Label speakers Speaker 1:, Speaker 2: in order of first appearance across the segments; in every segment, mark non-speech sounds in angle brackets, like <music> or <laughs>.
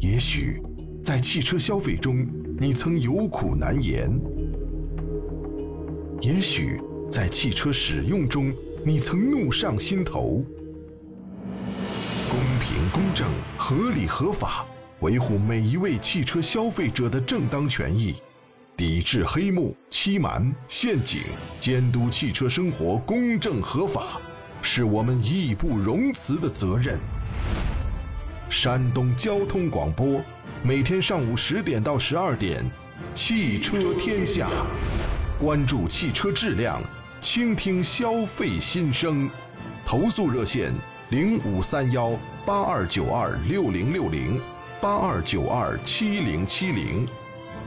Speaker 1: 也许在汽车消费中，你曾有苦难言；也许在汽车使用中，你曾怒上心头。公平、公正、合理、合法，维护每一位汽车消费者的正当权益，抵制黑幕、欺瞒、陷阱，监督汽车生活公正合法，是我们义不容辞的责任。山东交通广播，每天上午十点到十二点，《汽车天下》，关注汽车质量，倾听消费心声。投诉热线：零五三幺八二九二六零六零八二九二七零七零，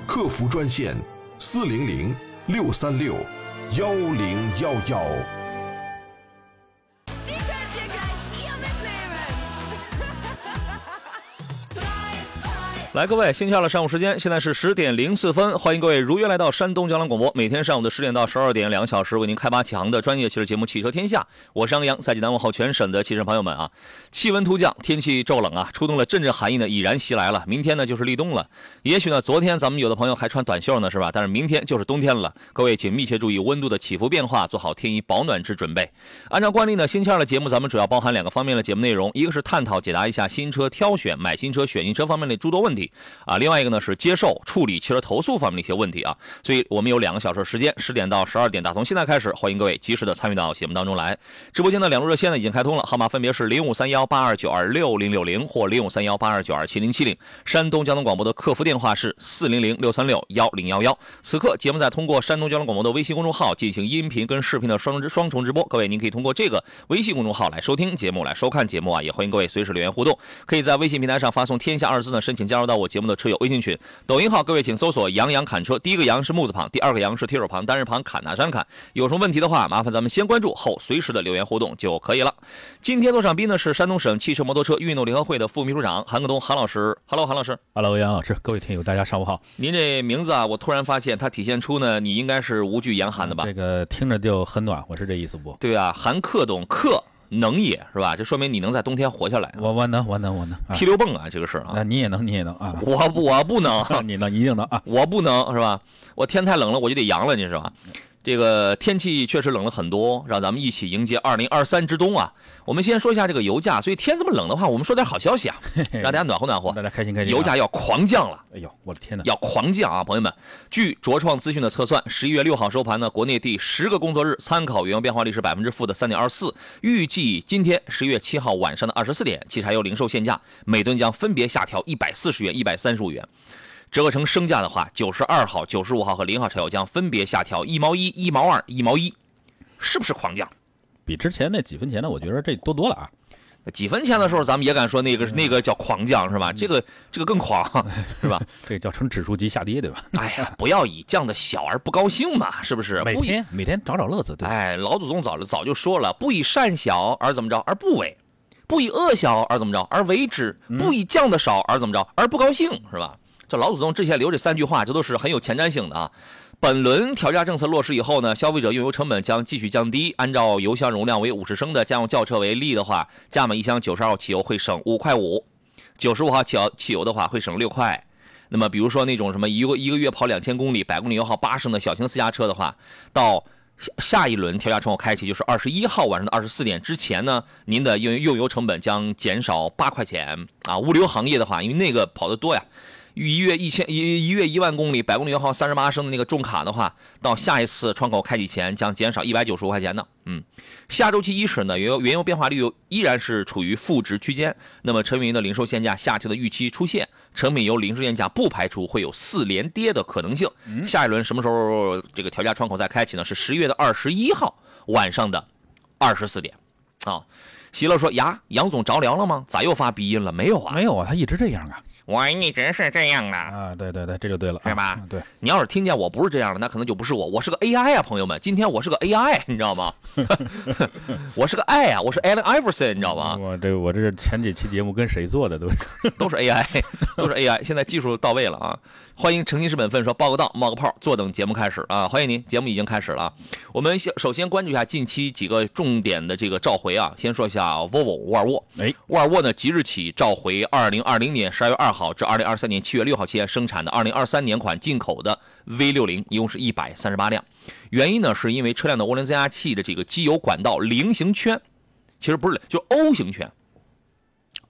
Speaker 1: 客服专线：四零零六三六幺零幺幺。
Speaker 2: <laughs>
Speaker 3: 来，各位，星期二的上午时间，现在是十点零四分，欢迎各位如约来到山东交通广播，每天上午的十点到十二点，两个小时为您开拔启航的专业汽车节目《汽车天下》，我是杨洋，在济南问候全省的汽车朋友们啊！气温突降，天气骤冷啊，初冬的阵阵寒意呢已然袭来了。明天呢就是立冬了，也许呢昨天咱们有的朋友还穿短袖呢，是吧？但是明天就是冬天了，各位请密切注意温度的起伏变化，做好添衣保暖之准备。按照惯例呢，星期二的节目咱们主要包含两个方面的节目内容，一个是探讨解答一下新车挑选、买新车、选新车方面的诸多问题。啊，另外一个呢是接受处理汽车投诉方面的一些问题啊，所以我们有两个小时时间，十点到十二点，打从现在开始，欢迎各位及时的参与到节目当中来。直播间的两路热线呢已经开通了，号码分别是零五三幺八二九二六零六零或零五三幺八二九二七零七零，山东交通广播的客服电话是四零零六三六幺零幺幺。此刻节目在通过山东交通广播的微信公众号进行音频跟视频的双双重直播，各位您可以通过这个微信公众号来收听节目、来收看节目啊，也欢迎各位随时留言互动，可以在微信平台上发送“天下”二字呢申请加入到我节目的车友微信群。抖音号各位请搜索“杨洋侃车”，第一个“杨”是木字旁，第二个“杨”是提手旁，单人旁侃哪山侃。有什么问题的话，麻烦咱们先关注，后随时的留言互动就可以了。今天做场宾呢是山东省汽车摩托车运动联合会的副秘书长韩克东韩老师。Hello，韩老师。
Speaker 4: Hello，杨老师，各位听友，大家上午好。
Speaker 3: 您这名字啊，我突然发现它体现出呢，你应该是无惧严寒的吧？
Speaker 4: 这个听着就很暖和，是这意思不？
Speaker 3: 对啊，韩克懂克能也是吧？这说明你能在冬天活下来啊。
Speaker 4: 我我能，我能，我能啊
Speaker 3: 踢！溜蹦啊，这个是啊
Speaker 4: 那，你也能，你也能啊！
Speaker 3: 我不我不能，
Speaker 4: <laughs> 你能，你一定能啊！
Speaker 3: 我不能是吧？我天太冷了，我就得阳了，你知道吧？这个天气确实冷了很多，让咱们一起迎接二零二三之冬啊！我们先说一下这个油价，所以天这么冷的话，我们说点好消
Speaker 4: <laughs>
Speaker 3: 息啊，让大家暖和暖和
Speaker 4: 大。家开心开心啊。
Speaker 3: 油价要狂降了。
Speaker 4: 哎呦，我的天哪！
Speaker 3: 要狂降啊，朋友们！据卓创资讯的测算，十一月六号收盘呢，国内第十个工作日参考原油变化率是百分之负的三点二四，预计今天十一月七号晚上的二十四点，汽柴油零售限价每吨将分别下调一百四十元、一百三十五元。折合成升价的话，九十二号、九十五号和零号柴油将分别下调一毛一、一毛二、一毛一，是不是狂降？
Speaker 4: 比之前那几分钱呢，我觉得这多多了啊！
Speaker 3: 几分钱的时候，咱们也敢说那个
Speaker 4: 嗯
Speaker 3: 那个叫狂降是吧？这个这个更狂
Speaker 4: <laughs>
Speaker 3: 是吧？
Speaker 4: 这个叫成指数级下跌，对吧？
Speaker 3: 哎呀，不要以降的小而不高兴嘛，是不是？
Speaker 4: 每
Speaker 3: 不以
Speaker 4: 天每天找找乐子，对吧？
Speaker 3: 哎，老祖宗早早就说了，不以善小而怎么着，而不为；不以恶小而怎么着，而为之；不以降的少而怎么着，而不高兴，是吧？这老祖宗之前留这三句话，这都是很有前瞻性的啊。本轮调价政策落实以后呢，消费者用油成本将继续降低。按照油箱容量为五十升的家用轿车为例的话，加满一箱九十号汽油会省五块五，九十五号汽油汽油的话会省六块。那么比如说那种什么一个一个月跑两千公里、百公里油耗八升的小型私家车的话，到下下一轮调价窗口开启，就是二十一号晚上的二十四点之前呢，您的用用油成本将减少八块钱啊。物流行业的话，因为那个跑得多呀，一月一千一一月一万公里，百公里油耗三十八升的那个重卡的话，到下一次窗口开启前将减少一百九十五块钱呢。嗯，下周期伊始呢，原油原油变化率依然是处于负值区间，那么成品油的零售限价下调的预期出现，成品油零售限价不排除会有四连跌的可能性。下一轮什么时候这个调价窗口再开启呢？是十月的二十一号晚上的二十四点。啊，席勒说：“呀，杨总着凉了吗？咋又发鼻音了？没有啊，
Speaker 4: 没有啊，他一直这样啊！
Speaker 3: 我一直是这样的。
Speaker 4: 啊，对对对，这就对了啊，
Speaker 3: 是吧
Speaker 4: 嗯对，
Speaker 3: 你要是听见我不是这样的，那可能就不是我，我是个 AI 啊，朋友们，今天我是个 AI，你知道吗？我是个 I 啊，我是 Allen Iverson，你知道吗？
Speaker 4: 我这我这是前几期节目跟谁做的都是？
Speaker 3: 都是 AI，都是 AI，现在技术到位了啊！欢迎诚心是本分说报个到，冒个泡，坐等节目开始啊！欢迎您，节目已经开始了啊。我们先首先关注一下近期几个重点的这个召回啊，先说一下下 Volvo 沃尔沃。
Speaker 4: 哎，
Speaker 3: 沃尔沃呢即日起召回2020年12月2号至2023年7月6号期间生产的2023年款进口的 V60，一共是一百三十八辆。原因呢是因为车辆的涡轮增压器的这个机油管道菱形圈，其实不是，就是 O 型圈。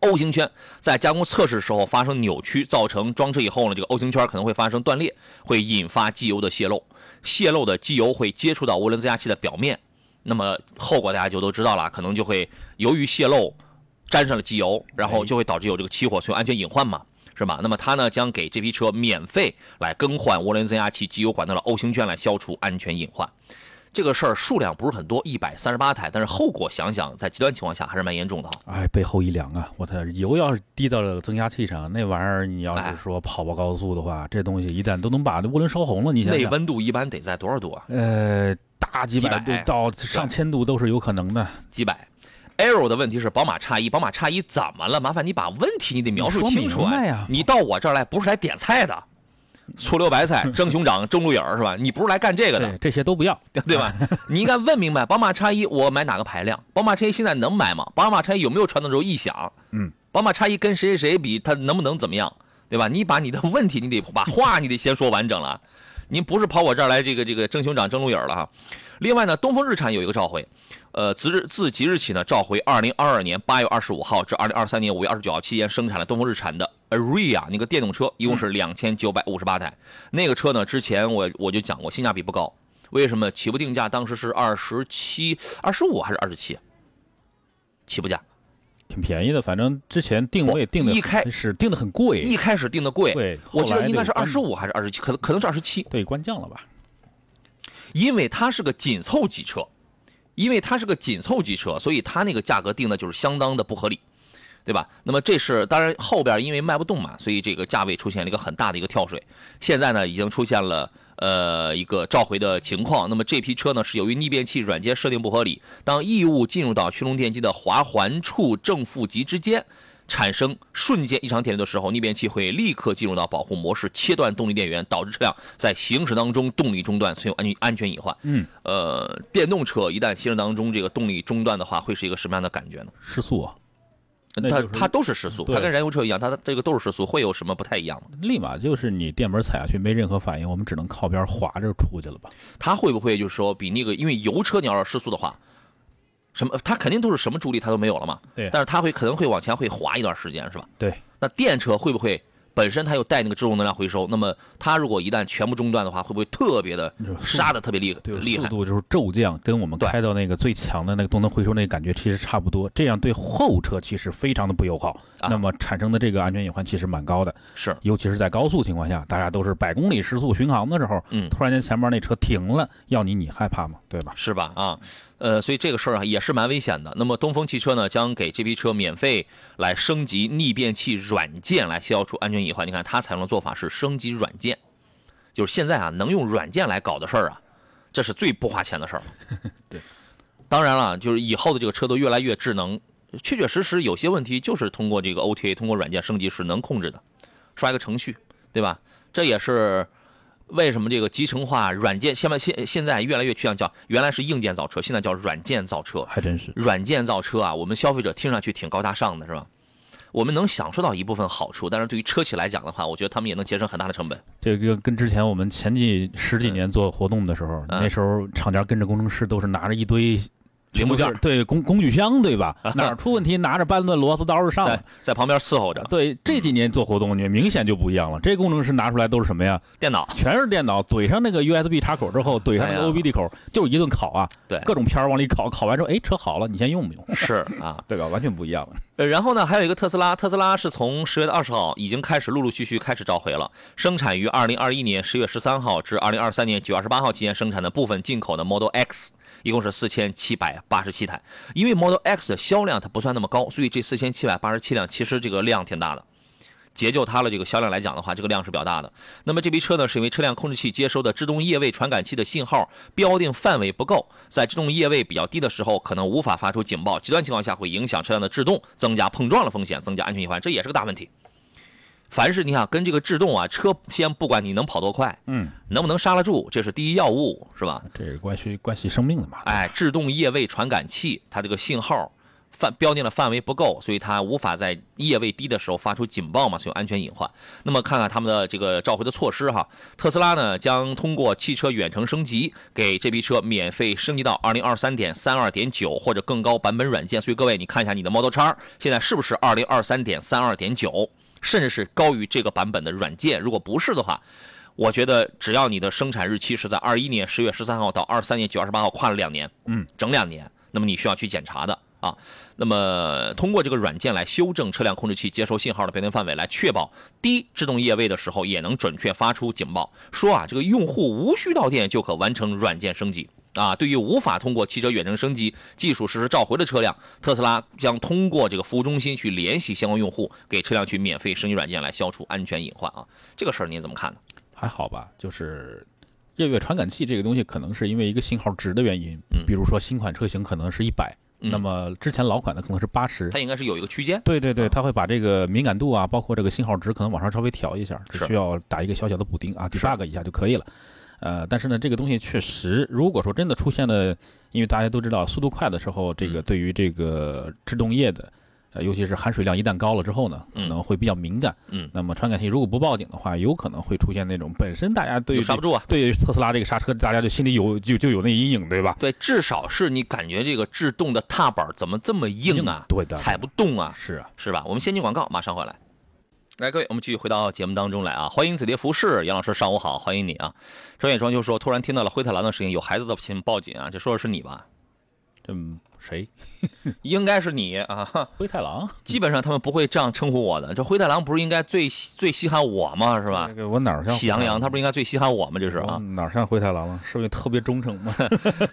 Speaker 3: O 型圈在加工测试时候发生扭曲，造成装车以后呢，这个 O 型圈可能会发生断裂，会引发机油的泄漏，泄漏的机油会接触到涡轮增压器的表面，那么后果大家就都知道了，可能就会由于泄漏沾上了机油，然
Speaker 4: 哎
Speaker 3: 后就会导致有这个起火，所以安全隐患嘛。是吧？那么它呢将给这批车免费来更换涡轮增压器机油管道的 O 型圈，来消除安全隐患。这个事儿数量不是很多，一百三十八台，但是后果想想，在极端情况下还是蛮严重的啊。
Speaker 4: 哎，背后一凉啊！我的油要是滴到了增压器上，那玩意儿你要
Speaker 3: 哎
Speaker 4: 是说跑跑高速的话，这东西一旦都能把涡轮烧红了，你想
Speaker 3: 内
Speaker 4: 想，
Speaker 3: 温度一般得在多少度啊？
Speaker 4: 呃，大几百
Speaker 3: 几
Speaker 4: 度
Speaker 3: 百
Speaker 4: 到上千度都是有可能的。
Speaker 3: 几百。Arrow 的问题是宝马叉一，宝马叉一怎么了？麻烦你把问题你得描述
Speaker 4: 你说
Speaker 3: 清楚啊
Speaker 4: 明白呀
Speaker 3: 你到我这儿来不是来点菜的，醋溜白
Speaker 4: <laughs>
Speaker 3: 菜、蒸熊掌、蒸鹿眼儿是吧？你不是来干这个的
Speaker 4: 对，，这些都不要。
Speaker 3: <laughs> 对吧？你应该问明白，宝马叉一我买哪个排量？宝马叉一现在能买吗？宝马叉一有没有传动轴异响？
Speaker 4: 嗯，
Speaker 3: 宝马叉一跟谁谁谁比，它能不能怎么样？对吧？你把你的问题，你得把话你得先说完整了。您不是跑我这儿来这个这个争熊掌争鹿眼儿了哈。另外呢，东风日产有一个召回，呃，自日自即日起呢，召回二零二二年八月二十五号至二零二三年五月二十九号期间生产的东风日产的 Aria 那个电动车，一共是两千九百五十八台。那个车呢，之前我我就讲过，性价比不高，为什么起步定价当时是二十七、二十五还是二十七？起步价
Speaker 4: 挺便宜的，反正之前定位定的
Speaker 3: 一开
Speaker 4: 是定的很贵，
Speaker 3: 一开始定的贵，
Speaker 4: 对，
Speaker 3: 我记
Speaker 4: 后来
Speaker 3: 得应该是
Speaker 4: 这个
Speaker 3: 二
Speaker 4: 关
Speaker 3: 十，五还是二十七，可能可能是二十七，
Speaker 4: 对，官降了吧？
Speaker 3: 因为它是个紧凑级车，因为它是个紧凑级车，所以它那个价格定的就是相当的不合理，对吧？那么这是当然后边因为卖不动嘛，所以这个价位出现了一个很大的一个跳水。现在呢，已经出现了呃一个召回的情况。那么这批车呢，是由于逆变器软件设定不合理，当异物进入到驱动电机的滑环处正负极之间。产生瞬间异常电流的时候，逆变器会立刻进入到保护模式，切断动力电源，导致车辆在行驶当中动力中断，存有安全安全隐患。
Speaker 4: 嗯，
Speaker 3: 呃，电动车一旦行驶当中这个动力中断的话，会是一个什么样的感觉呢？
Speaker 4: 失速啊，那
Speaker 3: 它
Speaker 4: 就是
Speaker 3: 它都是时速，
Speaker 4: 对
Speaker 3: 它跟燃油车一样，它这个都是时速，会有什么不太一样吗？
Speaker 4: 立马就是你电门踩下去没任何反应，我们只能靠边滑着出去了吧？
Speaker 3: 它会不会就是说比那个，因为油车你要是失速的话，什么它肯定都是什么助力它都没有了嘛？
Speaker 4: 对
Speaker 3: 但是它会可能会往前会滑一段时间，是吧？
Speaker 4: 对，
Speaker 3: 那电车会不会本身它有带那个自动能量回收？那么它如果一旦全部中断的话，会不会特别的
Speaker 4: 就是速
Speaker 3: 刹的特别厉
Speaker 4: 对，
Speaker 3: 厉
Speaker 4: 速
Speaker 3: 害？
Speaker 4: 度就是骤降，跟我们
Speaker 3: 对
Speaker 4: 开到那个最强的那个动能回收那个感觉其实差不多。这样对后车其实非常的不友好，
Speaker 3: 啊
Speaker 4: 那么产生的这个安全隐患其实蛮高的，
Speaker 3: 是
Speaker 4: 尤其是在高速情况下，大家都是百公里时速巡航的时候，
Speaker 3: 嗯
Speaker 4: 突然间前面那车停了，要你你害怕吗？对吧？
Speaker 3: 是吧？啊，呃，所以这个事儿啊也是蛮危险的。那么东风汽车呢，将给这批车免费来升级逆变器软件，来消除安全隐患。你看，它采用的做法是升级软件，就是现在啊，能用软件来搞的事儿啊，这是最不花钱的事儿。
Speaker 4: <laughs> 对，
Speaker 3: 当然了，就是以后的这个车都越来越智能，确确实实有些问题就是通过这个 OTA，通过软件升级是能控制的，刷一个程序，对吧？这也是为什么这个集成化软件现在现现在越来越趋向叫原来是硬件造车，现在叫软件造车。
Speaker 4: 还真是，
Speaker 3: 软件造车啊，我们消费者听上去挺高大上的，是吧？我们能享受到一部分好处，但是对于车企来讲的话，我觉得他们也能节省很大的成本。
Speaker 4: 这个跟之前我们前几十几年做活动的时候，
Speaker 3: 嗯
Speaker 4: 那时候厂家跟着工程师都是拿着一堆。
Speaker 3: 零部件儿
Speaker 4: 对工工具箱
Speaker 3: <laughs>
Speaker 4: 对吧？哪儿出问题拿着扳子螺丝刀就上来
Speaker 3: 在，在旁边伺候着
Speaker 4: 啊对，这几年做活动，你明显就不一样了。这工程师拿出来都是什么呀？
Speaker 3: 电脑，
Speaker 4: 全是电脑，怼上那个 USB 插口之后，怼上那
Speaker 3: 哎
Speaker 4: 个
Speaker 3: 呀
Speaker 4: OBD 口，就是一顿烤啊，
Speaker 3: 对
Speaker 4: 各种片儿往里烤，烤完之后，哎，车好了，你先用不用？
Speaker 3: 是啊。
Speaker 4: 对吧？完全不一样了。
Speaker 3: 呃然后呢，还有一个特斯拉，特斯拉是从十月的二十号已经开始陆陆续续开始召回了，生产于二零二一年十月十三号至二零二三年九月二十八号期间生产的部分进口的 Model X，一共是四千七百八十七台。因为 Model X 的销量它不算那么高，所以这四千七百八十七辆其实这个量挺大的。解救它了这个销量来讲的话，这个量是比较大的。那么这批车呢，是因为车辆控制器接收的制动液位传感器的信号标定范围不够，在制动液位比较低的时候，可能无法发出警报，极端情况下会影响车辆的制动，增加碰撞的风险，增加安全隐患，这也是个大问题。凡是你想跟这个制动啊，车先不管你能跑多快，
Speaker 4: 嗯，
Speaker 3: 能不能刹得住，这是第一要务，是吧？哎
Speaker 4: 这是关系关系生命的嘛。
Speaker 3: 哎，制动液位传感器它这个信号范标定的范围不够，所以它无法在夜位低的时候发出警报嘛，所以有安全隐患。那么看看他们的这个召回的措施哈，特斯拉呢将通过汽车远程升级，给这批车免费升级到二零二三点三二点九或者更高版本软件。所以各位，你看一下你的 Model X 现在是不是二零二三点三二点九，甚至是高于这个版本的软件？如果不是的话，我觉得只要你的生产日期是在二一年十月十三号到二三年九月二十八号，跨了两年，
Speaker 4: 嗯，
Speaker 3: 整两年，那么你需要去检查的啊。那么通过这个软件来修正车辆控制器接收信号的标定范围，来确保低制动夜位的时候也能准确发出警报。说啊，这个用户无需到店就可完成软件升级。啊，对于无法通过汽车远程升级技术实施召回的车辆，特斯拉将通过这个服务中心去联系相关用户，给车辆去免费升级软件来消除安全隐患啊。这个事儿您怎么看呢？
Speaker 4: 还好吧，就是夜月传感器这个东西，可能是因为一个信号值的原因，
Speaker 3: 嗯
Speaker 4: 比如说新款车型可能是一百、
Speaker 3: 嗯
Speaker 4: 那么之前老款的可能是八十。
Speaker 3: 它应该是有一个区间。
Speaker 4: 对对对，
Speaker 3: 啊
Speaker 4: 它会把这个敏感度啊，包括这个信号值，可能往上稍微调一下，只
Speaker 3: 是
Speaker 4: 需要打一个小小的补丁啊
Speaker 3: 是
Speaker 4: ，debug 一下就可以了。呃，但是呢，这个东西确实，如果说真的出现了，因为大家都知道，速度快的时候，这个
Speaker 3: 嗯
Speaker 4: 对于这个制动液的，呃，尤其是含水量一旦高了之后呢，可
Speaker 3: 嗯
Speaker 4: 能会比较敏感。
Speaker 3: 嗯
Speaker 4: 那么传感器如果不报警的话，有可能会出现那种本身大家对于
Speaker 3: 就刹不住嗯啊。
Speaker 4: 对于特斯拉这个刹车，大家就心里有就就有那阴影，对吧？
Speaker 3: 对，至少是你感觉这个制动的踏板怎么这么硬啊，
Speaker 4: 对的，
Speaker 3: 踩不动啊，
Speaker 4: 是啊，
Speaker 3: 是吧？我们先进广告，马上回来。来，各位，我们继续回到节目当中来啊！欢迎紫蝶服饰，杨老师上午好，欢迎你啊！周远庄就说，突然听到了灰太狼的声音，有孩子的请报警啊！这说的是你吧？
Speaker 4: 嗯，谁？
Speaker 3: 应该是你啊！ <laughs>
Speaker 4: 灰太狼
Speaker 3: 基本上他们不会这样称呼我的。这灰太狼不是应该最最稀罕我吗？是吧
Speaker 4: 那？个我哪儿像
Speaker 3: 喜羊羊，他不是应该最稀罕我吗？这是啊
Speaker 4: 我。嗯哪儿像灰太狼了？是不是特别忠诚吗？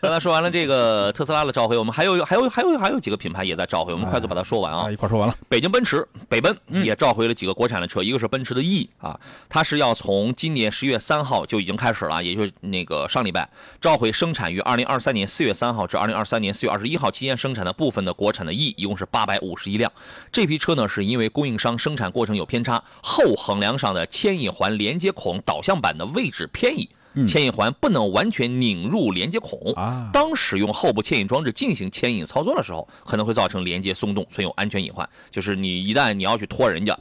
Speaker 3: 刚才说完了这
Speaker 4: <laughs>
Speaker 3: 个特斯拉的召回，我们还有还有还有还有几个品牌也在召回，我们
Speaker 4: <laughs> 哎嗯
Speaker 3: 快速把它说完啊
Speaker 4: 啊，。一块儿说完了。
Speaker 3: 北京奔驰北奔也召回了几个国产的车，一个是奔驰的 E 啊，它是要从今年十月三号就已经开始了，也就是那个上礼拜召回生产于二零二三年四月三号至二零二三年四月二十一号期间生产的部分的国产的 E，一共是八百五十一辆。这批车呢是因为供应商生产过程有偏差，后横梁上的牵引环连接孔导向板的位置偏移，牵引环不能完全拧入连接孔
Speaker 4: 嗯啊
Speaker 3: 当使用后部牵引装置进行牵引操作的时候，可能会造成连接松动，存有安全隐患。就是你一旦你要去拖人家，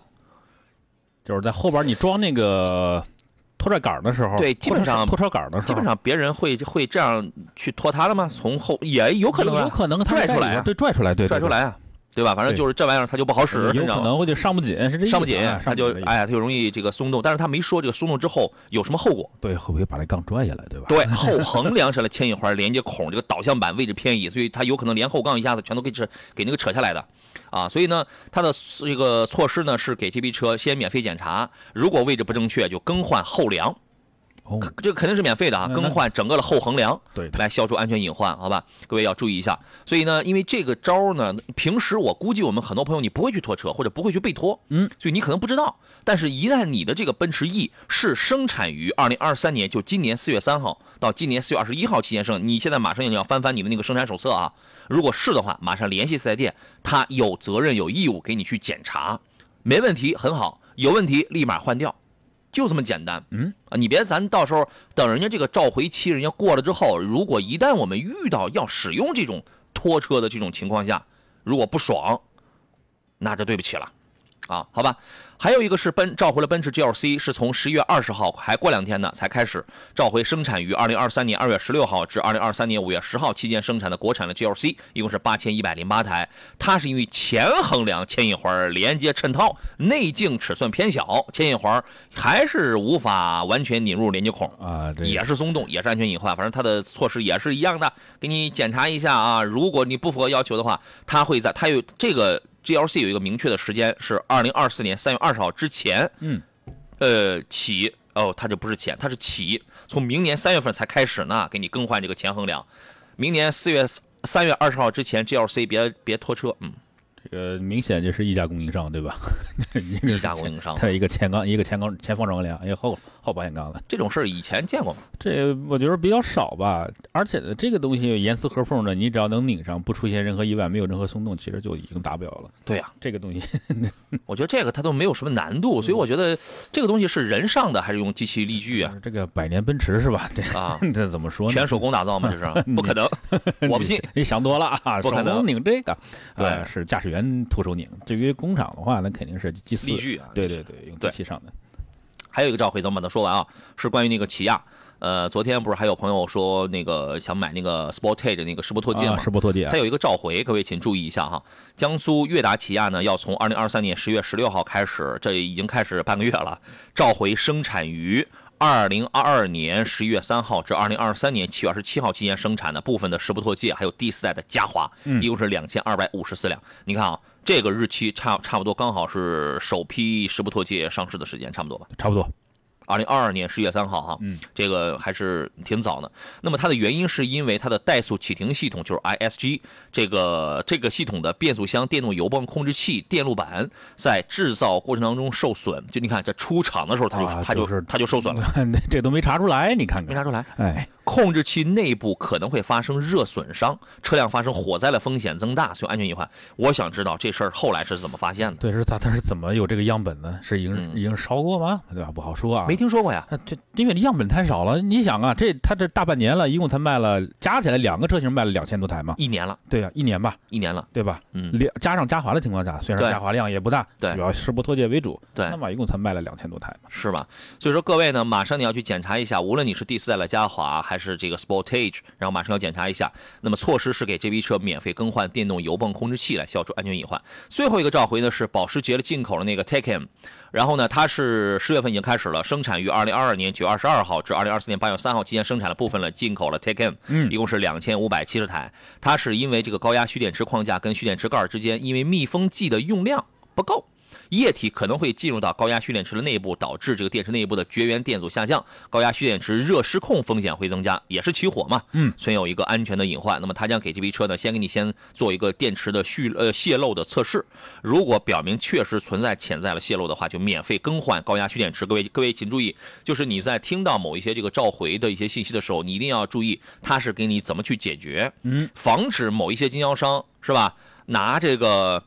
Speaker 4: 就是在后边你装那个拖拽杆儿的时候，
Speaker 3: 对基本上
Speaker 4: 拖车杆儿的时候，
Speaker 3: 基本上别人会会这样去拖它了吗？从后也有可能
Speaker 4: 有
Speaker 3: 啊
Speaker 4: 有，可能它
Speaker 3: 拽
Speaker 4: 在
Speaker 3: 出
Speaker 4: 里
Speaker 3: 来
Speaker 4: 边
Speaker 3: 啊
Speaker 4: 对，拽出来，对，
Speaker 3: 拽
Speaker 4: 对
Speaker 3: 出。来啊，对吧？反正就是这玩意儿它就不好使，
Speaker 4: 对
Speaker 3: 你
Speaker 4: 有
Speaker 3: 知道
Speaker 4: 可
Speaker 3: 吗？
Speaker 4: 能会就上不紧，是这意思
Speaker 3: 上不紧
Speaker 4: 啊，
Speaker 3: 它
Speaker 4: 上
Speaker 3: 就
Speaker 4: 紧的意思，
Speaker 3: 哎，它就容易这个松动。但是他没说这个松动之后有什么后果。
Speaker 4: 对，会不会把那杠拽下来，对吧？，
Speaker 3: 对，后横梁上的牵引环连接孔这个导向板位置偏移，所以它有可能连后杠一下子全都给扯给那个扯下来的，啊，所以呢，它的这个措施呢是给这批车先免费检查，如果位置不正确就更换后梁，
Speaker 4: 哦，
Speaker 3: 这个肯定是免费的啊，
Speaker 4: 那
Speaker 3: 更换整个的后横梁。
Speaker 4: 对，
Speaker 3: 来消除安全隐患，好吧，各位要注意一下。所以呢，因为这个招儿呢，平时我估计我们很多朋友你不会去拖车，或者不会去被拖，
Speaker 4: 嗯，
Speaker 3: 所以你可能不知道。但是，一旦你的这个奔驰 E 是生产于二零二三年，就今年四月三号到今年四月二十一号期间生，你现在马上要翻翻你的那个生产手册啊。如果是的话，马上联系四 S 店，他有责任有义务给你去检查，没问题，很好，有问题立马换掉。就这么简单。
Speaker 4: 嗯
Speaker 3: 啊，你别咱到时候等人家这个召回期人家过了之后，如果一旦我们遇到要使用这种拖车的这种情况下，如果不爽，那就对不起了。啊，好吧，还有一个是奔召回了奔驰 GLC，是从十一月二十号，还过两天呢，才开始召回生产于二零二三年二月十六号至二零二三年五月十号期间生产的国产的 GLC，一共是八千一百零八台。它是因为前横梁牵引环连接衬套，内径尺寸偏小，牵引环还是无法完全拧入连接孔。
Speaker 4: 啊，这
Speaker 3: 也是松动，也是安全隐患，反正它的措施也是一样的，给你检查一下啊。如果你不符合要求的话，它会在它有这个 GLC 有一个明确的时间是二零二四年三月二十号之前，
Speaker 4: 嗯，
Speaker 3: 呃起哦，它就不是前，它是起，从明年三月份才开始呢，给你更换这个前横梁，明年四月三月二十号之前 GLC 别别拖车，嗯，
Speaker 4: 这个明显就是一家供应商，对吧？一个 <laughs>
Speaker 3: 一家供应商
Speaker 4: 它一个前杠，一个前杠前方张梁，哎，后后保险杠的。
Speaker 3: 这种事儿以前见过吗？
Speaker 4: 这我觉得比较少吧，而且这个东西严丝合缝的，你只要能拧上，不出现任何意外，没有任何松动，其实就已经达标了。
Speaker 3: 对呀、
Speaker 4: 这个东西，
Speaker 3: 我觉得这个它都没有什么难度，所以我觉得这个东西是人上的还是用机器力具啊？
Speaker 4: 这个百年奔驰是吧？这 <laughs>
Speaker 3: 啊，
Speaker 4: 这怎么说呢？
Speaker 3: 全手工打造吗？这是不可能，我不信。
Speaker 4: 你想多了啊！
Speaker 3: 不可
Speaker 4: 手
Speaker 3: 能
Speaker 4: 工拧这个，
Speaker 3: 对
Speaker 4: 呃是驾驶员徒手拧。至于工厂的话，那肯定是机四
Speaker 3: 力。具啊，
Speaker 4: 对对对，用机
Speaker 3: 对
Speaker 4: 器上的。
Speaker 3: 还有一个召回，咱们把它说完啊，是关于那个起亚。呃，昨天不是还有朋友说那个想买那个 Sportage 那个世博拓界
Speaker 4: 啊
Speaker 3: 吗？
Speaker 4: 是波托地啊
Speaker 3: 它，有一个召回，各位请注意一下哈。江苏悦达起亚呢，要从二零二三年十月十六号开始，这已经开始半个月了，召回生产于二零二二年十一月三号至二零二三年七月二十七号期间生产的部分的石不拓界，还有第四代的嘉华，
Speaker 4: 嗯
Speaker 3: 一共是两千二百五十四辆。你看啊，这个日期差差不多刚好是首批石不拓界上市的时间，差不多吧。
Speaker 4: 差不多。
Speaker 3: 二零二二年十月三号哈，
Speaker 4: 嗯，
Speaker 3: 这个还是挺早的。那么它的原因是因为它的怠速启停系统，就是 ISG 这个这个系统的变速箱、电动油泵控制器、电路板在制造过程当中受损。就你看，这出厂的时候它就、
Speaker 4: 啊
Speaker 3: 它就
Speaker 4: 就是嗯
Speaker 3: 它就受损了，
Speaker 4: <laughs> 那这都没查出来，你看
Speaker 3: 没
Speaker 4: 看。
Speaker 3: 查出来。
Speaker 4: 哎，
Speaker 3: 控制器内部可能会发生热损伤，车辆发生火灾的风险增大，所以安全隐患。我想知道这事儿后来是怎么发现的？
Speaker 4: 对，是他他是怎么有这个样本呢？是已经、
Speaker 3: 嗯
Speaker 4: 已经烧过吗？对吧？不好说啊。
Speaker 3: 没听说过呀？
Speaker 4: 啊，这因为样本太少了，你想啊，这他这大半年了，一共才卖了，加起来两个车型卖了两千多台嘛，
Speaker 3: 一年了，
Speaker 4: 对啊，一年吧，
Speaker 3: 一年了，
Speaker 4: 对吧？
Speaker 3: 嗯，
Speaker 4: 两加上嘉华的情况下，虽
Speaker 3: 对
Speaker 4: 然嘉华量也不大，
Speaker 3: 对
Speaker 4: 主要是博拓界为主，
Speaker 3: 对
Speaker 4: 那。么一共才卖了两千多台嘛，
Speaker 3: 是吧？所以说各位呢，马上你要去检查一下，无论你是第四代的嘉华还是这个 Sportage，然后马上要检查一下。那么措施是给这批车免费更换电动油泵控制器来消除安全隐患。最后一个召回呢是保时捷的进口的那个 Taycan，然后呢它是十月份已经开始了，生产于二零二二年九月二十二号至二零二四年八月三号期间生产了部分了进口了 Taycan，
Speaker 4: 嗯
Speaker 3: 一共是两千五百七十台。它是因为这个高压蓄电池框架跟蓄电池盖儿之间因为密封剂的用量不够。液体可能会进入到高压蓄电池的内部，导致这个电池内部的绝缘电阻下降，高压蓄电池热失控风险会增加，也是起火嘛，
Speaker 4: 嗯
Speaker 3: 存有一个安全的隐患。那么它将给这批车呢，先给你先做一个电池的蓄呃泄漏的测试，如果表明确实存在潜在的泄漏的话，就免费更换高压蓄电池。各位各位请注意，就是你在听到某一些这个召回的一些信息的时候，你一定要注意它是给你怎么去解决，
Speaker 4: 嗯，
Speaker 3: 防止某一些经销商是吧拿这个。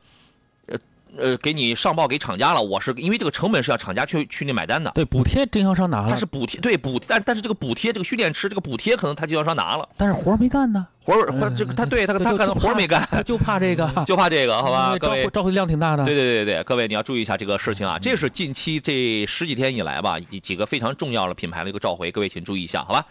Speaker 3: 呃，给你上报给厂家了，我是因为这个成本是要厂家去去那买单的，
Speaker 4: 对，补贴经销商拿了，
Speaker 3: 他是补贴对补，但但是这个补贴这个蓄电池这个补贴可能他经销商拿了，
Speaker 4: 但是活儿没干呢，
Speaker 3: 活儿活儿这个他对他他可能活儿没干，
Speaker 4: <laughs> 他就嗯怕这个，
Speaker 3: <laughs> 就怕这个好吧，
Speaker 4: 因为
Speaker 3: 各位
Speaker 4: 召回召回量挺大的，
Speaker 3: 对对对对，各位你要注意一下这个事情啊，这是近期这十几天以来吧，几几个非常重要的品牌的一个召回，各位请注意一下，好吧？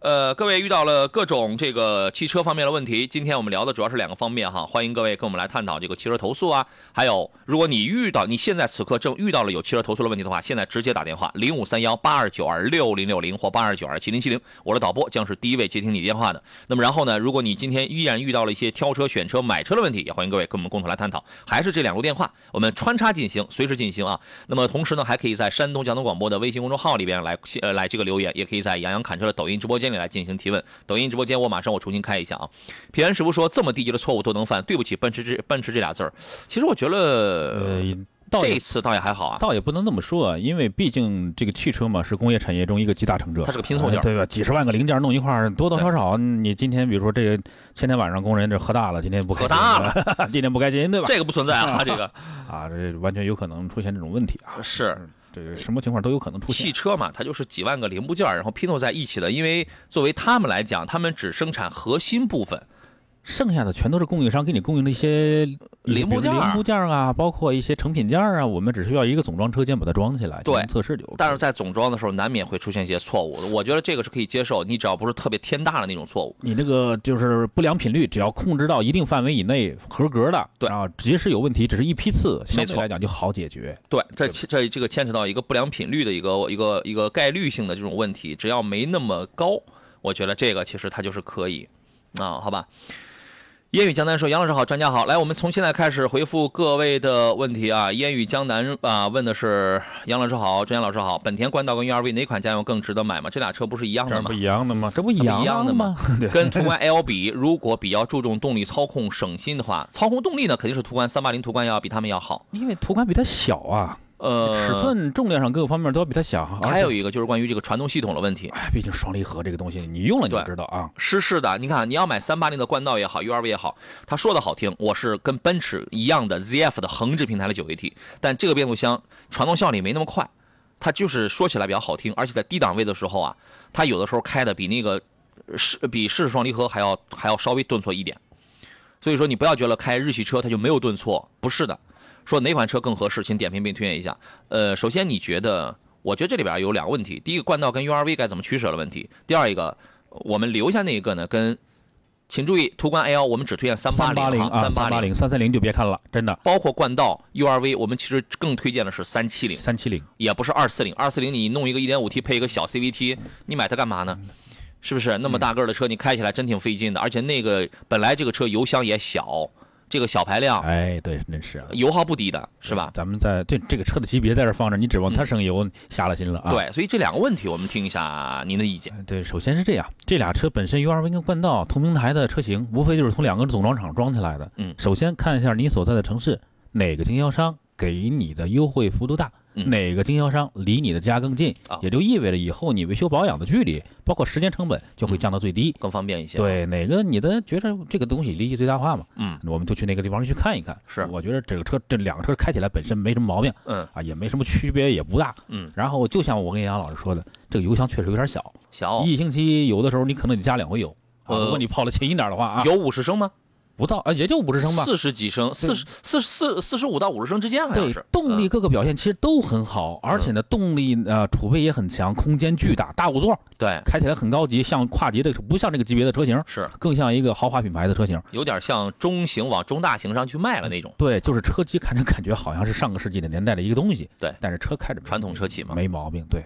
Speaker 3: 呃，各位遇到了各种这个汽车方面的问题，今天我们聊的主要是两个方面哈，欢迎各位跟我们来探讨这个汽车投诉啊，还有如果你遇到你现在此刻正遇到了有汽车投诉的问题的话，现在直接打电话零五三幺八二九二六零六零或八二九二七零七零，我的导播将是第一位接听你电话的。那么然后呢，如果你今天依然遇到了一些挑车、选车、买车的问题，也欢迎各位跟我们共同来探讨。还是这两路电话，我们穿插进行，随时进行啊。那么同时呢，还可以在山东交通广播的微信公众号里边来呃来这个留言，也可以在杨洋侃车的抖音直播间里来进行提问。抖音直播间我马上我重新开一下啊。平安师傅说这么低级的错误都能犯，对不起奔驰这奔驰这俩字儿。其实我觉得
Speaker 4: 呃，倒
Speaker 3: 这
Speaker 4: 也
Speaker 3: 次倒也还好啊。
Speaker 4: 倒也不能这么说啊，因为毕竟这个汽车嘛是工业产业中一个集大成者，
Speaker 3: 它是个拼凑件儿
Speaker 4: 呃对吧？几十万个零件弄一块儿，多多少少，你今天比如说这个前天晚上工人这喝大了，今天不开
Speaker 3: 喝
Speaker 4: 心
Speaker 3: 大
Speaker 4: 了， <laughs> 今天不开心对
Speaker 3: <laughs>
Speaker 4: 吧？
Speaker 3: 这个不存在啊，这个
Speaker 4: 啊，这完全有可能出现这种问题啊，
Speaker 3: 是
Speaker 4: 这个什么情况都有可能出现
Speaker 3: 汽。车嘛，它就是几万个零部件儿，然后拼凑在一起的。因为作为他们来讲，他们只生产核心部分，
Speaker 4: 剩下的全都是供应商给你供应的一些
Speaker 3: 零部件儿
Speaker 4: 零部件儿啊，包括一些成品件儿啊，我们只需要一个总装车间把它装起来，
Speaker 3: 对
Speaker 4: 进行测试就 OK。
Speaker 3: 但是在总装的时候难免会出现一些错误的。我觉得这个是可以接受，你只要不是特别天大的那种错误。
Speaker 4: 你这个就是不良品率，只要控制到一定范围以内，合格的，
Speaker 3: 对
Speaker 4: 啊，即使有问题，只是一批次，
Speaker 3: 没
Speaker 4: 相
Speaker 3: 错
Speaker 4: 对来讲就好解决。
Speaker 3: 对，这这这个牵扯到一个不良品率的一个一个一个概率性的这种问题，只要没那么高，我觉得这个其实它就是可以啊，好吧。烟雨江南说：“杨老师好，专家好，来，我们从现在开始回复各位的问题啊。烟雨江南啊问的是杨老师好，专家老师好，本田冠道跟 URV 哪款家用更值得买吗？这俩车不是一样的吗？
Speaker 4: 一样的吗？这不一
Speaker 3: 它不一样的吗
Speaker 4: 吗？对，
Speaker 3: 跟途观 L 比，如果比较注重动力操控省心的话，操控动力呢肯定是途观三八零、途观要比他们要好。
Speaker 4: 因为途观比它小啊，
Speaker 3: 呃，
Speaker 4: 尺寸、重量上各个方面都要比它小。啊而
Speaker 3: 还有
Speaker 4: 且，
Speaker 3: 一个就是关于这个传动系统的问题。
Speaker 4: 哎，毕竟双离合这个东西，你用了你就
Speaker 3: 对
Speaker 4: 知道啊。
Speaker 3: 湿式的，你看你要买三八零的冠道也好，URV 也好，它说的好听，我是跟奔驰一样的 ZF 的横置平台的九 AT，但这个变速箱传动效率没那么快，它就是说起来比较好听，而且在低档位的时候啊，它有的时候开的比那个是比湿式双离合还要还要稍微顿挫一点，所以说你不要觉得开日系车它就没有顿挫，不是的。说哪款车更合适，请点评并推荐一下。呃，首先你觉得，我觉得这里边有两个问题，第一个冠道跟 URV 该怎么取舍的问题，第二一个我们留下那一个呢，跟请注意，途观 L 我们只推荐三八
Speaker 4: 八零啊，
Speaker 3: 三
Speaker 4: 三
Speaker 3: 八零，
Speaker 4: 零、三三零就别看了，真的。
Speaker 3: 包括冠道 URV，我们其实更推荐的是三七零，
Speaker 4: 三七零，
Speaker 3: 也不是二四零，二四零你弄一个一点五 T 配一个小 CVT，你买它干嘛呢？是不是那么大个儿的车，你开起来真挺费劲的？而且那个本来这个车油箱也小，这个小排量
Speaker 4: 哎，对，真是啊，
Speaker 3: 油耗不低的，是吧？
Speaker 4: 咱们在对这个车的级别在这儿放着，你指
Speaker 3: 嗯
Speaker 4: 望它省油，瞎了心了啊。哎
Speaker 3: 对，所以这两个问题我们听一下您的意见。
Speaker 4: 对，首先是这样，这俩车本身 URV 跟冠道同平台的车型，无非就是从两个总装厂装起来的。
Speaker 3: 嗯
Speaker 4: 首先看一下你所在的城市哪个经销商给你的优惠幅度大，
Speaker 3: 嗯
Speaker 4: 哪个经销商离你的家更近，
Speaker 3: 啊
Speaker 4: 也就意味着以后你维修保养的距离，包括时间成本就会降到最低。
Speaker 3: 更方便一些。，
Speaker 4: 对，哪个你的觉着这个东西利益最大化嘛，
Speaker 3: 嗯
Speaker 4: 我们就去那个地方去看一看。
Speaker 3: 是
Speaker 4: 我觉得这个车这两个车开起来本身没什么毛病
Speaker 3: 嗯
Speaker 4: 啊，也没什么区别，也不大。
Speaker 3: 嗯，
Speaker 4: 然后就像我跟杨老师说的，这个油箱确实有点小。
Speaker 3: 小
Speaker 4: 一星期有的时候你可能得加两回油。啊
Speaker 3: 哦呃
Speaker 4: 如果你泡的勤一点的话啊，
Speaker 3: 有五十升吗？
Speaker 4: 不到啊，也就五十升吧。
Speaker 3: 四十几升，四十四四四十五到五十升之间好像
Speaker 4: 对
Speaker 3: 哎是。，嗯
Speaker 4: 动力各个表现其实都很好，而且呢，动力呃储备也很强，空间巨大，大五座，
Speaker 3: 嗯对，
Speaker 4: 开起来很高级，像跨级的不像这个级别的车型，
Speaker 3: 是
Speaker 4: 更像一个豪华品牌的车型。
Speaker 3: 有点像中型往中大型上去卖了那种。
Speaker 4: 对，就是车机看着感觉好像是上个世纪的年代的一个东西。
Speaker 3: 对
Speaker 4: 但是车开着没
Speaker 3: 传统车企嘛
Speaker 4: 没毛病。对，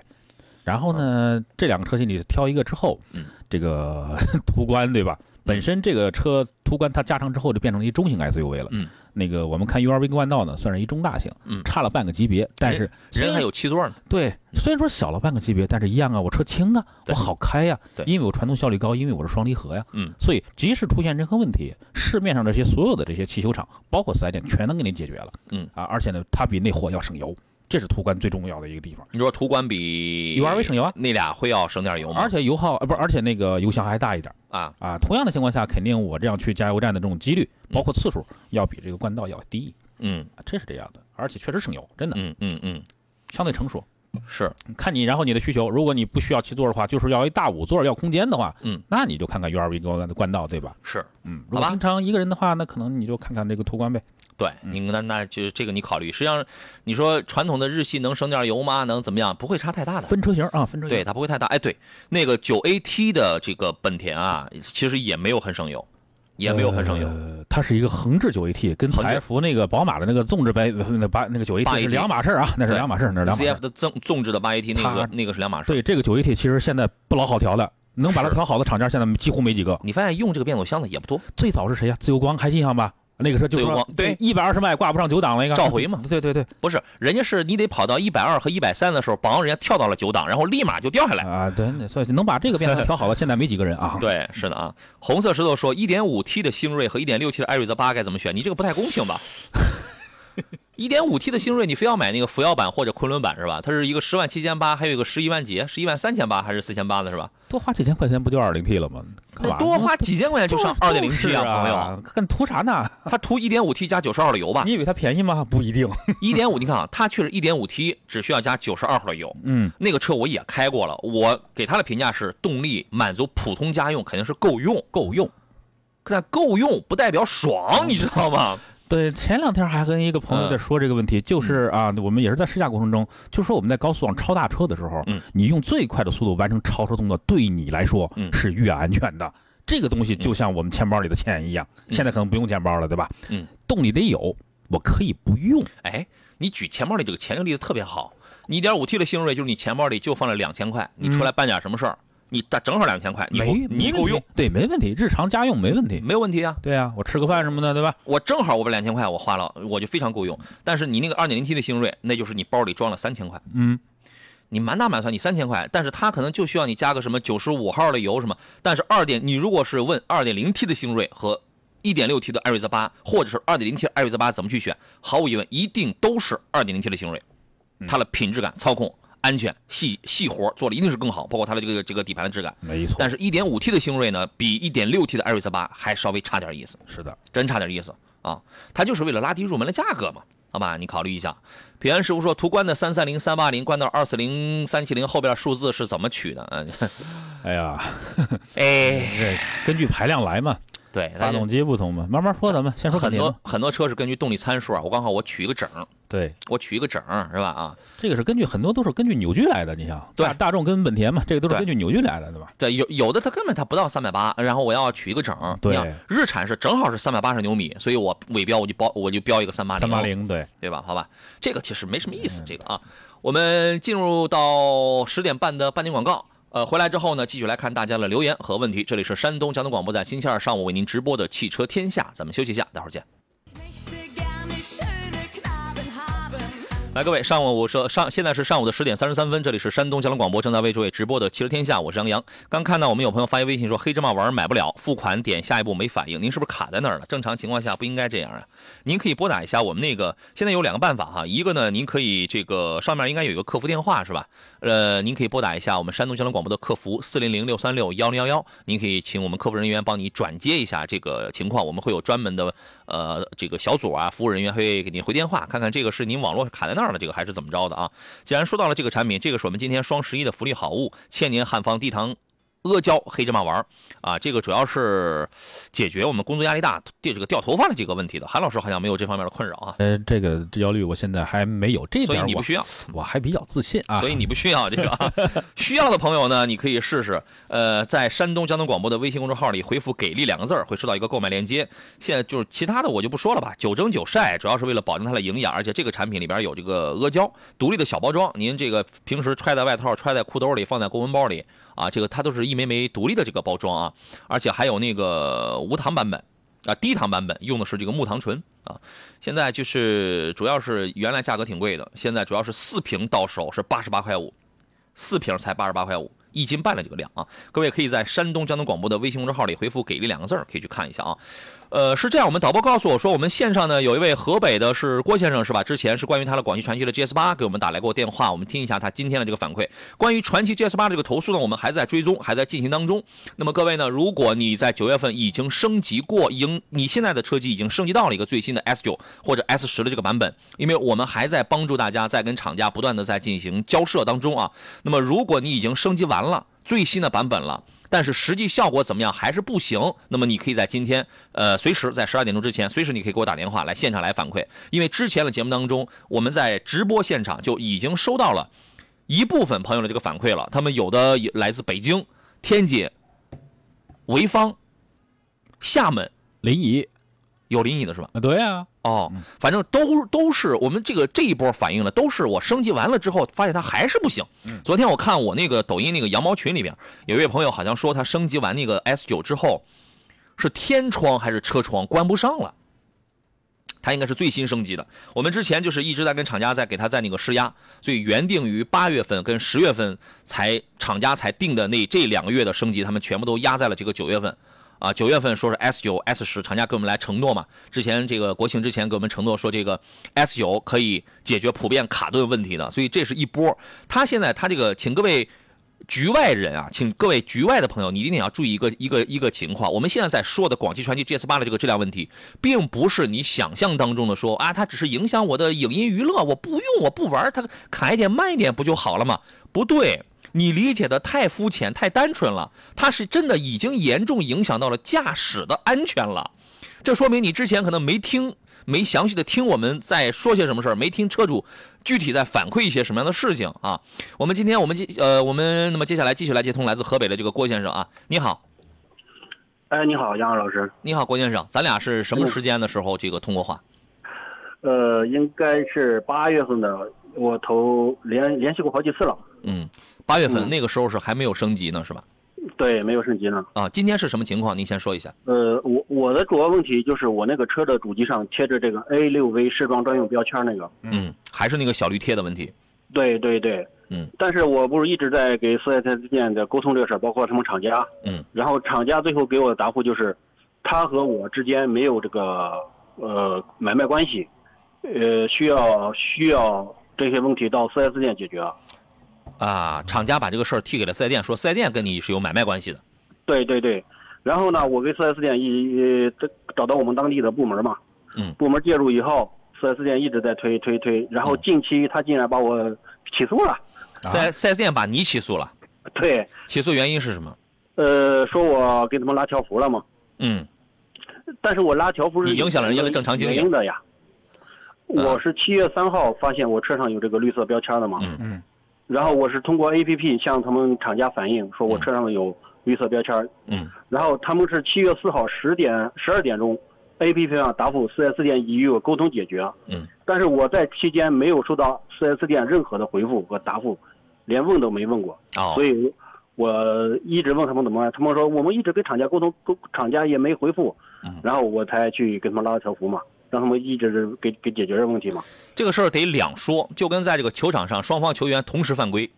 Speaker 4: 然后呢，这两个车型你挑一个之后，
Speaker 3: 嗯
Speaker 4: 这个 <laughs> 途观对吧？本身这个车途观它加长之后就变成了一中型 SUV 了。
Speaker 3: 嗯，
Speaker 4: 那个我们看 URV 跟冠道呢，算是一中大型，
Speaker 3: 嗯哎
Speaker 4: 差了半个级别，但是虽
Speaker 3: 人
Speaker 4: 然
Speaker 3: 还有七座呢，
Speaker 4: 对，虽然说小了半个级别，但是一样啊，我车轻啊，我
Speaker 3: 嗯对
Speaker 4: 好开呀、
Speaker 3: 对
Speaker 4: 因为我传动效率高，因为我是双离合呀、
Speaker 3: 嗯，
Speaker 4: 所以即使出现任何问题，市面上这些所有的这些汽修厂，包括四 S 店，全能给你解决了，
Speaker 3: 嗯
Speaker 4: 啊，而且呢，它比那货要省油，这是途观最重要的一个地方，
Speaker 3: 你说途观比
Speaker 4: URV 省油啊
Speaker 3: 那俩会要省点油吗
Speaker 4: 而？且油耗呃不是，而且那个油箱还大一点
Speaker 3: 啊，
Speaker 4: 啊，同样的情况下，肯定我这样去加油站的这种几率，包括次数，要比这个冠道要低，
Speaker 3: 嗯
Speaker 4: 啊这是这样的，而且确实省油，真的
Speaker 3: 嗯嗯嗯，
Speaker 4: 相对成熟。
Speaker 3: 是
Speaker 4: 看你，然后你的需求，如果你不需要七座的话，就是要一大五座，要空间的话，
Speaker 3: 嗯，
Speaker 4: 那你就看看 URV 跟冠道，对吧？
Speaker 3: 是，
Speaker 4: 嗯，如
Speaker 3: 好
Speaker 4: 果
Speaker 3: 吧
Speaker 4: 经常一个人的话，那可能你就看看这个途观呗。
Speaker 3: 对，
Speaker 4: 嗯
Speaker 3: 你那那就这个你考虑。实际上，你说传统的日系能省点油吗？能怎么样？不会差太大的。
Speaker 4: 分车型啊，分车型。
Speaker 3: 对，它不会太大。哎，对，那个九 AT 的这个本田啊，其实也没有很省油，也没有很省油。
Speaker 4: 呃，它是一个横置九 AT，跟
Speaker 3: 横置
Speaker 4: 采福那个宝马的那个纵置白那八那个九 AT
Speaker 3: 8AT
Speaker 4: 是两码事儿啊，那是
Speaker 3: 对
Speaker 4: 两码事儿，那是两码事
Speaker 3: ZF
Speaker 4: 儿。
Speaker 3: 的纵纵置的八 AT 那个
Speaker 4: 它
Speaker 3: 那个是两码事。
Speaker 4: 对，这个九 AT 其实现在不老好调的，能把它
Speaker 3: 是
Speaker 4: 调好的厂家现在几乎没几个。
Speaker 3: 你发现用这个变速箱的也不多，
Speaker 4: 最早是谁啊呀？自由光还印象吧？那个车就
Speaker 3: 自由
Speaker 4: 说
Speaker 3: 光对
Speaker 4: 一百二十迈挂不上九档那个
Speaker 3: 召回嘛。
Speaker 4: 对对对
Speaker 3: 不是，人家是你得跑到一百二和一百三的时候，榜人家跳到了九档，然后立马就掉下来。
Speaker 4: 啊，对，那所以能把这个变速箱调好了，现在没几个人
Speaker 3: <laughs>
Speaker 4: 啊。
Speaker 3: 对，是的啊。红色石头说，一点五 T 的星锐和一点六 T 的艾瑞泽八该怎么选？你这个不太公平吧？ <laughs> 一点五 T 的星锐，你非要买那个扶摇版或者昆仑版是吧？它是一个十万七千八，还有一个十一万几，十一万三千八还是四千八的是吧？
Speaker 4: 多花几千块钱不就二零 T 了吗？干嘛
Speaker 3: 那多花几千块钱就上二点零 T
Speaker 4: 啊，
Speaker 3: 朋友，，啊
Speaker 4: 看图啥呢？
Speaker 3: 它图一点五 T 加九十二的油吧？
Speaker 4: 你以为它便宜吗？不一定。
Speaker 3: <laughs> 一点五，你看啊，它确实一点五 T 只需要加九十二号的油，
Speaker 4: 嗯，
Speaker 3: 那个车我也开过了，我给它的评价是动力满足普通家用肯定是够用，
Speaker 4: 够用。
Speaker 3: 但够用不代表爽，你知道吗？
Speaker 4: 对，前两天还跟一个朋
Speaker 3: 嗯
Speaker 4: 友在说这个问题，就是啊，我们也是在试驾过程中，就说我们在高速上超大车的时候，
Speaker 3: 嗯
Speaker 4: 你用最快的速度完成超车动作，对你来说
Speaker 3: 嗯
Speaker 4: 是越安全的。这个东西就像我们钱包里的钱一样，现在可能不用钱包了，对吧？
Speaker 3: 嗯，
Speaker 4: 动力得有，我可以不用。
Speaker 3: 哎，你举钱包里这个钱这个例子特别好，你一点五 T 的星锐就是你钱包里就放了两千块，你出来办点什么事儿，你大正好两千块，你够
Speaker 4: 嗯没
Speaker 3: 你够用，
Speaker 4: 对，没问题，日常家用没问题。
Speaker 3: 没有问题啊。
Speaker 4: 对啊，我吃个饭什么的，对吧？
Speaker 3: 我正好我把两千块我花了，我就非常够用。但是你那个二点零 T 的星锐，那就是你包里装了三千块，
Speaker 4: 嗯，
Speaker 3: 你满打满算你三千块，但是它可能就需要你加个什么九十五号的油什么。但是二点，你如果是问二点零 T 的星锐和一点六 T 的艾瑞泽八，或者是二点零 T 艾瑞泽八怎么去选，毫无疑问一定都是二点零 T 的星锐，它的品质感、操控、安全、细细活做的一定是更好，包括它的这个这个底盘的质感。
Speaker 4: 没错，
Speaker 3: 但是，一点五 T 的星锐呢，比一点六 T 的艾瑞泽八还稍微差点意思，
Speaker 4: 是的，
Speaker 3: 真差点意思啊！它就是为了拉低入门的价格嘛，好吧？你考虑一下。平安师傅说，途观的三三零、三八零关到二四零、三七零后边数字是怎么取的？ <laughs> 嗯，
Speaker 4: 哎呀，
Speaker 3: 哎，
Speaker 4: 这根据排量来嘛，
Speaker 3: 对，
Speaker 4: 发
Speaker 3: 咱就
Speaker 4: 动机不同嘛，慢慢说咱们，先说
Speaker 3: 很
Speaker 4: 本田
Speaker 3: 多
Speaker 4: 吧。
Speaker 3: 很多车是根据动力参数啊，我刚好我取一个整儿，
Speaker 4: 对，
Speaker 3: 我取一个整儿是吧？啊，
Speaker 4: 这个是根据很多都是根据扭矩来的，你想，
Speaker 3: 对
Speaker 4: 大大众跟本田嘛，这个都是
Speaker 3: 对
Speaker 4: 根据扭矩来的，对吧？
Speaker 3: 对，有有的它根本它不到三百八，然后我要取一个整儿，
Speaker 4: 对
Speaker 3: 你要日产是正好是三百八十牛米，所以我尾标我就包我就标一个三八零，
Speaker 4: 三八零，对，
Speaker 3: 对吧？好吧，这个其实没什么意思，这个啊，我们进入到十点半的半点广告。呃，回来之后呢，继续来看大家的留言和问题。这里是山东交通广播在星期二上午为您直播的《汽车天下》，咱们休息一下，待会儿见。来，各位，上午我说上，现在是上午的十点三十三分，这里是山东交通广播正在为诸位直播的《汽车天下》，我是杨洋。刚看到我们有朋友发一微信说黑芝麻丸买不了，付款点下一步没反应，您是不是卡在那儿了？正常情况下不应该这样啊。您可以拨打一下我们那个，现在有两个办法哈，一个呢，您可以这个上面应该有一个客服电话是吧？呃，您可以拨打一下我们山东交通广播的客服四零零六三六幺零幺幺，您可以请我们客服人员帮你转接一下这个情况，我们会有专门的呃这个小组啊，服务人员会给您回电话，看看这个是您网络卡在那儿了，这个还是怎么着的啊？既然说到了这个产品，这个是我们今天双十一的福利好物——千年汉方地堂阿胶黑芝麻丸儿啊，这个主要是解决我们工作压力大、掉这个掉头发的这个问题的。韩老师好像没有这方面的困扰啊，
Speaker 4: 呃，这个焦虑我现在还没有，这
Speaker 3: 所以
Speaker 4: 点
Speaker 3: 你
Speaker 4: 我
Speaker 3: 不需要。
Speaker 4: 我还比较自信啊，
Speaker 3: 所以你不需要这个、啊，需要的朋友呢，你可以试试。呃，在山东交通广播的微信公众号里回复“给力”两个字儿，会收到一个购买链接。现在就是其他的我就不说了吧，九蒸九晒主要是为了保证它的营养，而且这个产品里边有这个阿胶独立的小包装，您这个平时揣在外套、揣在裤兜里、放在公文包里啊，这个它都是一枚枚独立的这个包装啊，而且还有那个无糖版本。啊，低糖版本用的是这个木糖醇啊，现在就是主要是原来价格挺贵的，现在主要是四瓶到手是八十八块五，四瓶才八十八块五，一斤半的这个量啊。各位可以在山东交通广播的微信公众号里回复“给力”两个字儿，可以去看一下啊。呃，是这样，我们导播告诉我说，我们线上呢有一位河北的是郭先生是吧？之前是关于他的广汽传祺的 GS 八给我们打来过电话，我们听一下他今天的这个反馈。关于传祺 GS 八这个投诉呢，我们还在追踪，还在进行当中。那么各位呢，如果你在九月份已经升级过，已经你现在的车机已经升级到了一个最新的 S 九或者 S 十的这个版本，因为我们还在帮助大家在跟厂家不断的在进行交涉当中啊。那么如果你已经升级完了最新的版本了。但是实际效果怎么样还是不行，那么你可以在今天，呃，随时在十二点钟之前，随时你可以给我打电话来现场来反馈，因为之前的节目当中，我们在直播现场就已经收到了一部分朋友的这个反馈了，他们有的也来自北京、天津、潍坊、厦门，
Speaker 4: 临沂
Speaker 3: 有临沂的是吧？
Speaker 4: 啊，对啊，
Speaker 3: 哦，反正都都是我们这个这一波反应的，都是我升级完了之后发现它还是不行。昨天我看我那个抖音那个羊毛群里边，有一位朋友好像说他升级完那个 S 九之后，是天窗还是车窗关不上了。它应该是最新升级的。我们之前就是一直在跟厂家在给他在那个施压，所以原定于八月份跟十月份才厂家才定的那这两个月的升级，他们全部都压在了这个九月份。啊，九月份说是 S 九、S 十，厂家给我们来承诺嘛，之前这个国庆之前给我们承诺说这个 S 九可以解决普遍卡顿问题的，所以这是一波。它现在它这个，请各位局外人啊，请各位局外的朋友，你一定要注意一个一个一个情况。我们现在在说的广汽传祺 GS 八的这个质量问题，并不是你想象当中的说啊，它只是影响我的影音娱乐，我不用我不玩，它卡一点慢一点不就好了吗？不对。你理解的太肤浅、太单纯了，它是真的已经严重影响到了驾驶的安全了。这说明你之前可能没听、没详细的听我们在说些什么事儿，没听车主具体在反馈一些什么样的事情啊。我们今天我们接呃，我们那么接下来继续来接通来自河北的这个郭先生啊，你好，
Speaker 5: 哎，你好，杨老师。
Speaker 3: 你好，郭先生，咱俩是什么时间的时候这个通过话？
Speaker 5: 呃，应该是八月份的，我投连联系过好几次了，
Speaker 3: 嗯，八月份
Speaker 5: 嗯
Speaker 3: 那个时候是还没有升级呢，是吧？
Speaker 5: 对，没有升级呢。
Speaker 3: 啊，今天是什么情况？您先说一下。
Speaker 5: 呃，我我的主要问题就是我那个车的主机上贴着这个 A 六 V 试装专用标签那个，
Speaker 3: 嗯，还是那个小绿贴的问题。
Speaker 5: 对对对，
Speaker 3: 嗯。
Speaker 5: 但是我不是一直在给四 S 店在沟通这个事儿，包括他们厂家，
Speaker 3: 嗯。
Speaker 5: 然后厂家最后给我的答复就是，他和我之间没有这个呃买卖关系，呃，需要需要这些问题到 4S 店解决。
Speaker 3: 啊，厂家把这个事儿踢给了四 S 店，说四 S 店跟你是有买卖关系的。
Speaker 5: 对对对，然后呢，我给 4S 店一呃找到我们当地的部门嘛，
Speaker 3: 嗯
Speaker 5: 部门介入以后，4S 店一直在推推推，然后近期他竟然把我起诉了，
Speaker 3: 四 S 四 S 店把你起诉了，
Speaker 5: 对，
Speaker 3: 起诉原因是什么？
Speaker 5: 呃，说我给他们拉条幅了嘛，
Speaker 3: 嗯，
Speaker 5: 但是我拉条幅是
Speaker 3: 你影响了人家的正常经营嗯
Speaker 5: 原因的呀。我是七月三号发现我车上有这个绿色标签的嘛，
Speaker 3: 嗯
Speaker 4: 嗯，
Speaker 5: 然后我是通过 APP 向他们厂家反映，说我车上有绿色标签，
Speaker 3: 嗯，
Speaker 5: 然后他们是七月四号十点十二点钟，APP 上答复四 S 店已与我沟通解决，
Speaker 3: 嗯，
Speaker 5: 但是我在期间没有收到四 S 店任何的回复和答复，连问都没问过，
Speaker 3: 哦
Speaker 5: 所，以我一直问他们怎么办，他们说我们一直跟厂家沟通，沟厂家也没回复
Speaker 3: 嗯，
Speaker 5: 然后我才去给他们拉了条幅嘛，让他们一直给给解决这问题嘛。
Speaker 3: 这个事儿得两说，就跟在这个球场上双方球员同时犯规，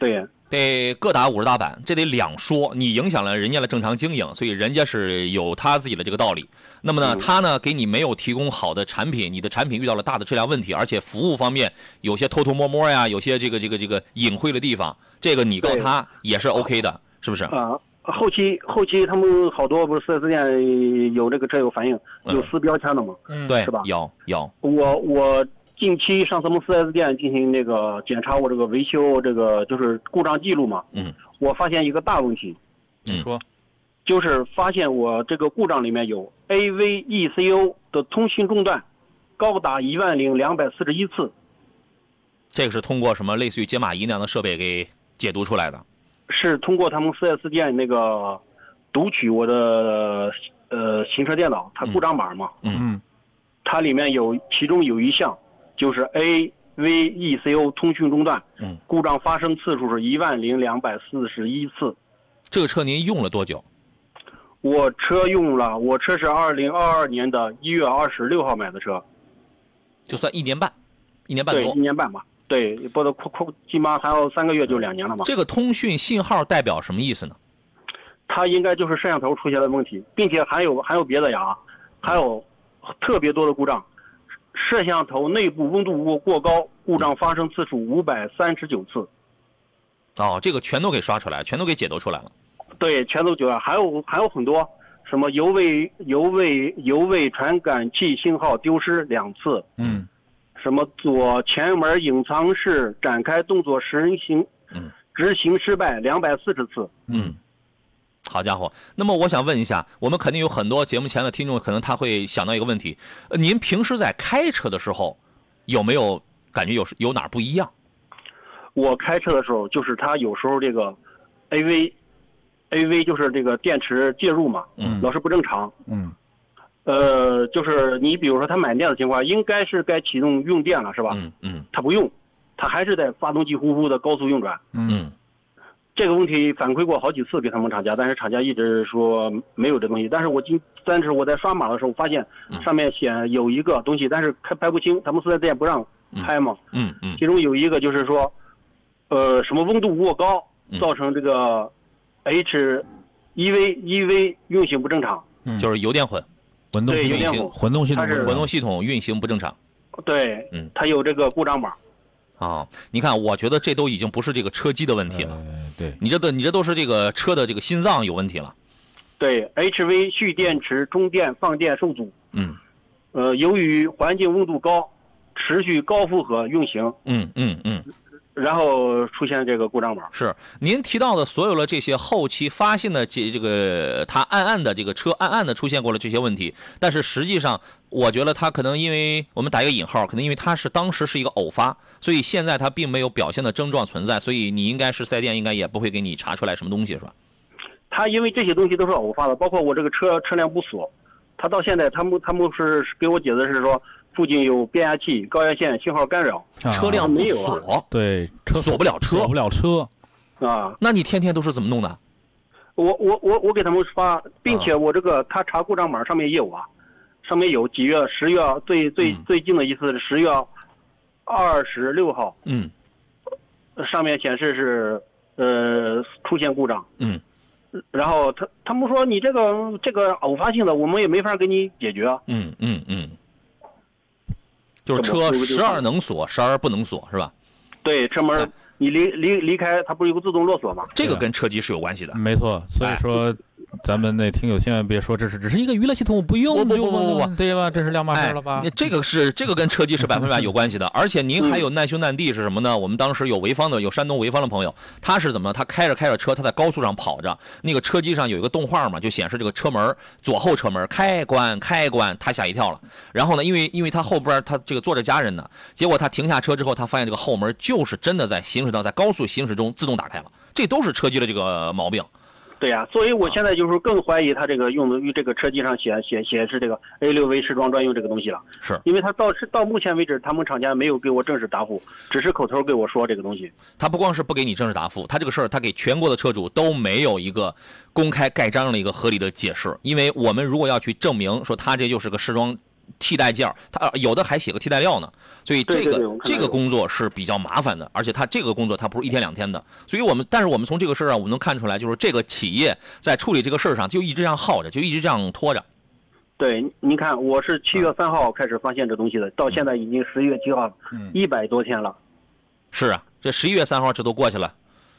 Speaker 5: 对
Speaker 3: 得各打五十大板，这得两说。你影响了人家的正常经营，所以人家是有他自己的这个道理。那么呢，
Speaker 5: 嗯
Speaker 3: 他呢给你没有提供好的产品，你的产品遇到了大的质量问题，而且服务方面有些偷偷摸摸呀，有些这个这个这个隐晦的地方，这个你告
Speaker 5: 对
Speaker 3: 他也是 OK 的，是不是？
Speaker 5: 啊、后期后期他们好多不是四 S 店有这个车友反映
Speaker 3: 嗯
Speaker 5: 有撕标签的嘛，
Speaker 4: 嗯，
Speaker 3: 对
Speaker 5: 是吧，
Speaker 3: 有有，
Speaker 5: 我我近期上咱们四 S 店进行那个检查，我这个维修这个就是故障记录嘛，
Speaker 3: 嗯，
Speaker 5: 我发现一个大问题，
Speaker 4: 你说，
Speaker 5: 就是发现我这个故障里面有 AVECO 的通信中断，高达一万零两百四十一次。
Speaker 3: 这个是通过什么类似于解码仪那样的设备给解读出来的。
Speaker 5: 是通过他们 4S 店那个读取我的呃行车电脑，它故障码嘛，
Speaker 4: 嗯
Speaker 5: 它里面有其中有一项就是 A V E C O 通讯中断，
Speaker 3: 嗯
Speaker 5: 故障发生次数是一万零两百四十一次。
Speaker 3: 这个车您用了多久？
Speaker 5: 我车用了，我车是二零二二年的一月二十六号买的车，
Speaker 3: 就算一年半，一年半
Speaker 5: 对，
Speaker 3: 多
Speaker 5: 一。年半吧，对，不都快快，起码还有三个月就两年了嘛。
Speaker 3: 这个通讯信号代表什么意思呢？
Speaker 5: 它应该就是摄像头出现了问题，并且还有还有别的呀，还有特别多的故障，摄像头内部温度过过高，故障发生次数五百三十九次，
Speaker 3: 哦，这个全都给刷出来，全都给解读出来了。
Speaker 5: 对，全都九啊，还有还有很多什么油位油位油位传感器信号丢失两次，
Speaker 4: 嗯
Speaker 5: 什么左前门隐藏式展开动作实行
Speaker 3: 嗯
Speaker 5: 执行失败两百四十次，
Speaker 3: 嗯，好家伙！那么我想问一下，我们肯定有很多节目前的听众，可能他会想到一个问题：呃您平时在开车的时候，有没有感觉有有哪儿不一样？
Speaker 5: 我开车的时候，就是它有时候这个，AV。AV 就是这个电池介入嘛，
Speaker 3: 嗯
Speaker 5: 老是不正常。
Speaker 4: 嗯
Speaker 5: 呃，就是你比如说它满电的情况，应该是该启动用电了，是吧？
Speaker 3: 嗯嗯
Speaker 5: 它不用，它还是在发动机呼呼的高速运转。
Speaker 4: 嗯
Speaker 3: 嗯
Speaker 5: 这个问题反馈过好几次给他们厂家，但是厂家一直说没有这东西。但是我今但是我在刷码的时候发现
Speaker 3: 嗯
Speaker 5: 上面写有一个东西，但是开拍不清，他们四 S 店不让拍嘛。
Speaker 3: 嗯嗯
Speaker 5: 其中有一个就是说，呃，什么温度过高
Speaker 3: 嗯
Speaker 5: 造成这个 H EV EV 运行不正常。
Speaker 4: 嗯，
Speaker 3: 就是油电混，
Speaker 4: 混动
Speaker 5: 对
Speaker 4: 系
Speaker 5: 有
Speaker 3: 运
Speaker 5: 点
Speaker 3: 行
Speaker 5: 火
Speaker 4: 混动系统
Speaker 5: 它是
Speaker 4: 不
Speaker 3: 混动系统运行不正常。
Speaker 5: 对
Speaker 3: 嗯，
Speaker 5: 它有这个故障码。
Speaker 3: 啊、你看，我觉得这都已经不是这个车机的问题
Speaker 5: 嗯
Speaker 3: 了，
Speaker 4: 呃对，
Speaker 3: 你这都你这都是这个车的这个心脏有问题了。
Speaker 5: 对，HV 蓄电池中电放电受阻，
Speaker 3: 嗯
Speaker 5: 呃，由于环境温度高，持续高负荷运行，
Speaker 3: 嗯嗯嗯，
Speaker 5: 然后出现这个故障码。
Speaker 3: 是您提到的所有的这些后期发现的这这个它暗暗的这个车暗暗的出现过了这些问题，但是实际上我觉得它可能因为我们打一个引号，可能因为它是当时是一个偶发，所以现在它并没有表现的症状存在，所以你应该是四 S 店应该也不会给你查出来什么东西是吧？
Speaker 5: 它因为这些东西都是偶发的，包括我这个车车辆不锁，它到现在他们他们是给我解释是说附近有变压器、高压线、信号干扰
Speaker 4: 啊
Speaker 3: 车辆不
Speaker 5: 没有啊
Speaker 3: 锁，
Speaker 4: 对车
Speaker 3: 锁不了车
Speaker 4: 锁不了车，
Speaker 5: 啊。
Speaker 3: 那你天天都是怎么弄的？
Speaker 5: 我我我我给他们发，并
Speaker 3: 啊
Speaker 5: 且我这个他查故障码上面也有啊，上面有几月十月最最
Speaker 3: 嗯
Speaker 5: 最近的一次是十月二十六号。
Speaker 3: 嗯
Speaker 5: 上面显示是呃出现故障，呃
Speaker 3: 嗯，
Speaker 5: 然后他他们说你这啊个这个偶发性的，我们也没法给你解决。
Speaker 3: 嗯嗯嗯，嗯就是
Speaker 5: 这么
Speaker 3: 车
Speaker 5: 这个
Speaker 3: 时而能锁，时而不能锁，是吧？
Speaker 5: 对，车门
Speaker 3: 哎
Speaker 5: 儿你离离离开，它不是有个自动落锁吗？
Speaker 3: 这个
Speaker 4: 对啊
Speaker 3: 跟车机是有关系的。哎
Speaker 4: 没错，所以说咱们那听友千万别说这是只是一个娱乐系统，不用
Speaker 3: 不不
Speaker 4: 就
Speaker 3: 不不不
Speaker 4: 对吧？这是两码事
Speaker 3: 哎
Speaker 4: 儿了吧？，
Speaker 3: 你这个是这个跟车机是百分之百有关系的，而且您还有难兄难弟是什么呢？我们当时有潍坊的，有山东潍坊的朋友，他是怎么？他开着开着车，他在高速上跑着，那个车机上有一个动画嘛，就显示这个车门左后车门开关开关，他吓一跳了。然后呢，因为因为他后边他这个坐着家人呢，结果他停下车之后，他发现这个后门就是真的在行驶到在高速行驶中自动打开了，这都是车机的这个毛病。
Speaker 5: 对呀、所以
Speaker 3: 啊
Speaker 5: 我现在就是更怀疑他这个用的用这个车机上写写写是这个 A 六 V 时装专用这个东西了，
Speaker 3: 是
Speaker 5: 因为他到是到目前为止，他们厂家没有给我正式答复，只是口头给我说这个东西。
Speaker 3: 他不光是不给你正式答复，他这个事儿他给全国的车主都没有一个公开盖章的一个合理的解释。因为我们如果要去证明说他这就是个时装替代件儿，他呃有的还写个替代料呢，所以这
Speaker 5: 对
Speaker 3: 个
Speaker 5: 对对我看到
Speaker 3: 这个
Speaker 5: 有
Speaker 3: 工作是比较麻烦的，而且他这个工作他不是一天两天的。所以我们但是我们从这个事儿上我们能看出来，就是这个企业在处理这个事儿上就一直这样耗着，就一直这样拖着。
Speaker 5: 对，您看，我是七
Speaker 3: 啊
Speaker 5: 月三号开始发现这东西的，到现在已经十一月七号
Speaker 4: 嗯，
Speaker 5: 一百多天了。
Speaker 3: 是啊，这十一月三号这都过去了，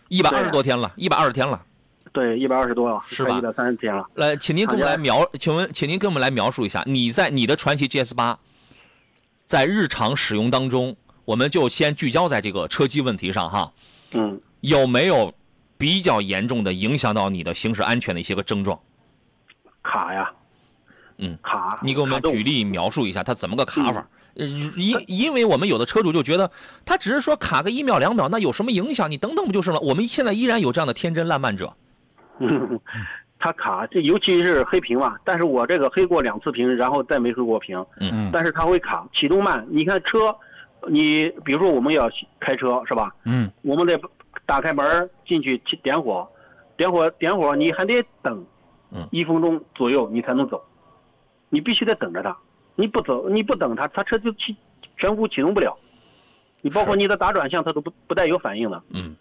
Speaker 3: 一百二
Speaker 5: 对
Speaker 3: 十
Speaker 5: 啊
Speaker 3: 多天了，一百二十天了。
Speaker 5: 对，一百二十多了，
Speaker 3: 是
Speaker 5: 快
Speaker 3: 吧
Speaker 5: 一百三十天了。
Speaker 3: 来，请您给我们
Speaker 5: 好
Speaker 3: 来
Speaker 5: 的
Speaker 3: 描，请问，请您给我们来描述一下，你在你的传奇 GS 八在日常使用当中，我们就先聚焦在这个车机问题上哈，
Speaker 5: 嗯，
Speaker 3: 有没有比较严重的影响到你的行驶安全的一些个症状？
Speaker 5: 卡呀，
Speaker 3: 嗯，
Speaker 5: 卡。
Speaker 3: 你给我们
Speaker 5: 卡嗯顿
Speaker 3: 举例描述一下，它怎么个卡法？呃，因因为我们有的车主就觉得，他只是说卡个一秒两秒，那有什么影响？你等等不就是了？我们现在依然有这样的天真烂漫者，
Speaker 5: 嗯
Speaker 3: <laughs>
Speaker 5: 它卡，这尤其是黑屏嘛，但是我这个黑过两次屏，然后再没黑过屏，
Speaker 4: 嗯
Speaker 5: 但是它会卡，启动慢。你看车，你比如说我们要开车是吧？
Speaker 4: 嗯，
Speaker 5: 我们得打开门儿进去去点火，点火点火，你还得等
Speaker 3: 嗯，
Speaker 5: 一分钟左右你才能走，你必须得等着它，你不走你不等它，它车就启全屋启动不了。你包括你的打转向，它都不不带有反应的。
Speaker 3: 嗯，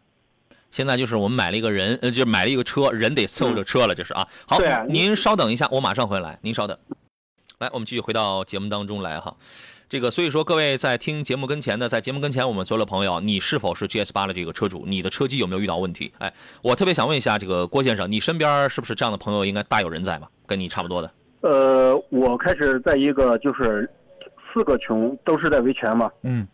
Speaker 3: 现在就是我们买了一个人，呃，就是买了一个车，人得伺候着车了，这是啊。好
Speaker 5: 对啊，你
Speaker 3: 您稍等一下，我马上回来，您稍等。来，我们继续回到节目当中来哈。这个，所以说各位在听节目跟前呢，在节目跟前，我们所有的朋友，你是否是 GS 八的这个车主？你的车机有没有遇到问题？哎，我特别想问一下这个郭先生，你身边是不是这样的朋友应该大有人在吧？跟你差不多的，
Speaker 5: 呃，我开始在一个就是四个群都是在维权嘛，
Speaker 4: 嗯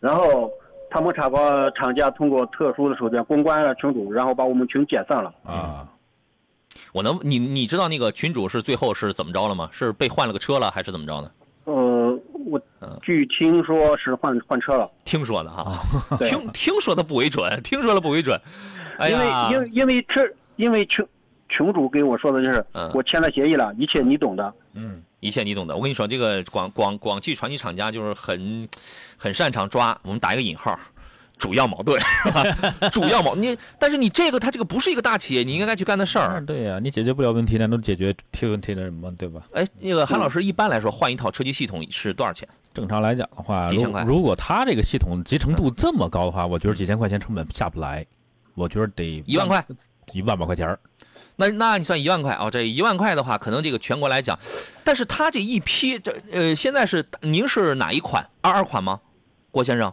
Speaker 5: 然后他们厂方厂家通过特殊的手段公关了群主，然后把我们群解散了。
Speaker 4: 啊，
Speaker 3: 我能你你知道那个群主是最后是怎么着了吗？是被换了个车了还是怎么着呢？
Speaker 5: 呃，我
Speaker 3: 嗯
Speaker 5: 据听说是换换车了，
Speaker 3: 听说的哈， <laughs>
Speaker 5: 对，
Speaker 3: 听听说的不为准，听说的不为准。哎
Speaker 5: 因为
Speaker 3: 呀，
Speaker 5: 因为因为这因为群群主给我说的就是、
Speaker 3: 嗯
Speaker 5: 我签了协议了，一切你懂的。
Speaker 4: 嗯
Speaker 3: 一切你懂的。我跟你说，这个广广广汽传祺厂家就是很很擅长抓，我们打一个引号，主要矛盾， <laughs> 是吧主要矛你，但是你这个它这个不是一个大企业，你应该去干的事
Speaker 4: 当
Speaker 3: 儿
Speaker 5: 嗯
Speaker 4: 然。对呀，你解决不了问题，难道解决贴问题的人吗？对吧？
Speaker 3: 哎，那个韩老师，一般来说换一套车机系统是多少钱？
Speaker 4: 正常来讲的话，
Speaker 3: 几
Speaker 4: 如
Speaker 3: 千块
Speaker 4: 如果他这个系统集成度这么高的话，我觉得几千块钱成本下不来，我觉得得
Speaker 3: 一万
Speaker 5: 嗯
Speaker 3: 块，
Speaker 4: 一万把块钱儿。
Speaker 3: 那那你算一万块啊、这一万块的话，可能这个全国来讲，但是他这一批这呃，现在是您是哪一款？二二款吗？郭先生，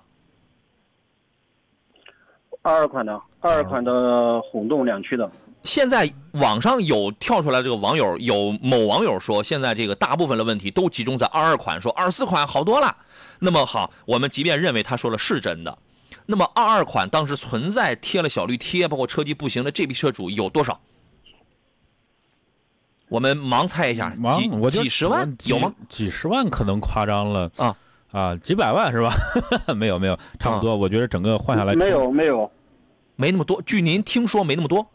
Speaker 5: 二二款的二二款的混动两驱的，
Speaker 3: 现在网上有跳出来这个网友，有某网友说，现在这个大部分的问题都集中在二二款，说二四款好多了。那么好，我们即便认为他说了是真的，那么二二款当时存在贴了小绿贴，包括车机不行的这批车主有多少？我们盲猜一下，
Speaker 4: 忙
Speaker 3: 几，
Speaker 4: 嗯我就
Speaker 3: 几十万
Speaker 4: 几
Speaker 3: 有吗？？
Speaker 4: 几十万可能夸张了
Speaker 3: 啊
Speaker 4: 啊，几百万是吧？ <laughs> 没有没有，差不多。我觉得整个换下来
Speaker 5: 没有没有，
Speaker 3: 没那么多，据您听说没那么多。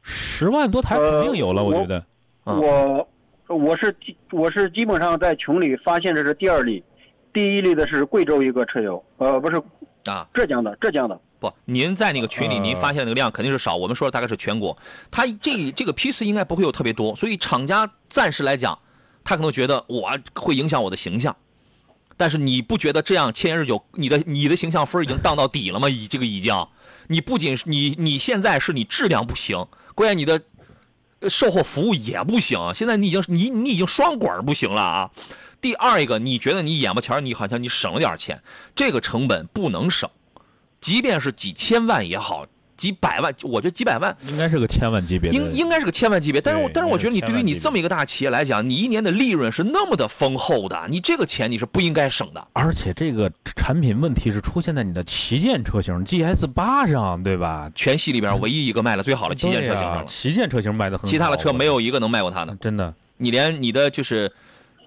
Speaker 4: 十万多台肯定有了，
Speaker 5: 呃
Speaker 4: 我
Speaker 5: 我
Speaker 4: 觉得。
Speaker 3: 啊
Speaker 5: 我我是基我是基本上在群里发现这是第二例，第一例的是贵州一个车友，呃，不是
Speaker 3: 啊，
Speaker 5: 浙江的浙江的，
Speaker 3: 不，您在那个群里，您发现那个量肯定是少。我们说的大概是全国，他这这个批次应该不会有特别多，所以厂家暂时来讲，他可能觉得我会影响我的形象。但是你不觉得这样千言日久，你的你的形象分儿已经荡到底了吗？已这个已经，你不仅是你你现在是你质量不行，关键你的呃售后服务也不行，现在你已经你你已经双管儿不行了啊。第二一个，你觉得你眼巴前儿你好像你省了点儿钱，这个成本不能省，即便是几千万也好，几百万，我觉得几百万
Speaker 4: 应该是个千万级别的，
Speaker 3: 应应该是个千万级别，但是我
Speaker 4: 对
Speaker 3: 但是我
Speaker 4: 应该
Speaker 3: 觉得你对于
Speaker 4: 是千万
Speaker 3: 你
Speaker 4: 级
Speaker 3: 这么一个大企业来讲，你一年的利润是那么的丰厚的，你这个钱你是不应该省的。
Speaker 4: 而且这个产品问题是出现在你的旗舰车型 GS 八上，对吧？
Speaker 3: 全系里边唯一一个卖的最好的旗舰车型
Speaker 4: 对
Speaker 3: 上
Speaker 4: 啊
Speaker 3: 了，
Speaker 4: 旗舰车型卖的很好，
Speaker 3: 其他的车没
Speaker 4: 有，
Speaker 3: 有一个能卖过它的。
Speaker 4: 真的
Speaker 3: 你连你的就是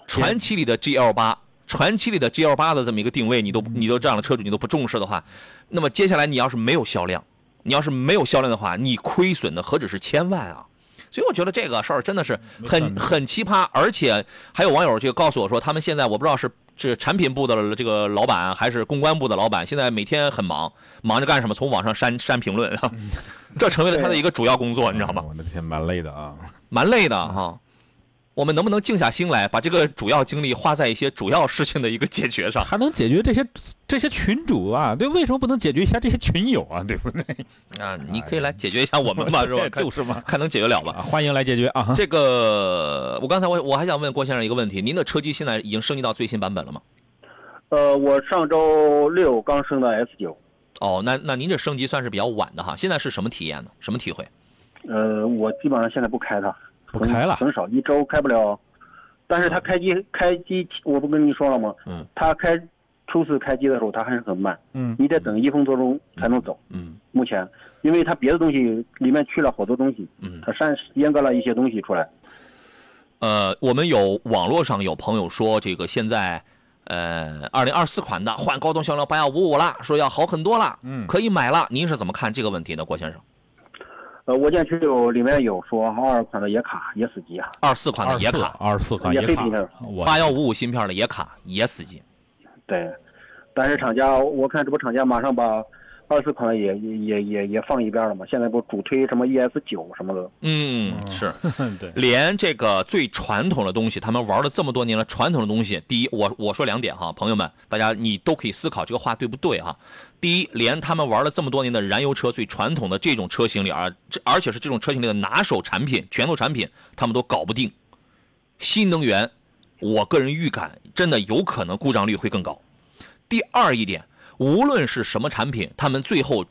Speaker 3: 传奇里的 GL 八，传奇里的 GL 八的这么一个定位，你都你都占了车主，你都不重视的话，那么接下来你要是没有销量，你要是没有销量的话，你亏损的何止是千万啊！所以我觉得这个事儿真的是
Speaker 4: 没
Speaker 3: 很
Speaker 4: 错没错
Speaker 3: 很奇葩，而且还有网友就告诉我说，他们现在我不知道是这产品部的这个老板还是公关部的老板，现在每天很忙，忙着干什么？从网上删删评论， <laughs> 这成为了他的一个主要工作，你知道吗
Speaker 4: 嗯？我的天，蛮累的啊。
Speaker 3: 蛮累的哈、我们能不能静下心来，把这个主要精力花在一些主要事情的一个解决上？
Speaker 4: 还能解决这些这些群主啊？对，为什么不能解决一下这些群友啊？对不对？
Speaker 3: 啊，你可以来解决一下哎我们吧，是吧？
Speaker 4: 对就
Speaker 3: <laughs>
Speaker 4: 是嘛。
Speaker 3: 看能解决了吧？
Speaker 4: 啊，欢迎来解决啊！
Speaker 3: 这个，我刚才我我还想问郭先生一个问题：您的车机现在已经升级到最新版本了吗？
Speaker 5: 呃，我上周六刚升的 S 九，
Speaker 3: 哦，那那您这升级算是比较晚的哈。现在是什么体验呢？什么体会？
Speaker 5: 呃，我基本上现在不开它，
Speaker 4: 不开了嗯
Speaker 5: 很很少，一周开不了。但是它开机开机，我不跟你说了吗？
Speaker 3: 嗯，
Speaker 5: 它开初次开机的时候，它还是很慢，
Speaker 4: 嗯，
Speaker 5: 你得等一分多钟才能走。
Speaker 3: 嗯
Speaker 5: 目前，因为它别的东西里面去了好多东西，
Speaker 3: 嗯。
Speaker 5: 它删阉割了一些东西出来。
Speaker 3: 呃，我们有网络上有朋友说，这个现在，呃，二零二四款的换高通骁龙八幺五五啦，说要好很多啦，
Speaker 4: 嗯
Speaker 3: 可以买了。您是怎么看这个问题的，郭先生？
Speaker 5: 呃，我见群友里面有说二款的也卡也死机啊，
Speaker 3: 二四款的
Speaker 4: 二
Speaker 3: 野
Speaker 4: 四
Speaker 3: 卡，
Speaker 4: 二四款
Speaker 5: 也
Speaker 4: 也
Speaker 5: 黑
Speaker 4: 卡
Speaker 5: 屏的，
Speaker 4: 我
Speaker 3: 八幺五五芯片的野卡也死机。
Speaker 5: 对。但是厂家，我看这不厂家马上把二四款的也也也也也放一边了嘛，现在不主推什么 ES 九什么的。
Speaker 3: 嗯，是，
Speaker 4: 对，
Speaker 3: 连这个最传统的东西，他们玩了这么多年了，传统的东西，第一，我我说两点哈，朋友们，大家你都可以思考这个话对不对哈。第一，连他们玩了这么多年的燃油车，最传统的这种车型里啊，这而且是这种车型里的拿手产品、拳头产品，他们都搞不定。新能源，我个人预感真的有可能故障率会更高。第二一点，无论是什么产品，他们最后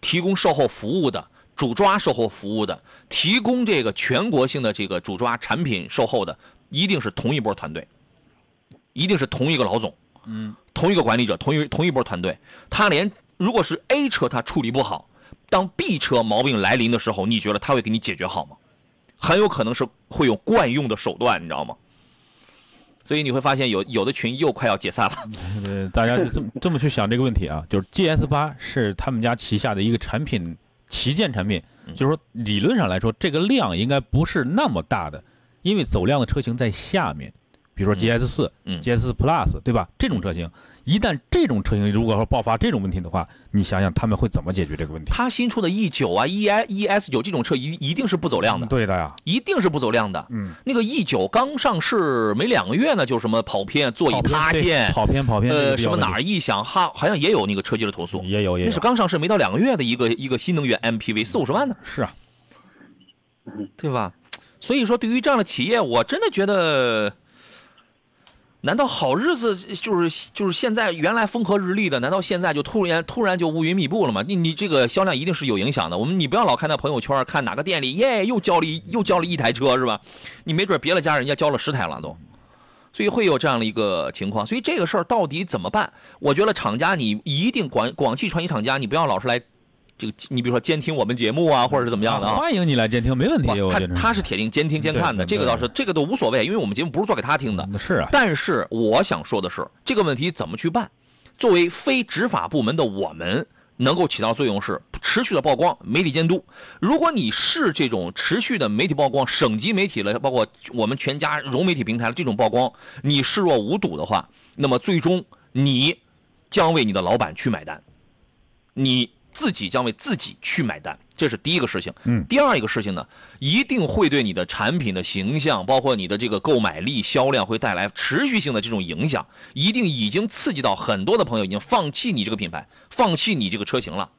Speaker 3: 提供售后服务的、主抓售后服务的、提供这个全国性的这个主抓产品售后的，一定是同一波团队，一定是同一个老总，嗯，同一个管理者，同一同一波团队。他连如果是 A 车他处理不好，当 B 车毛病来临的时候，你觉得他会给你解决好吗？很有可能是会有惯用的手段，你知道吗？所以你会发现有有的群又快要解散了。
Speaker 4: 呃，大家就这么这么去想这个问题啊，就是 GS 八是他们家旗下的一个产品旗舰产品，
Speaker 3: 嗯
Speaker 4: 就是说理论上来说，这个量应该不是那么大的，因为走量的车型在下面，比如说 GS 四、
Speaker 3: 嗯
Speaker 4: GS Plus，对吧？这种车型，一旦这种车型如果说爆发这种问题的话，你想想他们会怎么解决这个问题？
Speaker 3: 他新出的 E 九啊、E I E S 九这种车一一定是不走量的，
Speaker 4: 对的呀，
Speaker 3: 一定是不走量的。
Speaker 4: 嗯，
Speaker 3: 那个 E 九刚上市没两个月呢，就什么跑偏、座椅塌陷，
Speaker 4: 跑偏跑偏，这个
Speaker 3: 呃，
Speaker 4: 比
Speaker 3: 什
Speaker 4: 较
Speaker 3: 么哪
Speaker 4: 问
Speaker 3: 儿异响，哈，好像也有那个车机的投诉
Speaker 4: 题。也有也
Speaker 3: 那
Speaker 4: 有
Speaker 3: 是，刚上市没到两个月的一个一个新能源 MPV，四五十万呢，
Speaker 4: 是啊，
Speaker 3: 对吧？所以说，对于这样的企业，我真的觉得，难道好日子就是就是现在原来风和日丽的，难道现在就突然突然就乌云密布了吗？你你这个销量一定是有影响的。我们你不要老看那朋友圈，看哪个店里耶又交了一又交了一台车是吧？你没准别的家人家交了十台了都。所以会有这样的一个情况，所以这个事儿到底怎么办？我觉得厂家你一定广广汽传祺厂家，你不要老是来这个，你比如说监听我们节目啊，或者是怎么样的啊。
Speaker 4: 欢迎你来监听，没问题，
Speaker 3: 不
Speaker 4: 我
Speaker 3: 他
Speaker 4: 觉得
Speaker 3: 他是铁定监听监看的，
Speaker 4: 对
Speaker 3: 这个倒是这个都无所谓，因为我们节目不是做给他听的。
Speaker 4: 嗯是啊，
Speaker 3: 但是我想说的是，这个问题怎么去办？作为非执法部门的我们，能够起到作用是持续的曝光、媒体监督。如果你是这种持续的媒体曝光，省级媒体了，包括我们全家融媒体平台的这种曝光，你视若无睹的话，那么最终你将为你的老板去买单，你自己将为自己去买单，这是第一个事情。
Speaker 4: 嗯
Speaker 3: 第二一个事情呢，一定会对你的产品的形象，包括你的这个购买力、销量会带来持续性的这种影响，一定已经刺激到很多的朋友已经放弃你这个品牌，放弃你这个车型了。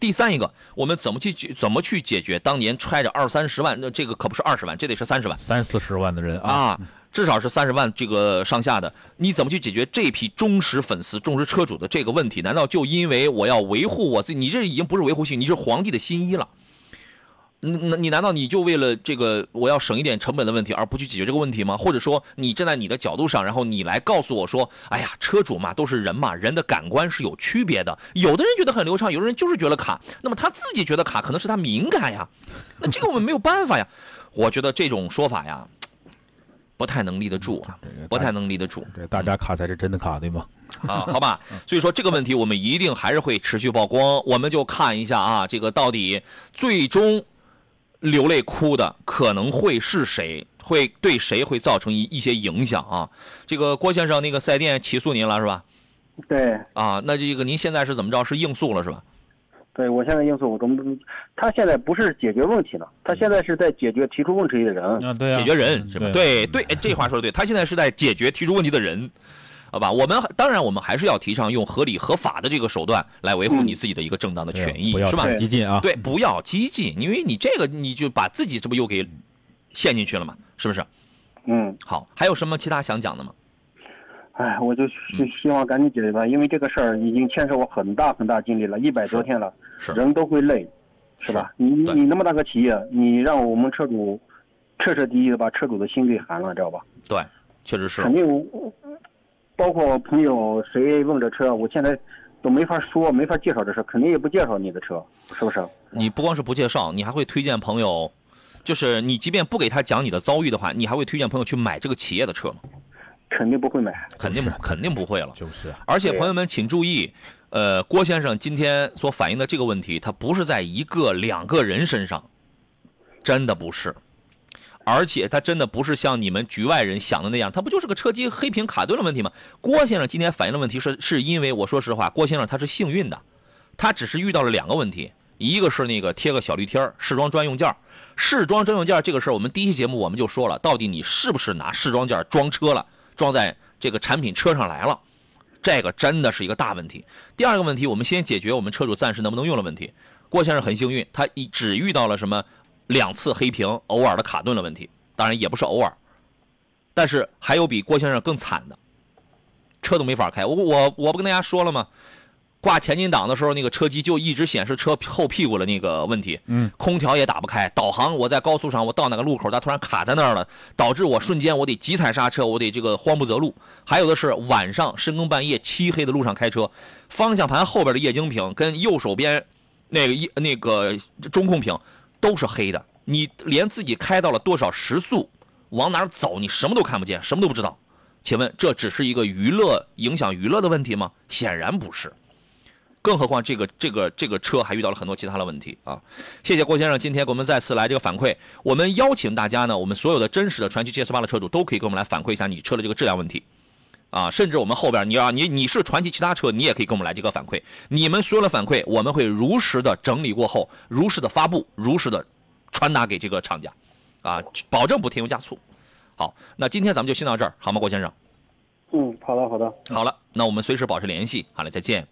Speaker 3: 第三一个，我们怎么去解怎么呃去解决当年揣着二三十万，那这个可不是二十万，这得是三十万
Speaker 4: 三四十万的人啊，
Speaker 3: 啊，至少是三十万这个上下的，你怎么去解决这批忠实粉丝、忠实车主的这个问题？难道就因为我要维护我自己？你这已经不是维护性，你是皇帝的新衣了。你你难道你就为了这个我要省一点成本的问题而不去解决这个问题吗？或者说你站在你的角度上，然后你来告诉我说，哎呀，车主嘛都是人嘛，人的感官是有区别的，有的人觉得很流畅，有的人就是觉得卡，那么他自己觉得卡，可能是他敏感呀，那这个我们没有办法呀。我觉得这种说法呀，不太能立得住啊，不太能立得住。
Speaker 4: 这大家卡才是真的卡，对吗？
Speaker 3: 啊， <laughs> 好吧，所以说这个问题我们一定还是会持续曝光，我们就看一下啊，这个到底最终。流泪哭的可能会是谁？会对谁会造成一一些影响啊？这个郭先生，那个赛店起诉您了是吧？
Speaker 5: 对
Speaker 3: 啊，那这个您现在是怎么着？是应诉了是吧？
Speaker 5: 对，我现在应诉，我们他现在不是解决问题了，他现在是在解决提出问题的人，
Speaker 4: 啊，对啊，
Speaker 3: 解决人是吧？对
Speaker 4: 嗯
Speaker 3: 对，哎这话说的对，他现在是在解决提出问题的人，好吧？我们当然我们还是要提倡用合理合法的这个手段来维护你自己的一个正当的权益，
Speaker 4: 不要
Speaker 3: 是吧？
Speaker 4: 太激嗯进啊，
Speaker 3: 对，不要激进，因为你这个你就把自己这不又给陷进去了嘛，是不是？
Speaker 5: 嗯，
Speaker 3: 好，还有什么其他想讲的吗？
Speaker 5: 哎，我就希希望赶紧解决吧，因为这个事儿已经牵涉我很大很大精力了，一百多天了，
Speaker 3: 是
Speaker 5: 人都会累，是吧？你
Speaker 3: 对
Speaker 5: 你那么大个企业，你让我们车主彻彻底底的把车主的心给寒了，知道吧？
Speaker 3: 对，确实是
Speaker 5: 肯定我，包括我朋友谁问这车，我现在都没法说，没法介绍这车，肯定也不介绍你的车，是不是？
Speaker 3: 你不光是不介绍，你还会推荐朋友，就是你即便不给他讲你的遭遇的话，你还会推荐朋友去买这个企业的车吗？
Speaker 5: 肯定不会买。
Speaker 3: 肯定肯定不会了。
Speaker 4: 就是啊，
Speaker 3: 而且朋友们请注意，呃，郭先生今天所反映的这个问题，他不是在一个两个人身上，真的不是。而且他真的不是像你们局外人想的那样，他不就是个车机黑屏卡顿的问题吗？郭先生今天反映的问题是，是因为我说实话，郭先生他是幸运的，他只是遇到了两个问题，一个是那个贴个小绿贴儿试装专用件儿试装专用件儿这个事儿，我们第一期节目我们就说了，到底你是不是拿试装件儿装车了，装在这个产品车上来了？这个真的是一个大问题。第二个问题，我们先解决我们车主暂时能不能用的问题。郭先生很幸运，他一只遇到了什么两次黑屏，偶尔的卡顿的问题，当然也不是偶尔，但是还有比郭先生更惨的，车都没法开。我我我不跟大家说了吗？挂前进档的时候，那个车机就一直显示车后屁股的那个问题，
Speaker 4: 嗯，
Speaker 3: 空调也打不开，导航我在高速上，我到哪个路口，它突然卡在那儿了，导致我瞬间我得急踩刹车，我得这个慌不择路。还有的是晚上深更半夜漆黑的路上开车，方向盘后边的液晶屏跟右手边那个一呃那个中控屏都是黑的，你连自己开到了多少时速，往哪儿走，你什么都看不见，什么都不知道。请问这只是一个娱乐影响娱乐的问题吗？显然不是。更何况这个这个这个车还遇到了很多其他的问题啊！谢谢郭先生今天给我们再次来这个反馈。我们邀请大家呢，我们所有的真实的传祺 GS 八的车主都可以给我们来反馈一下你车的这个质量问题。啊，甚至我们后边你啊，你你是传奇其他车，你也可以跟我们来这个反馈。你们所有的反馈，我们会如实的整理过后，如实的发布，如实的传达给这个厂家，啊，保证不添油加醋。好，那今天咱们就先到这儿，好吗，郭先生？
Speaker 5: 嗯，好的，好的，
Speaker 3: 好了，那我们随时保持联系。好了，再见。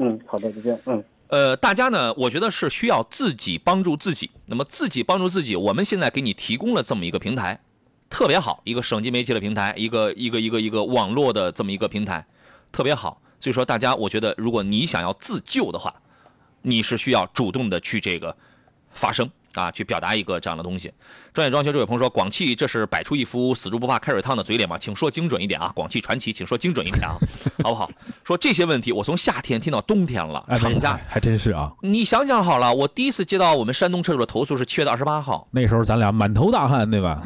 Speaker 5: 嗯，好的，再见，嗯。
Speaker 3: 呃，大家呢，我觉得是需要自己帮助自己。那么自己帮助自己，我们现在给你提供了这么一个平台，特别好，一个省级媒体的平台，一个一个一个一个网络的这么一个平台，特别好。所以说，大家，我觉得如果你想要自救的话，你是需要主动的去这个发声啊，去表达一个这样的东西。专业装修这位朋友说，广汽这是摆出一副死猪不怕开水烫的嘴脸吗？请说精准一点啊，广汽传祺，请说精准一点啊， <laughs> 好不好？说这些问题，我从夏天听到冬天了，
Speaker 4: 哎，
Speaker 3: 厂家
Speaker 4: 还。还真是啊，
Speaker 3: 你想想好了，我第一次接到我们山东车主的投诉是七月的二十八号，
Speaker 4: 那时候咱俩满头大汗，对吧？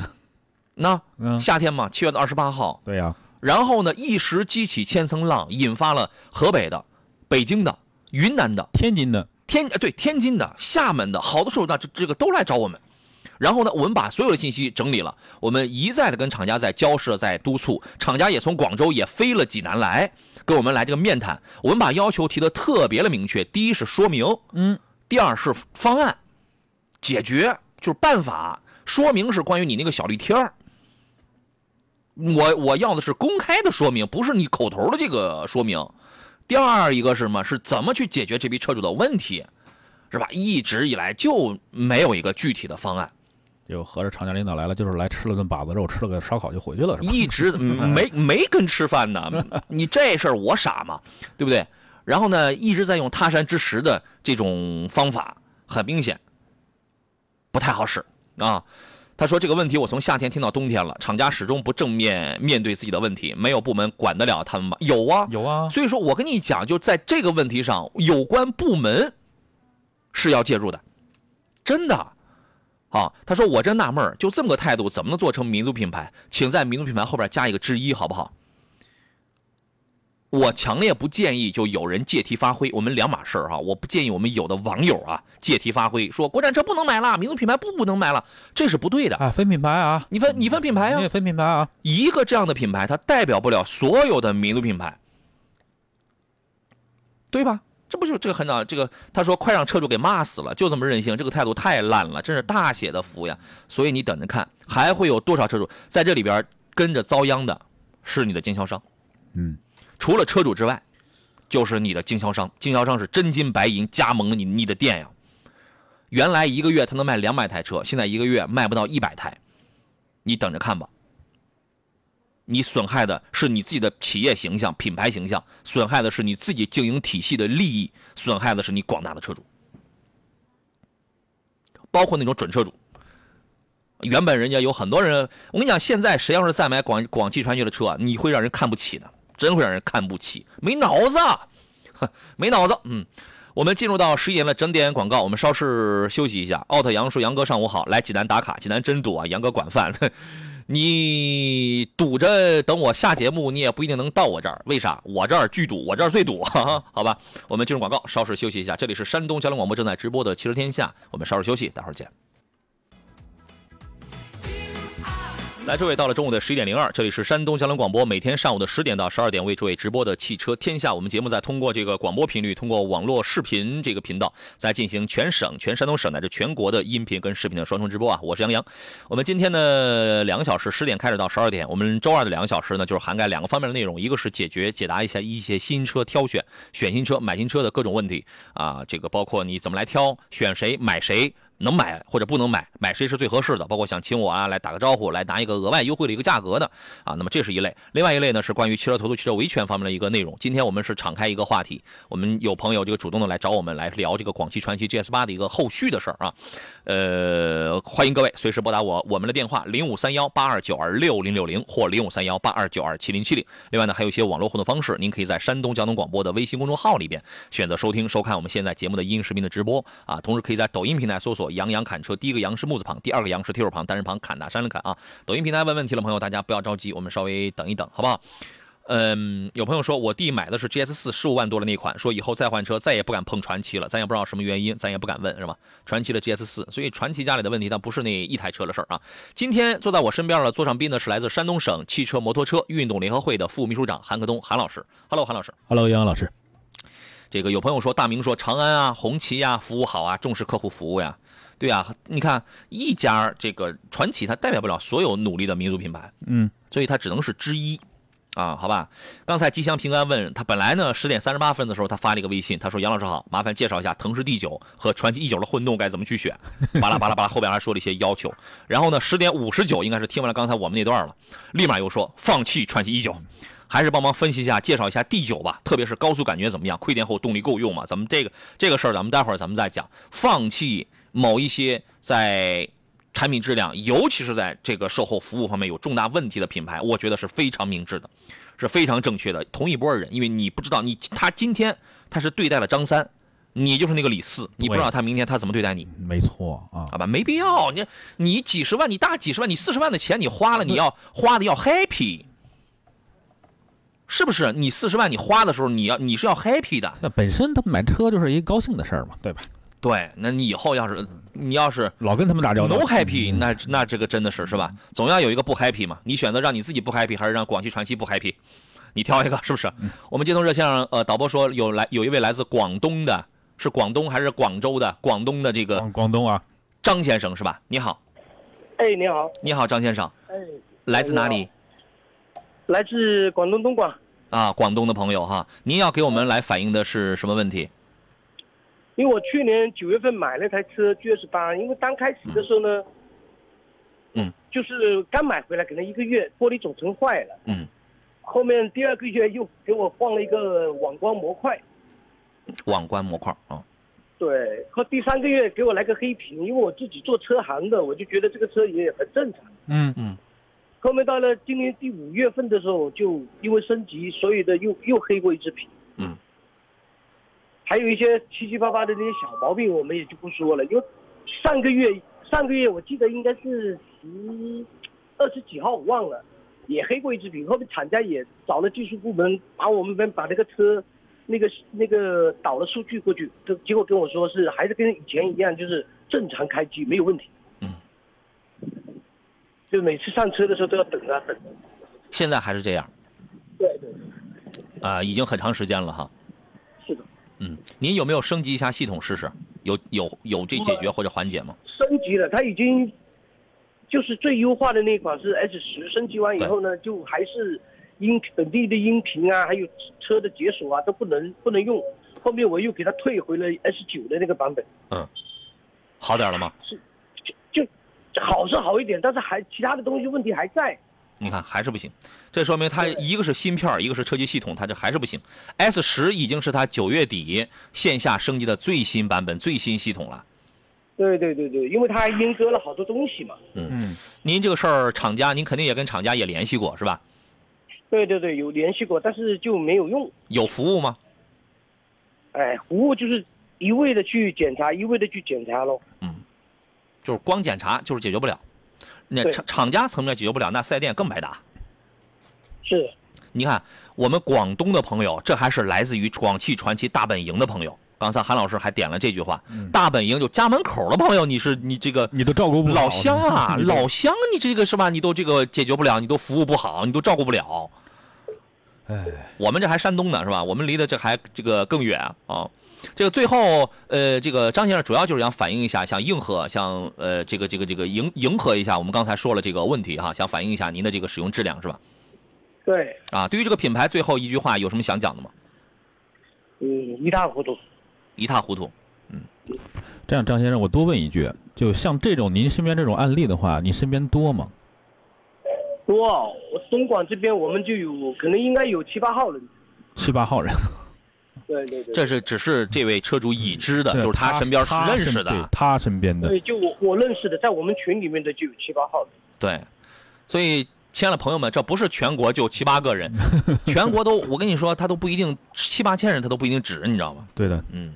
Speaker 3: 那
Speaker 4: 嗯，
Speaker 3: 夏天嘛，七月的二十八号。
Speaker 4: <laughs> 对呀，
Speaker 3: 然后呢，一时激起千层浪，引发了河北的、北京的、云南的、
Speaker 4: 天津的，
Speaker 3: 天呃对天津的、厦门的，好多车主呢，这这个都来找我们。然后呢，我们把所有的信息整理了，我们一再的跟厂家在交涉，在督促，厂家也从广州也飞了济南来跟我们来这个面谈。我们把要求提的特别的明确，第一是说明，
Speaker 4: 嗯，
Speaker 3: 第二是方案，解决就是办法，说明是关于你那个小绿贴儿。我我要的是公开的说明，不是你口头的这个说明。第二一个是什么？是怎么去解决这批车主的问题，是吧？一直以来就没有一个具体的方案，
Speaker 4: 就合着厂家领导来了，就是来吃了顿把子肉，吃了个烧烤就回去了，是吧？
Speaker 3: 一
Speaker 4: <laughs>
Speaker 3: 直没没跟吃饭呢。你这事儿我傻吗？对不对？然后呢，一直在用他山之石的这种方法，很明显不太好使啊。他说这个问题我从夏天听到冬天了，厂家始终不正面面对自己的问题，没有部门管得了他们吗？有啊，
Speaker 4: 有啊，
Speaker 3: 所以说我跟你讲，就在这个问题上，有关部门是要介入的，真的。啊，他说我真纳闷儿，就这么个态度，怎么能做成民族品牌？请在民族品牌后边加一个之一，好不好？我强烈不建议就有人借题发挥，我们两码事儿、啊、哈。我不建议我们有的网友啊借题发挥，说国产车不能买了，民族品牌不不能买了，这是不对的。哎
Speaker 4: 啊，分品牌啊，
Speaker 3: 你分你分品牌呀、
Speaker 4: 你也分品牌啊，
Speaker 3: 一个这样的品牌，它代表不了所有的民族品牌，对吧？这不就这个很早这个他说快让车主给骂死了，就这么任性，这个态度太烂了，真是大写的服呀！所以你等着看，还会有多少车主在这里边跟着遭殃的，是你的经销商。
Speaker 4: 嗯，
Speaker 3: 除了车主之外，就是你的经销商，经销商是真金白银加盟了你你的店呀。原来一个月他能卖两百台车，现在一个月卖不到一百台，你等着看吧。你损害的是你自己的企业形象、品牌形象，损害的是你自己经营体系的利益，损害的是你广大的车主，包括那种准车主。原本人家有很多人，我跟你讲，现在谁要是再买广广汽传祺的车啊，你会让人看不起的，真会让人看不起，没脑子，哼 <laughs> 没脑子。嗯，我们进入到十一点了，整点广告，我们稍事休息一下。奥特杨说：“杨哥上午好，来济南打卡，济南真堵啊，杨哥管饭。呵你堵着等我下节目，你也不一定能到我这儿。为啥？我这儿巨堵，我这儿最堵， <laughs> 哈哈，好吧。我们进入广告，稍事休息一下。这里是山东交通广播正在直播的《汽车天下》，我们稍事休息，待会儿见。来，诸位，到了中午的十一点零二，这里是山东交通广播，每天上午的十点到十二点为诸位直播的《汽车天下》。我们节目在通过这个广播频率，通过网络视频这个频道，在进行全省、全山东省乃至全国的音频跟视频的双重直播啊！我是杨洋。我们今天的两个小时，十点开始到十二点，我们周二的两个小时呢，就是涵盖两个方面的内容，一个是解决解答一下一些新车挑选、选新车、买新车的各种问题啊，这个包括你怎么来挑、选谁、买谁。能买或者不能买，买谁是最合适的？包括想请我啊来打个招呼，来拿一个额外优惠的一个价格的啊，那么这是一类。另外一类呢是关于汽车投诉、汽车维权方面的一个内容。今天我们是敞开一个话题，我们有朋友这个主动的来找我们来聊这个广汽传祺 GS 八的一个后续的事儿啊。呃，欢迎各位随时拨打我我们的电话零五三幺八二九二六零六零或零五三幺八二九二七零七零。另外呢还有一些网络互动方式，您可以在山东交通广播的微信公众号里边选择收听、收看我们现在节目的音视频的直播啊，同时可以在抖音平台搜索。杨洋砍车，第一个杨是木字旁，第二个杨是提手旁，单人旁砍大山了砍啊！抖音平台问问题的朋友，大家不要着急，我们稍微等一等，好不好？嗯，有朋友说我弟买的是 GS 四，十五万多的那款，说以后再换车再也不敢碰传奇了，咱也不知道什么原因，咱也不敢问是吧？传奇的 GS 四，所以传奇家里的问题，它不是那一台车的事儿啊。今天坐在我身边的座上宾呢，是来自山东省汽车摩托车运动联合会的副秘书长韩克东，韩老师。Hello，韩老师。
Speaker 4: Hello，杨老师，
Speaker 3: 这个有朋友说大明说长安啊、红旗呀、服务好啊，重视客户服务呀、对啊，你看一家这个传奇，它代表不了所有努力的民族品牌，
Speaker 4: 嗯，
Speaker 3: 所以它只能是之一啊，好吧？刚才吉祥平安问他，本来呢十点三十八分的时候，他发了一个微信，他说：“杨老师好，麻烦介绍一下腾势 D 九和传奇 E 九的混动该怎么去选。” <laughs> 巴拉巴拉巴拉，后边还说了一些要求。然后呢，十点五十九应该是听完了刚才我们那段了，立马又说放弃传奇 E 九。还是帮忙分析一下，介绍一下 D 九吧，特别是高速感觉怎么样？亏电后动力够用吗？咱们这个这个事儿，咱们待会儿咱们再讲。放弃某一些在产品质量，尤其是在这个售后服务方面有重大问题的品牌，我觉得是非常明智的，是非常正确的。同一波人，因为你不知道你他今天他是对待了张三，你就是那个李四，你不知道他明天他怎么对待你。
Speaker 4: 没错啊，
Speaker 3: 好吧，没必要。你你几十万，你大几十万，你四十万的钱你花了，你要花的要 happy，是不是？你四十万你花的时候，你要你是要 happy 的。
Speaker 4: 那本身他们买车就是一个高兴的事儿嘛，对吧？
Speaker 3: 对，那你以后要是你要是
Speaker 4: 老跟他们打交道
Speaker 3: no happy，那那这个真的是是吧？总要有一个不 happy 嘛。你选择让你自己不 happy，还是让广汽传祺不 happy？你挑一个，是不是？我们接通热线上，呃，导播说有来有一位来自广东的，是广东还是广州的？广东的这个
Speaker 4: 广广东啊，
Speaker 3: 张先生是吧？你好，
Speaker 6: 哎，你好，
Speaker 3: 你好，张先生，
Speaker 6: 哎，
Speaker 3: 来自哪里？
Speaker 6: 来自广东东莞，
Speaker 3: 啊，广东的朋友哈，您要给我们来反映的是什么问题？
Speaker 6: 因为我去年九月份买了台车 GS 八，因为刚开始的时候呢，就是刚买回来，可能一个月玻璃总成坏了，
Speaker 3: 嗯，
Speaker 6: 后面第二个月又给我换了一个网关模块，
Speaker 3: 网关模块啊，
Speaker 6: 对，和第三个月给我来个黑屏，因为我自己做车行的，我就觉得这个车也很正常。
Speaker 4: 嗯
Speaker 6: 后面到了今年第五月份的时候，就因为升级，所以的又又黑过一只屏。
Speaker 3: 嗯，
Speaker 6: 还有一些七七八八的那些小毛病，我们也就不说了。因为上个月上个月我记得应该是十二十几号，我忘了，也黑过一只屏。后面厂家也找了技术部门，把我们把那个车那个那个导了数据过去，就结果跟我说是还是跟以前一样，就是正常开机没有问题。
Speaker 3: 嗯，
Speaker 6: 就每次上车的时候都要等啊等。
Speaker 3: 现在还是这样
Speaker 6: 对对，对
Speaker 3: 啊、已经很长时间了哈。
Speaker 6: 是的。
Speaker 3: 嗯，您有没有升级一下系统试试？有有有这解决或者缓解吗？
Speaker 6: 升级了，它已经就是最优化的那款是 S 十，升级完以后呢，就还是音本地的音频啊，还有车的解锁啊都不能不能用。后面我又给它退回了 S 九的那个版本，
Speaker 3: 好点了吗？
Speaker 6: 就好是好一点，但是还其他的东西问题还在。
Speaker 3: 你看还是不行，这说明它一个是芯片儿，一个是车机系统，它这还是不行。S 十已经是它九月底线下升级的最新版本、最新系统了。
Speaker 6: 对对对对，因为它还阉割了好多东西嘛。
Speaker 4: 嗯
Speaker 3: 您这个事儿，厂家您肯定也跟厂家也联系过是吧？
Speaker 6: 对对对，有联系过，但是就没有用。
Speaker 3: 有服务吗？
Speaker 6: 哎，服务就是一味的去检查，一味的去检查咯。
Speaker 3: 就是光检查就是解决不了，那
Speaker 6: 对
Speaker 3: 厂厂家层面解决不了，那四 S 店更白搭。
Speaker 6: 是，
Speaker 3: 你看，我们广东的朋友，这还是来自于广汽传祺大本营的朋友。刚才韩老师还点了这句话，大本营就家门口的朋友，你是你这个
Speaker 4: 你都照顾不好
Speaker 3: 老乡
Speaker 4: <laughs>
Speaker 3: 啊，
Speaker 4: 你都
Speaker 3: 老乡，你这个是吧？你都这个解决不了，你都服务不好，你都照顾不了。
Speaker 4: 哎，
Speaker 3: 我们这还山东呢，是吧？我们离得这还这个更远啊。这个最后，呃，这个张先生主要就是想反映一下，想应和，想呃，这个这个这个迎迎合一下我们刚才说了这个问题哈，想反映一下您的这个使用质量是吧？
Speaker 6: 对，
Speaker 3: 啊，对于这个品牌最后一句话有什么想讲的吗？
Speaker 6: 嗯，一塌糊涂。
Speaker 3: 一塌糊涂。
Speaker 4: 这样，张先生，我多问一句，就像这种您身边这种案例的话，你身边多吗？
Speaker 6: 多哦，我东莞这边我们就有，可能应该有七八号人。
Speaker 4: 七八
Speaker 3: <laughs>
Speaker 4: 号人，
Speaker 6: 对对对，
Speaker 3: 这是只是这位车主已知的，
Speaker 4: 对
Speaker 3: 就是他身边是
Speaker 4: 他
Speaker 3: 认识
Speaker 4: 对
Speaker 3: 的，
Speaker 4: 他身边的，
Speaker 6: 对，就我我认识的，在我们群里面的就有七八号人。
Speaker 3: 对，所以亲爱的朋友们，这不是全国就七八个
Speaker 4: <laughs>
Speaker 3: 人，全国都我跟你说，他都不一定七八千人，他都不一定指，你知道吗？
Speaker 4: 对的，
Speaker 3: 嗯，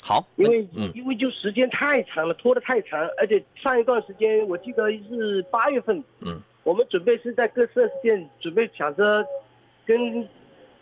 Speaker 3: 好，
Speaker 6: 因为、
Speaker 3: 嗯
Speaker 6: 因为就时间太长了，拖得太长，而且上一段时间我记得是八月份，
Speaker 3: 嗯，
Speaker 6: 我们准备是在各四 S 店准备想着跟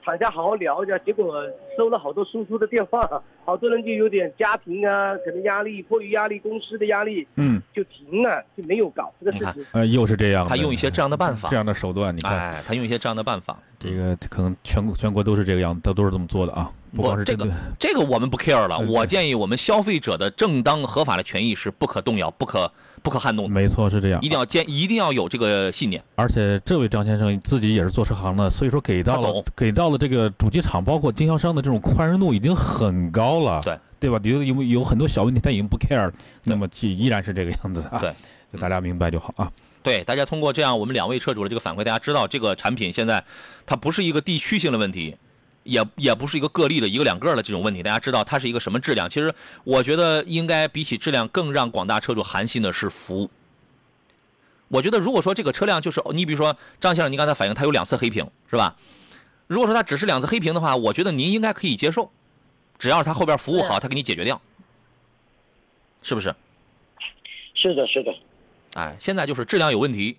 Speaker 6: 厂家好好聊一下，结果收了好多叔叔的电话，好多人就有点家庭啊，可能压力迫于压力、公司的压力
Speaker 4: 嗯，
Speaker 6: 就停了，就没有搞这个事
Speaker 3: 你看
Speaker 6: 情。
Speaker 4: 呃，又是这样的，
Speaker 3: 他用一些这样的办法
Speaker 4: 这，样的手段，你看，
Speaker 3: 哎，他用一些这样的办法，
Speaker 4: 这个可能全国全国都是这个样，都都是这么做的啊，不光
Speaker 3: 我
Speaker 4: 是
Speaker 3: 这
Speaker 4: 针
Speaker 3: 个
Speaker 4: 对，
Speaker 3: 这个我们不 care 了。
Speaker 4: 对
Speaker 3: 我
Speaker 4: 对
Speaker 3: 建议我们消费者的正当合法的权益是不可动摇、不可不可撼动的，
Speaker 4: 没错是这样
Speaker 3: 一，定要坚，一定要有这个信念。
Speaker 4: 而且这位张先生自己也是做车行的，所以说给到
Speaker 3: 他懂
Speaker 4: 了给到了这个主机厂，包括经销商的这种宽容度已经很高了，
Speaker 3: 对
Speaker 4: 对吧？有有有很多小问题，他已经不 care，了那么既依然是这个样子啊，
Speaker 3: 对，
Speaker 4: 就大家明白就好啊，
Speaker 3: 对，大家通过这样我们两位车主的这个反馈，大家知道这个产品现在它不是一个地区性的问题，也也不是一个个例的一个两个的这种问题，大家知道它是一个什么质量。其实我觉得应该比起质量更让广大车主寒心的是服务。我觉得如果说这个车辆就是你比如说张先生，您刚才反映它有两次黑屏是吧？如果说它只是两次黑屏的话，我觉得您应该可以接受，只要是它后边服务好，它给你解决掉，是不是？
Speaker 6: 是的，是的，
Speaker 3: 哎，现在就是质量有问题，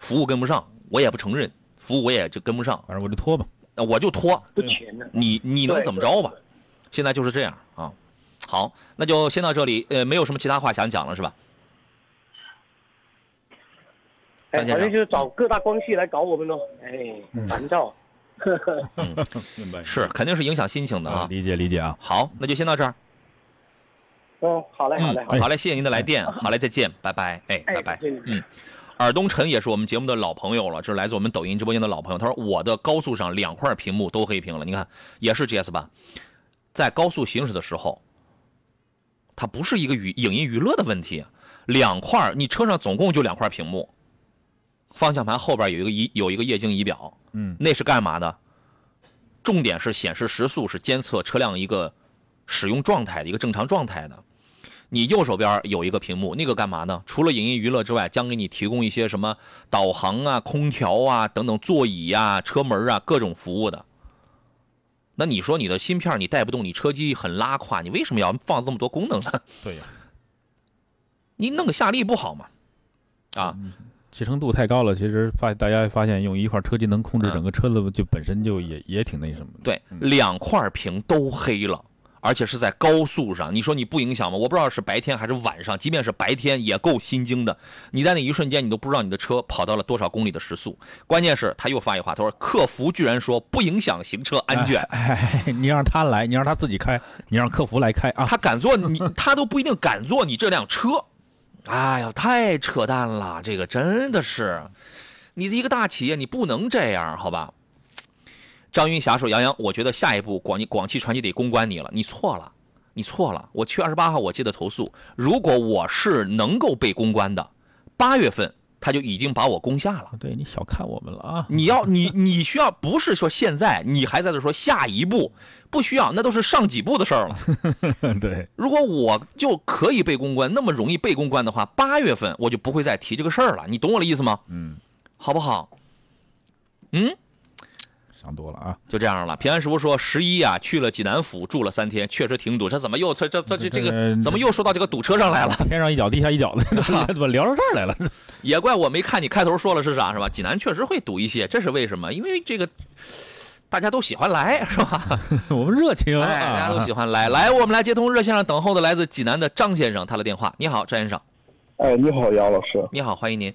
Speaker 3: 服务跟不上，我也不承认，服务我也就跟不上，
Speaker 4: 反正我就拖吧，
Speaker 3: 那我就拖，
Speaker 6: 不全呢。
Speaker 3: 你你能怎么着吧？现在就是这样啊。好，那就先到这里，呃，没有什么其他话想讲了是吧？张先生
Speaker 6: 哎，
Speaker 3: 嗯
Speaker 6: 反正就是找各大关系来搞我们咯。哎，烦躁。
Speaker 4: <laughs> 明白
Speaker 3: 是，肯定是影响心情的
Speaker 4: 啊，
Speaker 3: 啊。
Speaker 4: 理解理解啊，
Speaker 3: 好，那就先到这儿。
Speaker 6: 嗯，好嘞，好嘞，
Speaker 3: 嗯，
Speaker 6: 好嘞。
Speaker 3: 好嘞，谢谢您的来电，好嘞，再见，拜拜，哎，
Speaker 6: 哎
Speaker 3: 拜拜
Speaker 6: 再见。
Speaker 3: 嗯，尔东陈也是我们节目的老朋友了，这是来自我们抖音直播间的老朋友。他说我的高速上两块屏幕都黑屏了，你看也是 GS 八，在高速行驶的时候，它不是一个娱影音娱乐的问题，两块你车上总共就两块屏幕，方向盘后边有一个仪有一个液晶仪表，
Speaker 4: 嗯
Speaker 3: 那是干嘛的？重点是显示时速，是监测车辆一个使用状态的一个正常状态的。你右手边有一个屏幕，那个干嘛呢？除了影音娱乐之外，将给你提供一些什么导航啊、空调啊等等、座椅啊、车门啊各种服务的。那你说你的芯片你带不动，你车机很拉胯，你为什么要放这么多功能呢？
Speaker 4: 对呀、
Speaker 3: 你弄个夏利不好吗？啊，
Speaker 4: 集成度太高了，其实发大家发现用一块车机能控制整个车子，就本身就也也挺那什么的。嗯
Speaker 3: 对，两块屏都黑了，而且是在高速上。你说你不影响吗？我不知道是白天还是晚上，即便是白天也够心惊的。你在那一瞬间，你都不知道你的车跑到了多少公里的时速。关键是他又发一话，他说客服居然说不影响行车安全，
Speaker 4: 哎，你让他来，你让他自己开，你让客服来开啊。
Speaker 3: 他敢坐你，他都不一定敢坐你这辆车。哎呀，太扯淡了，这个真的是，你一个大企业，你不能这样，好吧？张云霞说：“杨洋，我觉得下一步广广汽传祺得公关你了，你错了，你错了。我七月二十八号我记得投诉，如果我是能够被公关的，八月份他就已经把我攻下了。
Speaker 4: 啊对你小看我们了啊！
Speaker 3: 你要你你需要不是说现在你还在这说下一步，不需要，那都是上几步的事儿了。”
Speaker 4: <laughs> 对，
Speaker 3: 如果我就可以被公关，那么容易被公关的话，八月份我就不会再提这个事儿了。你懂我的意思吗？
Speaker 4: 嗯，
Speaker 3: 好不好？
Speaker 4: 想多了啊。
Speaker 3: 就这样了。平安师傅说，十一啊去了济南府住了三天，确实挺堵。这怎么又这这这这这个怎么又说到这个堵车上来了？
Speaker 4: 哎天上一脚，地下一脚 <laughs> 的，怎么聊上这儿来了？
Speaker 3: 也怪我没看你开头说了是啥是吧？济南确实会堵一些，这是为什么？因为这个大家都喜欢来 <laughs> 是吧？
Speaker 4: <laughs> 我们热情啊，
Speaker 3: 哎，大家都喜欢来。来，我们来接通热线上等候的来自济南的张先生他的电话。你好，张先生，
Speaker 7: 哎，你好，杨老师。
Speaker 3: 你好，欢迎您。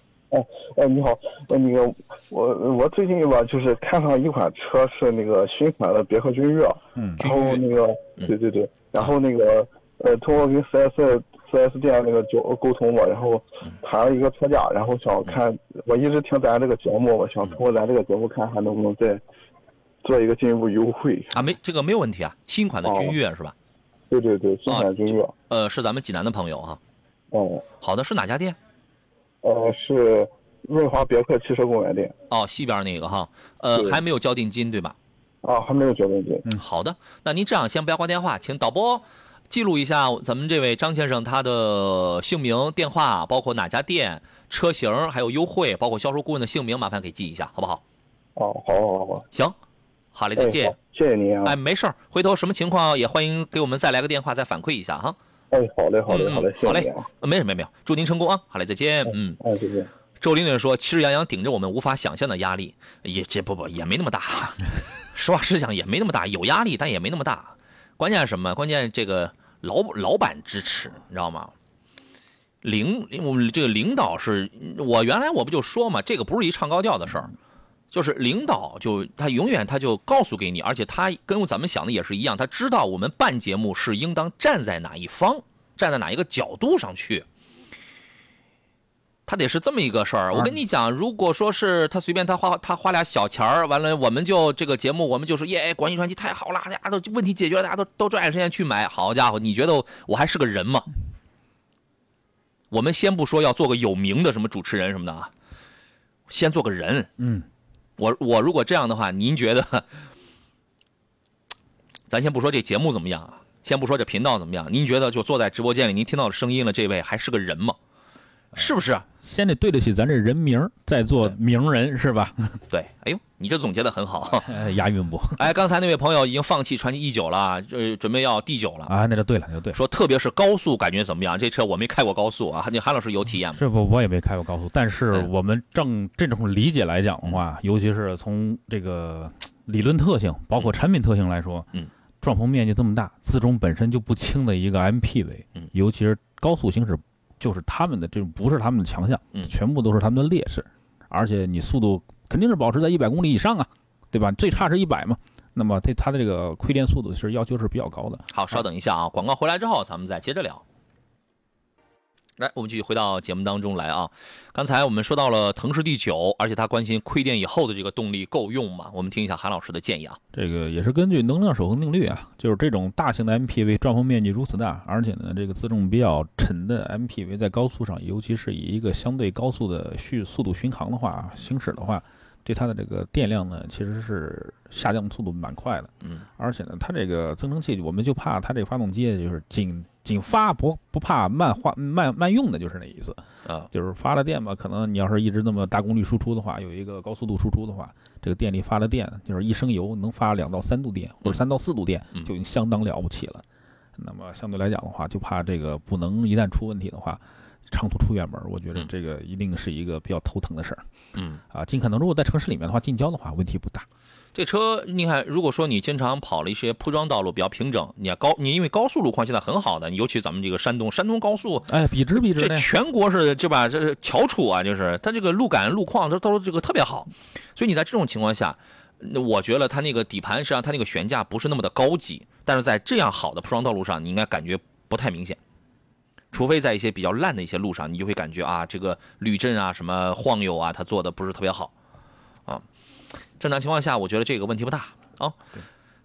Speaker 7: 哎，你好，呃，那个我我最近吧，就是看上一款车，是那个新款的别克君越，
Speaker 4: 嗯
Speaker 7: 然后那个，
Speaker 3: 嗯
Speaker 7: 对对对，然后那个呃，通过跟 4S 4S 店那个交沟通嘛，然后
Speaker 4: 嗯
Speaker 7: 谈了一个车价，然后想看，我一直听咱这个节目，我
Speaker 4: 嗯
Speaker 7: 想通过咱这个节目看还能不能再做一个进一步优惠。
Speaker 3: 啊，没这个没有问题啊，新款的君越是吧？
Speaker 7: 对对对，新款君越，
Speaker 3: 呃，是咱们济南的朋友哈、
Speaker 7: 嗯，
Speaker 3: 好的，是哪家店？
Speaker 7: 呃，是润华别克汽车公园店
Speaker 3: 哦，西边那个哈，呃，
Speaker 7: 对
Speaker 3: 还没有交定金对吧？
Speaker 7: 啊，还没有交定金。
Speaker 4: 嗯
Speaker 3: 好的，那您这样先不要挂电话，请导播记录一下咱们这位张先生他的姓名、电话，包括哪家店、车型，还有优惠，包括销售顾问的姓名，麻烦给记一下，好不好？
Speaker 7: 啊，好好好，
Speaker 3: 行，好嘞，
Speaker 7: 哎
Speaker 3: 再见
Speaker 7: 好。谢谢您啊。
Speaker 3: 哎，没事儿，回头什么情况也欢迎给我们再来个电话，再反馈一下哈。
Speaker 7: 哎，好嘞，好嘞，
Speaker 3: 嗯
Speaker 7: 好嘞，谢
Speaker 3: 好
Speaker 7: 谢
Speaker 3: 嘞
Speaker 7: 你啊，
Speaker 3: 呃没什么，没有，祝您成功啊！好嘞，再见。嗯。
Speaker 7: 哎，谢谢。
Speaker 3: 周玲玲说：“其实杨洋顶着我们无法想象的压力，也这不不也没那么大。啊实话实讲，也没那么大，有压力但也没那么大。关键是什么？关键这个老老板支持，你知道吗？领我们这个领导是我原来我不就说嘛，这个不是一唱高调的事儿，就是领导就他永远他就告诉给你，而且他跟咱们想的也是一样，他知道我们办节目是应当站在哪一方，站在哪一个角度上去。”他得是这么一个事儿。我跟你讲，如果说是他随便他花他花俩小钱儿，完了我们就这个节目我们就说耶，广汽传祺太好了，大家都问题解决了，大家都都抓紧时间去买。好家伙，你觉得我还是个人吗？我们先不说要做个有名的什么主持人什么的啊，先做个人。
Speaker 4: 嗯，
Speaker 3: 我我如果这样的话，您觉得？ <coughs> 咱先不说这节目怎么样啊，先不说这频道怎么样，您觉得就坐在直播间里，您听到声音了，这位还是个人吗？是不是？啊
Speaker 4: 先得对得起咱这人名儿，再做名人是吧？
Speaker 3: 对，哎呦，你这总结的很好。
Speaker 4: <laughs>
Speaker 3: <laughs>
Speaker 4: 哎押韵不？
Speaker 3: 哎，刚才那位朋友已经放弃传奇一九了，呃，准备要 D 九了。
Speaker 4: 啊，那就对了，那就对了。
Speaker 3: 说特别是高速感觉怎么样？这车我没开过高速啊，那韩老师有体验吗？
Speaker 4: 是不，我也没开过高速，但是
Speaker 3: 嗯
Speaker 4: 我们正这种理解来讲的话，尤其是从这个嘖理论特性，包括产品特性来说，
Speaker 3: 嗯，
Speaker 4: 撞棚面积这么大，自重本身就不轻的一个 MPV，
Speaker 3: 嗯
Speaker 4: 尤其是高速行驶，就是他们的这种不是他们的强项，
Speaker 3: 嗯
Speaker 4: 全部都是他们的劣势，而且你速度肯定是保持在一百公里以上啊，对吧？最差是一百嘛，那么对它的这个亏电速度是要求是比较高的。
Speaker 3: 啊好，稍等一下啊，广告回来之后咱们再接着聊。来，我们继续回到节目当中来啊。刚才我们说到了腾势 D 九，而且他关心亏电以后的这个动力够用吗？我们听一下韩老师的建议啊。
Speaker 4: 这个也是根据能量守恒定律啊，就是这种大型的 MPV 占风面积如此大，而且呢，这个自重比较沉的 MPV 在高速上，尤其是以一个相对高速的续速度巡航的话啊行驶的话，对它的这个电量呢，其实是下降速度蛮快的。
Speaker 3: 嗯，
Speaker 4: 而且呢，它这个增程器，我们就怕它这个发动机就是紧紧发不不怕慢化慢慢用的，就是那意思。
Speaker 3: 啊，
Speaker 4: 就是发了电吧，可能你要是一直那么大功率输出的话，有一个高速度输出的话，这个电力发了电，就是一升油能发两到三度电或者三到四度电，
Speaker 3: 嗯
Speaker 4: 就已经相当了不起了。那么相对来讲的话，就怕这个不能一旦出问题的话，长途出远门，我觉得
Speaker 3: 嗯
Speaker 4: 这个一定是一个比较头疼的事儿
Speaker 3: 嗯，
Speaker 4: 啊。尽可能如果在城市里面的话，近郊的话问题不大。
Speaker 3: 这车你看，如果说你经常跑了一些铺装道路比较平整，你要高，你因为高速路况现在很好的，尤其咱们这个山东，山东高速
Speaker 4: 哎，笔直笔直
Speaker 3: 这
Speaker 4: 的，
Speaker 3: 全国是这吧？这是翘楚啊，就是它这个路感、路况都都这个特别好，所以你在这种情况下，那我觉得它那个底盘实际上它那个悬架不是那么的高级，但是在这样好的铺装道路上，你应该感觉不太明显，除非在一些比较烂的一些路上，你就会感觉啊，这个滤震啊、什么晃悠啊，它做的不是特别好啊。正常情况下，我觉得这个问题不大啊。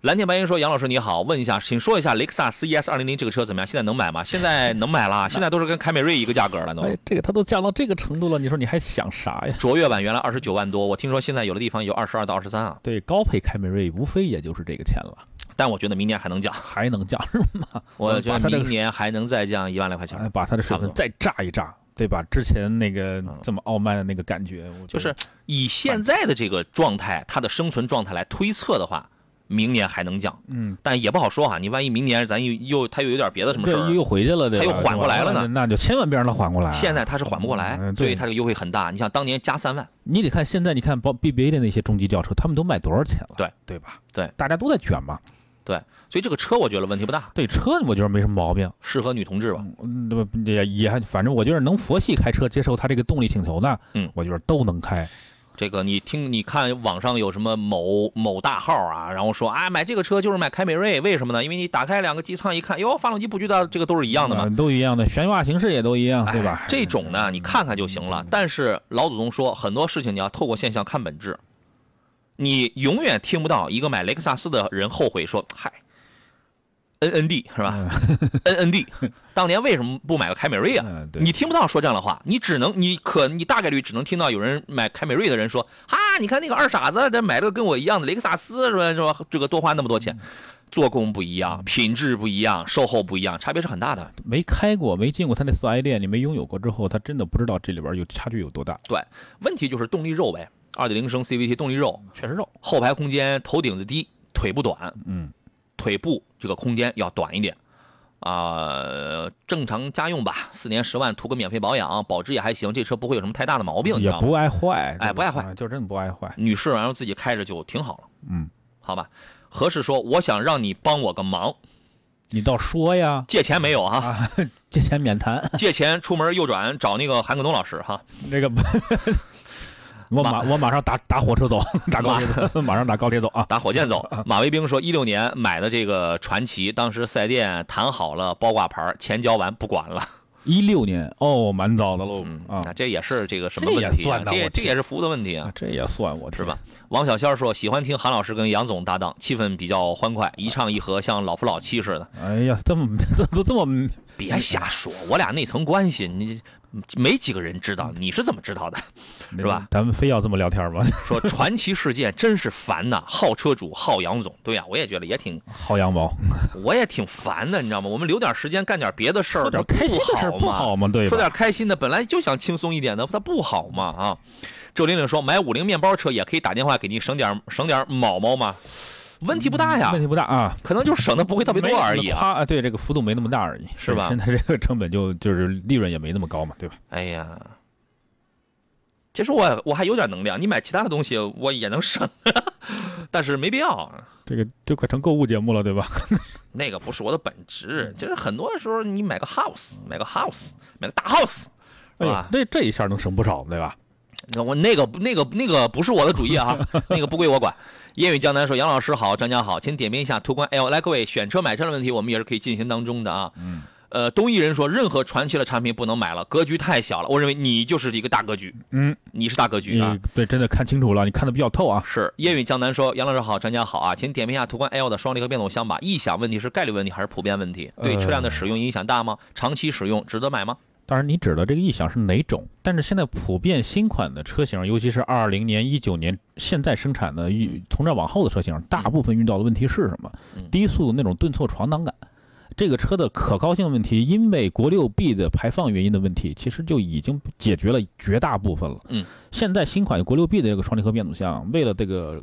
Speaker 3: 蓝天白云说：“杨老师你好，问一下，请说一下雷克萨斯 ES 二零零这个车怎么样？现在能买吗？现在能买啦，现在都是跟凯美瑞一个价格了都。
Speaker 4: 哎，这个它都降到这个程度了，你说你还想啥呀？
Speaker 3: 卓越版原来二十九万多，我听说现在有的地方有二十二到二十三啊，
Speaker 4: 对，高配凯美瑞无非也就是这个钱了，
Speaker 3: 但我觉得明年还能降，
Speaker 4: 还能降是吗？
Speaker 3: 我
Speaker 4: 呃把
Speaker 3: 觉
Speaker 4: 它
Speaker 3: 得
Speaker 4: 这个
Speaker 3: 明年还能再降一万来块
Speaker 4: 哎，
Speaker 3: 钱。
Speaker 4: 把它的水分再炸一炸，对吧？之前那个
Speaker 3: 嗯
Speaker 4: 这么傲慢的那个感觉，我
Speaker 3: 就
Speaker 4: 觉得
Speaker 3: 是以现在的这个状态，它的生存状态来推测的话，明年还能降，
Speaker 4: 嗯，
Speaker 3: 但也不好说啊。你万一明年咱又又它又有点别的什么
Speaker 4: 对
Speaker 3: 事，儿，
Speaker 4: 又回去了，对吧？
Speaker 3: 它又缓过来了呢
Speaker 4: 那那就千万别让它缓过来啊。
Speaker 3: 现在它是缓不过来
Speaker 4: 嗯，
Speaker 3: 所以
Speaker 4: 对
Speaker 3: 它这个优惠很大。你像当年加三万，
Speaker 4: 你得看现在，你看包 BBA 的那些中级轿车，他们都卖多少钱了？
Speaker 3: 对
Speaker 4: 对吧？
Speaker 3: 对，
Speaker 4: 大家都在卷嘛。
Speaker 3: 所以这个车我觉得问题不大，
Speaker 4: 对车，我觉得没什么毛病。
Speaker 3: 适合女同志吧。
Speaker 4: 嗯，那么也也，反正我觉得能佛系开车，接受它这个动力请求呢，
Speaker 3: 嗯
Speaker 4: 我觉得都能开。
Speaker 3: 这个你听，你看网上有什么某某大号啊，然后说啊买这个车就是买凯美瑞，为什么呢？因为你打开两个机舱一看，哟，发动机布局的这个都是一样的嘛
Speaker 4: 嗯，都一样的，悬挂形式也都一样，对吧
Speaker 3: 哎？这种呢，你看看就行了。但是老祖宗说，很多事情你要透过现象看本质。你永远听不到一个买雷克萨斯的人后悔说：“嗨，NND 是吧？NND 当年为什么不买个凯美瑞啊
Speaker 4: 嗯，？”对，
Speaker 3: 你听不到说这样的话，你只能你可你大概率只能听到有人买凯美瑞的人说：“哈，你看那个二傻子，这买了个跟我一样的雷克萨斯，是吧？是吧？这个多花那么多
Speaker 4: 嗯
Speaker 3: 钱，做工不一样，品质不一样，售后不一样，差别是很大的。”
Speaker 4: 没开过，没进过他那四 S 店，你没拥有过之后，他真的不知道这里边有差距有多大，
Speaker 3: 问题就是动力肉呗，二点零升 CVT 动力肉，
Speaker 4: 确实肉。
Speaker 3: 后排空间头顶子低，腿不短，
Speaker 4: 嗯，
Speaker 3: 腿部这个空间要短一点。啊、正常家用吧，四年十万图个免费保养，保值也还行，这车不会有什么太大的毛病，你知
Speaker 4: 也
Speaker 3: 道吗？
Speaker 4: 不爱坏，
Speaker 3: 哎
Speaker 4: 对吧
Speaker 3: 不爱坏
Speaker 4: 啊就真的不爱坏。
Speaker 3: 女士然后自己开着就挺好了，
Speaker 4: 嗯，
Speaker 3: 好吧。合适说，我想让你帮我个忙，
Speaker 4: 你倒说呀，
Speaker 3: 借钱没有啊？
Speaker 4: <laughs> 借钱免谈，
Speaker 3: 借钱出门右转找那个韩可东老师哈、<laughs>
Speaker 4: 那个不我马我马上打打火车走，打高铁走， <laughs> 马上打高铁走啊！
Speaker 3: 打火箭走。马卫兵说，一六年买的这个传奇，当时四 S 店谈好了包挂牌，钱交完不管了。
Speaker 4: 一六年哦，蛮早的喽
Speaker 3: 嗯
Speaker 4: 啊
Speaker 3: 那这也是这个什么
Speaker 4: 这
Speaker 3: 问
Speaker 4: 也
Speaker 3: 题啊？
Speaker 4: 算呐
Speaker 3: 这
Speaker 4: 我
Speaker 3: 这
Speaker 4: 天
Speaker 3: 也是服务的问题
Speaker 4: 啊
Speaker 3: 啊，，
Speaker 4: 这也算我
Speaker 3: 是
Speaker 4: 天
Speaker 3: 吧？？王小仙儿说喜欢听韩老师跟杨总搭档，气氛比较欢快，一唱一和，像老夫老妻似的。
Speaker 4: 哎呀，这么这都这么
Speaker 3: 别瞎说，我俩那层关系，你没几个人知道，你是怎么知道的？ <laughs> 是吧？
Speaker 4: 咱们非要这么聊天吗？
Speaker 3: 说传奇事件真是烦呐，好车主，好杨总。对呀、我也觉得也挺，
Speaker 4: 薅羊毛，
Speaker 3: 我也挺烦的，你知道吗？我们留点时间干点别的事儿，
Speaker 4: 说点开心的事儿
Speaker 3: 不
Speaker 4: 不
Speaker 3: 吗
Speaker 4: 好吗？对
Speaker 3: 说
Speaker 4: 吧？
Speaker 3: 点开心的，本来就想轻松一点的，它不好嘛啊！周玲玲说买五菱面包车也可以打电话给您省点省点毛毛嘛，问题不大呀
Speaker 4: 问，题不大啊。
Speaker 3: 可能就是省的不会特别
Speaker 4: 没
Speaker 3: 多
Speaker 4: 那么
Speaker 3: 而已啊。
Speaker 4: 夸啊，对，这个幅度没那么大而已，
Speaker 3: 是吧
Speaker 4: 现在这个成本就就是利润也没那么高嘛，对吧？
Speaker 3: 哎呀，其实我我还有点能量，你买其他的东西我也能省， <laughs> 但是没必要，
Speaker 4: 这个就快成购物节目了，对吧？
Speaker 3: 那个不是我的本职。就是很多时候你买个 house，买个 house，买个大 house。是
Speaker 4: 哎
Speaker 3: 吧
Speaker 4: 呦，这这一下能省不少，对吧？
Speaker 3: 那我那个那个那个不是我的主意啊，那个不归我管。烟雨江南说：“杨老哎师好，张江好，请点评一下途观 L。”来，各位选车买车的问题，我们也是可以进行当中的啊。
Speaker 4: 嗯，
Speaker 3: 呃，东一人说，任何传奇的产品不能买了，格局太小了。我认为你就是一个大格局，
Speaker 4: 嗯，
Speaker 3: 你是大格局
Speaker 4: 你
Speaker 3: 啊。
Speaker 4: 对真的看清楚了，你看的比较透啊。
Speaker 3: 是烟雨江南说，杨老师好，专家好啊，请点评一下途观 L 的双离合变速箱吧。异响问题是概率问题还是普遍问题？
Speaker 4: 呃
Speaker 3: 对车辆的使用影响大吗？长期使用值得买吗？
Speaker 4: 当然，你指的这个异响是哪种？但是现在普遍新款的车型，尤其是二零年、一九年现在生产的，一从这往后的车型，大部分遇到的问题是什么
Speaker 3: 嗯？
Speaker 4: 低速那种顿挫床挡感，这个车的可靠性问题，因为国六 B 的排放原因的问题，其实就已经解决了绝大部分了。
Speaker 3: 嗯，
Speaker 4: 现在新款国六 B 的这个双离合变速箱，为了这个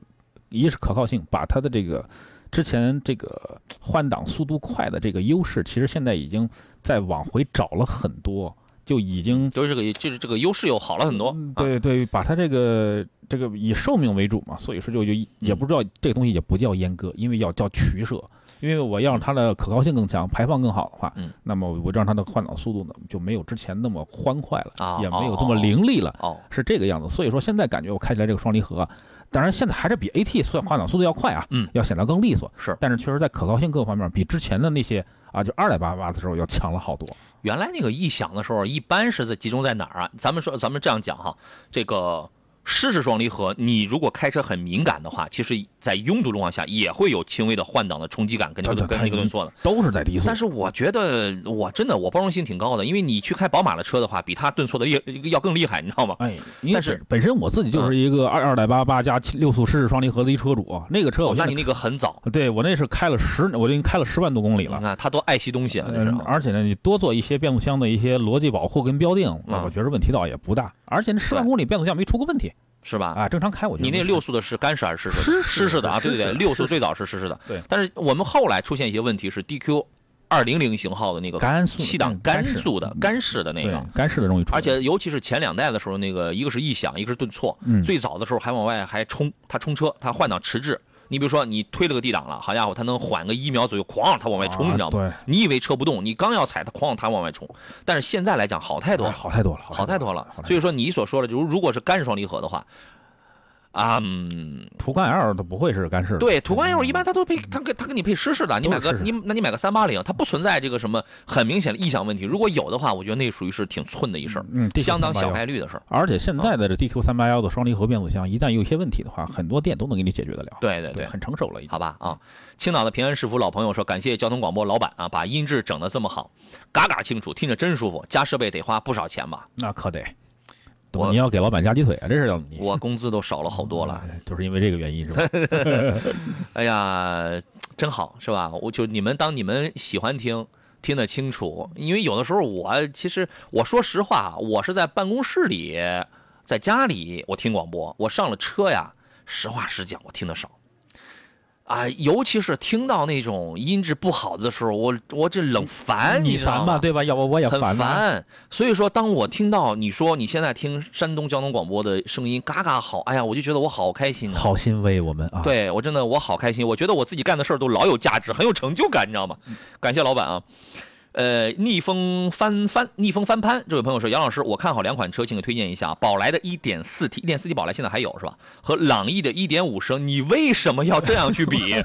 Speaker 4: 一是可靠性，把它的这个之前这个换挡速度快的这个优势，其实现在已经在往回找了很多，就已经
Speaker 3: 就是这个，就是这个优势又好了很多
Speaker 4: 嗯。
Speaker 3: 啊，
Speaker 4: 对对，把它这个这个以寿命为主嘛，所以说就就也
Speaker 3: 嗯
Speaker 4: 不知道这个东西也不叫阉割，因为要叫取舍。因为我要让它的可靠性更强，排放更好的话，
Speaker 3: 嗯
Speaker 4: 那么我让它的换挡速度呢就没有之前那么欢快了，
Speaker 3: 啊
Speaker 4: 也没有
Speaker 3: 哦
Speaker 4: 这么
Speaker 3: 哦
Speaker 4: 凌厉了，
Speaker 3: 哦，
Speaker 4: 是这个样子。所以说现在感觉我开起来这个双离合，啊当然现在还是比 AT 算换挡速度要快啊，
Speaker 3: 嗯
Speaker 4: 要显得更利索。
Speaker 3: 是
Speaker 4: 但是确实在可靠性各方面比之前的那些啊，就二点八瓦的时候要强了好多。
Speaker 3: 原来那个异响的时候，一般是在集中在哪儿啊？咱们说，咱们这样讲哈，这个湿式双离合，你如果开车很敏感的话，其实在拥堵状况下也会有轻微的换挡的冲击感，跟那个
Speaker 4: 对对
Speaker 3: 跟那个顿挫的。
Speaker 4: 都是在低速。
Speaker 3: 但是我觉得，我真的我包容性挺高的，因为你去开宝马的车的话，比它顿挫的厉要更厉害，你知道吗？
Speaker 4: 哎，因为
Speaker 3: 但是
Speaker 4: 本本身我自己
Speaker 3: 啊
Speaker 4: 就是一个二二点八八加七六速湿式双离合的一车主啊，那个车
Speaker 3: 哦
Speaker 4: 我，
Speaker 3: 那
Speaker 4: 现在
Speaker 3: 你那个很早，
Speaker 4: 对我那是开了十，我已经开了十万多公里
Speaker 3: 你
Speaker 4: 了。
Speaker 3: 看他多爱惜东西啊，这是
Speaker 4: 嗯，而且呢，你多做一些变速箱的一些逻辑保护跟标定，
Speaker 3: 嗯
Speaker 4: 我觉得问题倒也不大。而且那十万
Speaker 3: 对
Speaker 4: 公里变速箱没出过问题
Speaker 3: 是吧？
Speaker 4: 啊，正常开我觉得
Speaker 3: 你
Speaker 4: 没
Speaker 3: 那
Speaker 4: 啥
Speaker 3: 六速的是干式还嗯是湿式的？
Speaker 4: 湿式
Speaker 3: 湿式的啊，
Speaker 4: 对
Speaker 3: 对对
Speaker 4: 湿
Speaker 3: 对，
Speaker 4: 式
Speaker 3: 六
Speaker 4: 湿
Speaker 3: 速
Speaker 4: 式
Speaker 3: 最早是湿式的。
Speaker 4: 对
Speaker 3: 但是我们后来出现一些问题是 DQ 二零零型号的那个
Speaker 4: 干速的
Speaker 3: 七档
Speaker 4: 嗯
Speaker 3: 干
Speaker 4: 式
Speaker 3: 速的干式的那
Speaker 4: 对
Speaker 3: 个，
Speaker 4: 干式的容易出，
Speaker 3: 而且尤其是前两代的时候，那个一个是异响，一个是顿挫。
Speaker 4: 嗯
Speaker 3: 最早的时候还往外还冲，它冲车，它换挡迟滞。你比如说你推了个 D 档了，好家伙，它能缓个一秒左右，哐，它往外冲，你知道吗？
Speaker 4: 啊对，
Speaker 3: 你以为车不动，你刚要踩它，哐，它往外冲。但是现在来讲好太多
Speaker 4: 哎
Speaker 3: 了，
Speaker 4: 好太多了，
Speaker 3: 好太多了。
Speaker 4: 好太
Speaker 3: 所以说你所说的，如如果是干式双离合的话，啊，嗯，
Speaker 4: 途观 L 它不会是干式的，
Speaker 3: 对，途观 L 一般它都配，它给它给你配湿式的，你
Speaker 4: 都
Speaker 3: 买
Speaker 4: 是
Speaker 3: 个
Speaker 4: 湿式
Speaker 3: 你那你买个三八零，它不存在这个什么很明显的异响问题。如果有的话，我觉得那属于是挺寸的一事儿，
Speaker 4: 嗯，DQ
Speaker 3: 相当小
Speaker 4: 381
Speaker 3: 概率的事儿。
Speaker 4: 而且现在的这 DQ 三八幺的双离合变速箱，一旦有一些问题的话，很多店都能给你解决得了。
Speaker 3: 对对对，
Speaker 4: 很成熟了已经。
Speaker 3: 好吧啊！青岛的平安市府老朋友说，感谢交通广播老板啊，把音质整得这么好，嘎嘎清楚，听着真舒服。加设备得花不少钱吧？
Speaker 4: 那可得，
Speaker 3: 我
Speaker 4: 你要给老板加鸡腿啊，这是要你
Speaker 3: 我工资都少了好多
Speaker 4: <laughs>
Speaker 3: 了。
Speaker 4: 哎就是因为这个原
Speaker 3: <laughs>
Speaker 4: 因是吧？
Speaker 3: 哎呀，真好是吧？我就你们当你们喜欢听，听得清楚，因为有的时候我其实我说实话，我是在办公室里，在家里我听广播，我上了车呀，实话实讲，我听得少。啊，尤其是听到那种音质不好的时候，我我这冷烦，
Speaker 4: 你
Speaker 3: 哎知道
Speaker 4: 烦
Speaker 3: 吗
Speaker 4: 吧，？对吧？要不我也
Speaker 3: 很
Speaker 4: 烦啊呐。
Speaker 3: 烦。所以说，当我听到你说你现在听山东交通广播的声音，嘎嘎好，哎呀，我就觉得我好开心啊！
Speaker 4: 好心为我们啊，，
Speaker 3: 对我真的我好开心，我觉得我自己干的事儿都老有价值，很有成就感，你知道吗？
Speaker 4: 嗯
Speaker 3: 感谢老板啊。呃，逆风翻翻，逆风翻潘，这位朋友说，杨老师，我看好两款车，请给推荐一下。宝来的 1.4T，1.4T 宝来现在还有是吧？和朗逸的1.5升，你为什么要这样去比？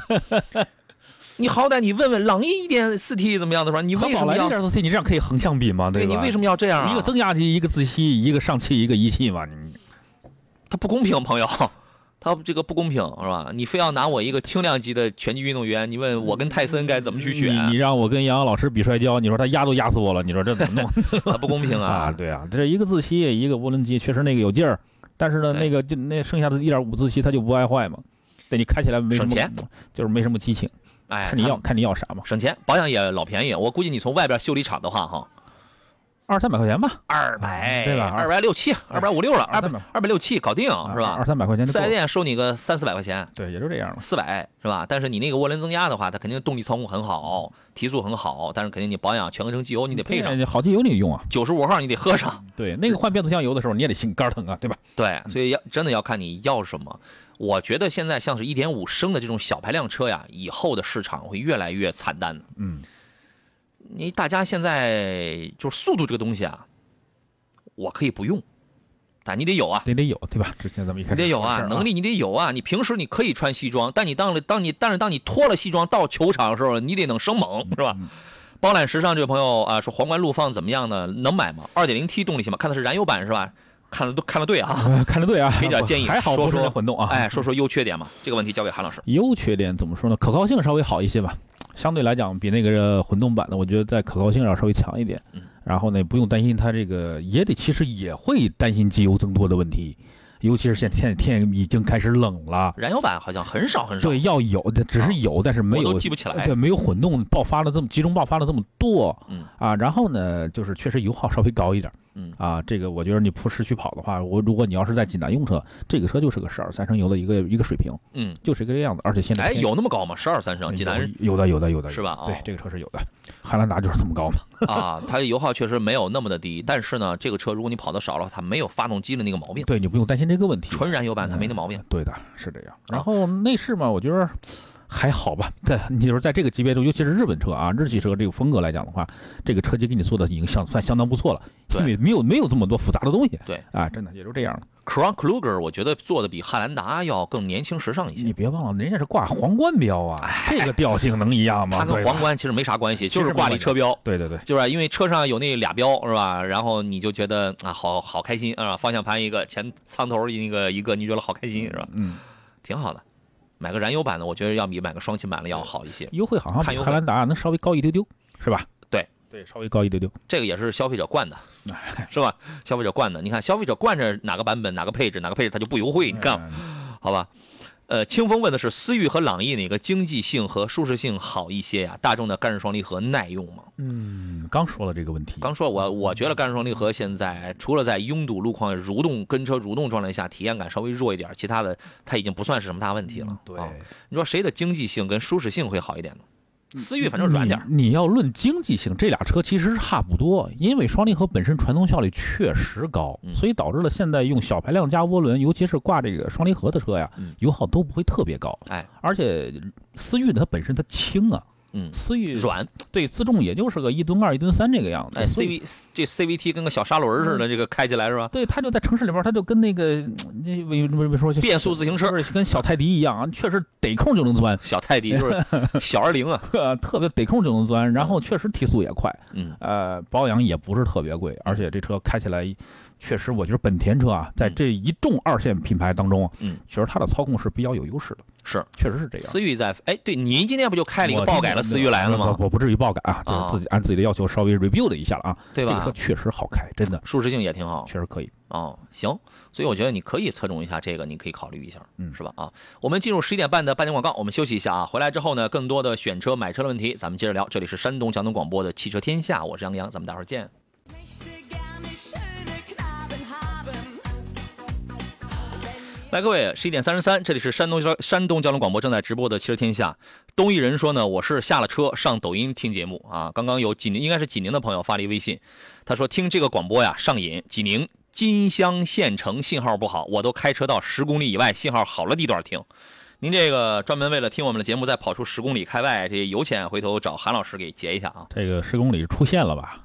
Speaker 3: <laughs> 你好歹你问问朗逸 1.4T 怎么样的吧？你
Speaker 4: 和
Speaker 3: 为什
Speaker 4: 宝
Speaker 3: 么
Speaker 4: 来
Speaker 3: 要
Speaker 4: 一点四 T，你这样可以横向比吗？
Speaker 3: 对
Speaker 4: 吧？
Speaker 3: 你为什么要这样啊、
Speaker 4: 一个增压机，一个自吸，一个上气，一个一气嘛？你
Speaker 3: 它不公平，朋友，它这个不公平是吧？你非要拿我一个轻量级的拳击运动员，你问我跟泰森该怎么去选？
Speaker 4: 你你让我跟杨洋老师比摔跤，你说他压都压死我了，你说这怎么弄？
Speaker 3: <laughs> 啊，不公平
Speaker 4: 啊，
Speaker 3: 啊！
Speaker 4: 对啊，这一个自吸，一个涡轮机，确实那个有劲儿，但是呢，
Speaker 3: 对
Speaker 4: 那个就那剩下的一点五自吸它就不爱坏嘛，对你开起来没什
Speaker 3: 省
Speaker 4: 么
Speaker 3: 钱，
Speaker 4: <laughs> 就是没什么激情，
Speaker 3: 哎，
Speaker 4: 看你
Speaker 3: 他
Speaker 4: 要看你要啥嘛，
Speaker 3: 省钱，保养也老便宜。我估计你从外边修理厂的话，哈，
Speaker 4: 二三百块钱吧，
Speaker 3: 二百
Speaker 4: 啊对吧
Speaker 3: 二百六七，二百五六了，二百
Speaker 4: 二三百
Speaker 3: 二百六七搞定
Speaker 4: 啊
Speaker 3: 是
Speaker 4: 二
Speaker 3: 吧？
Speaker 4: 三百块钱就
Speaker 3: 四
Speaker 4: 够
Speaker 3: S
Speaker 4: 了，
Speaker 3: 店收你个三四百块钱，
Speaker 4: 对，也就这样了。
Speaker 3: 四百是吧？但是你那个涡轮增压的话，它肯定动力操控很好，提速很好，但是肯定你保养全合成机油你得配上，
Speaker 4: 对好机油你用啊，
Speaker 3: 九十五号你得喝上。
Speaker 4: 对，那个换变速箱油的时候你也得心肝疼啊，对吧？
Speaker 3: 对，所以要真的要看你要什么。我觉得现在像是一点五升的这种小排量车呀，以后的市场会越来越惨淡的。
Speaker 4: 嗯，
Speaker 3: 你大家现在就是速度这个东西啊，我可以不用，但你得有啊，
Speaker 4: 得得有对吧？之前咱们一
Speaker 3: 你
Speaker 4: 开始
Speaker 3: 得有
Speaker 4: 说的
Speaker 3: 啊
Speaker 4: 事儿，
Speaker 3: 能力你得有啊。你平时你可以穿西装，但你当了当你但是当你脱了西装到球场的时候，你得能生猛，是吧？包揽时尚这位朋友啊，说皇冠陆放怎么样呢？能买吗？二点零 T 动力行吗？看的是燃油版是吧？看的都看的对啊，
Speaker 4: 呃 <laughs> 看着对啊，
Speaker 3: 给点建议，
Speaker 4: 还好
Speaker 3: 说
Speaker 4: 不是
Speaker 3: 说
Speaker 4: 混动啊。
Speaker 3: 哎，说说优缺点嘛。这个问题交给韩老师。
Speaker 4: 优缺点怎么说呢？可靠性稍微好一些吧，相对来讲比那个混动版的，我觉得在可靠性上稍微强一点
Speaker 3: 嗯。
Speaker 4: 然后呢，不用担心它这个，也得其实也会担心机油增多的问题，尤其是现现在天已经开始冷了，
Speaker 3: 燃油版好像很少很少，
Speaker 4: 对，要有，只是有，但是没
Speaker 3: 我
Speaker 4: 有呃
Speaker 3: 都记不起来
Speaker 4: 对，。没有混动爆发了这么集中爆发了这么多，
Speaker 3: 嗯
Speaker 4: 啊，然后呢，就是确实油耗稍微高一点，
Speaker 3: 嗯
Speaker 4: 啊，这个我觉得你铺市区跑的话，我如果你要是在济南用车，这个车就是个十二三升油的一个一个水平，
Speaker 3: 嗯，
Speaker 4: 就是这个样子，而且现在
Speaker 3: 哎，
Speaker 4: 天
Speaker 3: 有那么高吗？十二三升，
Speaker 4: 嗯有
Speaker 3: 济南人
Speaker 4: 有的有的有的
Speaker 3: 是？吧？
Speaker 4: 有
Speaker 3: 啊
Speaker 4: 的对，这个车是有的，汉兰达就是这么高嘛，
Speaker 3: 啊，它油耗确实没有那么的低，但是呢，这个车如果你跑的少了，它没有发动机的那个毛病。
Speaker 4: 对，你不用担心这个问题，
Speaker 3: 纯燃油版它没那毛病。
Speaker 4: 对的，是这
Speaker 3: 啊
Speaker 4: 样。然后内饰嘛，我觉得还好吧，在你就是在这个级别中，尤其是日本车啊，日系车这个风格来讲的话，这个车机给你做的已经相算相当不错了，
Speaker 3: 对
Speaker 4: 因为没有没有这么多复杂的东西。
Speaker 3: 对
Speaker 4: 啊，真的也就这样了。
Speaker 3: Crown Kluger 我觉得做的比汉兰达要更年轻时尚一
Speaker 4: 你
Speaker 3: 些，
Speaker 4: 别忘了，人家是挂皇冠标啊，这个调性能
Speaker 3: <laughs>
Speaker 4: 一样吗？
Speaker 3: 它跟
Speaker 4: 对吧
Speaker 3: 哎皇。冠其实没啥关系，
Speaker 4: 其实
Speaker 3: 就是挂了一车标。
Speaker 4: 对对对，
Speaker 3: 就是吧因为车上有那俩标是吧？然后你就觉得啊，好好开心啊，方向盘一个，前舱头一个一个，你觉得好开心 <laughs> 是吧？
Speaker 4: 嗯，
Speaker 3: 挺好的，买个燃油版的，我觉得要比买个双擎版的要好一些。
Speaker 4: 优惠好像
Speaker 3: 看
Speaker 4: 比
Speaker 3: 优惠
Speaker 4: 汉兰达能稍微高一丢丢，是吧？
Speaker 3: 对
Speaker 4: 对，稍微高一丢丢。
Speaker 3: 这个也是消费者惯的，是吧？消费者惯的，你看消费者惯着哪个版本、哪个配置、哪个配置，它就不优惠，你看
Speaker 4: 嗯，
Speaker 3: 好吧？呃，清风问的是思域和朗逸哪个经济性和舒适性好一些呀？大众的干式双离合耐用吗？
Speaker 4: 嗯，刚说了这个问题，
Speaker 3: 刚说我我觉得干式双离合现在除了在拥堵路况、蠕动跟车蠕动状态下体验感稍微弱一点，其他的它已经不算是什么大问题了。
Speaker 4: 对，
Speaker 3: 啊你说谁的经济性跟舒适性会好一点呢？思域反正软点儿，
Speaker 4: 你。你要论经济性，这俩车其实差不多，因为双离合本身传动效率确实高，
Speaker 3: 嗯
Speaker 4: 所以导致了现在用小排量加涡轮，尤其是挂这个双离合的车呀，
Speaker 3: 嗯
Speaker 4: 油耗都不会特别高。
Speaker 3: 哎，
Speaker 4: 而且思域呢它本身它轻啊，
Speaker 3: 嗯，
Speaker 4: 思域
Speaker 3: 软。
Speaker 4: 对自重也就是个一吨二、一吨三这个样子。
Speaker 3: 哎
Speaker 4: 所以嗯
Speaker 3: ，CV 这 CVT 跟个小砂轮儿似的，这个开起来是吧？
Speaker 4: 对，它就在城市里边，它就跟那个嗯那为为为说
Speaker 3: 变速自行车
Speaker 4: <laughs> 不是跟小泰迪一样啊，确实逮空就能钻，
Speaker 3: 小泰迪就是小二零啊，
Speaker 4: 特别逮空就能钻，然后确实提速也快。
Speaker 3: 嗯，
Speaker 4: 呃，保养也不是特别贵，而且这车开起来，确实我觉得本田车啊，在这一众二线品牌当中，
Speaker 3: 嗯，
Speaker 4: 确实它的操控是比较有优势的，
Speaker 3: 是，
Speaker 4: 确实是这样。
Speaker 3: 思域在，哎，对，您今天不就开了一个
Speaker 4: 我
Speaker 3: 爆改了思域来了吗？
Speaker 4: 我我不至于爆改啊，就是自己按自己的要求稍微 review 了一下了啊。
Speaker 3: 对
Speaker 4: 这个
Speaker 3: 吧
Speaker 4: 车？确实好开，真的
Speaker 3: 舒适性也挺好
Speaker 4: 确实可以。
Speaker 3: 哦，行，所以我觉得你可以侧重一下这个，你可以考虑一下，
Speaker 4: 嗯
Speaker 3: 是吧？啊，我们进入十一点半的半点广告，我们休息一下啊。回来之后呢，更多的选车、买车的问题，咱们接着聊。这里是山东交通广播的汽车天下，我是杨洋，咱们待会儿见。
Speaker 2: Möchte gerne schöne Knaben haben.
Speaker 3: 来，各位，十一点三十三，这里是山东交山东交通广播正在直播的《汽车天下》。东一人说呢，我是下了车上抖音听节目啊。刚刚有济宁，应该是济宁的朋友发了一微信，他说听这个广播呀上瘾。济宁金乡县城信号不好，我都开车到十公里以外信号好了地段听。您这个专门为了听我们的节目再跑出十公里开外，这油钱回头找韩老师给结一下啊。
Speaker 4: 这个十公里出线了吧？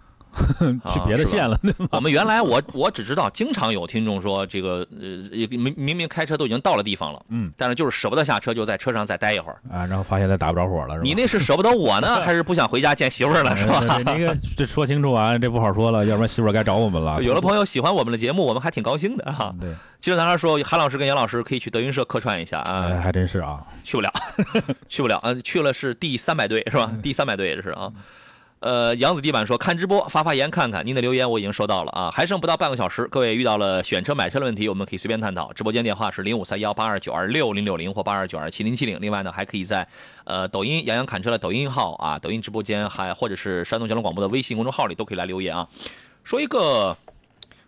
Speaker 4: 去
Speaker 3: 啊
Speaker 4: 别的
Speaker 3: 是吧
Speaker 4: 县了， <laughs>
Speaker 3: 我们原来我我只知道，经常有听众说这个呃明明明开车都已经到了地方了，
Speaker 4: 嗯，
Speaker 3: 但是就是舍不得下车，就在车上再待一会儿。
Speaker 4: 啊，然后发现他打不着火了，是吧？哎
Speaker 3: 你那是舍不得我
Speaker 4: <laughs>
Speaker 3: 呢，还是不想回家见媳妇儿了，是吧？
Speaker 4: 对？对那个这说清楚啊，这不好说了，要不然媳妇儿该找我们了。
Speaker 3: 有了朋友喜欢我们的节目，我们还挺高兴的哈。
Speaker 4: 对，
Speaker 3: 其实咱俩说，韩老师跟杨老师可以去德云社客串一下
Speaker 4: 哎，
Speaker 3: 啊，
Speaker 4: 还真是啊。
Speaker 3: 去不了， <laughs> 去不了啊，去了是第三百队是吧？第三百队这是啊。呃，杨子地板说看直播发发言看看，您的留言我已经收到了啊，还剩不到半个小时，各位遇到了选车买车的问题，我们可以随便探讨。直播间电话是零五三幺八二九二六零六零或八二九二七零七零，另外呢还可以在呃抖音杨洋侃车的抖音号啊，抖音直播间还或者是山东交通广播的微信公众号里都可以来留言啊。说一个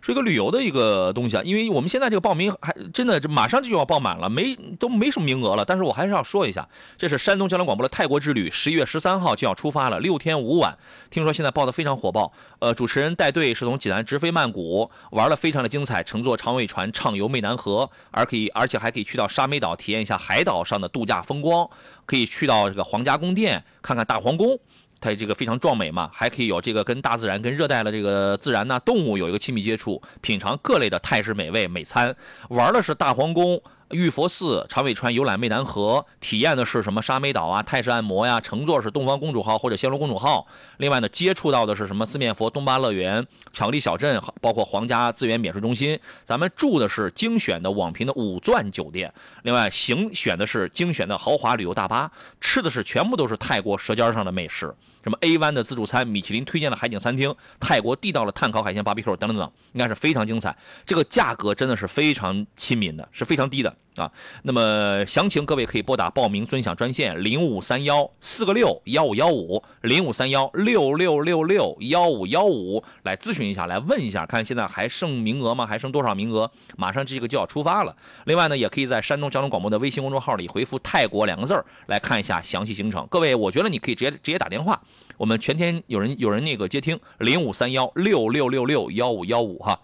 Speaker 3: 说一个旅游的一个东西啊，因为我们现在这个报名还真的这马上就要报满了，没都没什么名额了。但是我还是要说一下，这是山东交通广播的泰国之旅，十一月十三号就要出发了，六天五晚。听说现在报的非常火爆，呃，主持人带队是从济南直飞曼谷，玩的非常的精彩，乘坐长尾船畅游湄南河，而可以而且还可以去到沙美岛体验一下海岛上的度假风光，可以去到这个皇家宫殿看看大皇宫。它这个非常壮美嘛，还可以有这个跟大自然、跟热带的这个自然呐、动物有一个亲密接触，品尝各类的泰式美味美餐，玩的是大皇宫。玉佛寺、长尾川游览湄南河，体验的是什么沙美岛啊、泰式按摩呀、乘坐是东方公主号或者暹罗公主号。另外呢，接触到的是什么四面佛、东巴乐园、巧克力小镇，包括皇家资源免税中心。咱们住的是精选的网评的五钻酒店，另外行选的是精选的豪华旅游大巴，吃的是全部都是泰国舌尖上的美食。什么 A 湾的自助餐、米其林推荐的海景餐厅、泰国地道的炭烤海鲜 BBQ 等等等，应该是非常精彩。这个价格真的是非常亲民的，是非常低的啊。那么详情各位可以拨打报名尊享专线零五三幺四个六幺五幺五零五三幺六六六六幺五幺五来咨询一下，来问一下，看现在还剩名额吗？还剩多少名额？马上这个就要出发了。另外呢，也可以在山东交通广播的微信公众号里回复“泰国”两个字儿来看一下详细行程。各位，我觉得你可以直接直接打电话，我们全天有人有人那个接听零五三幺六六六六幺五幺五哈。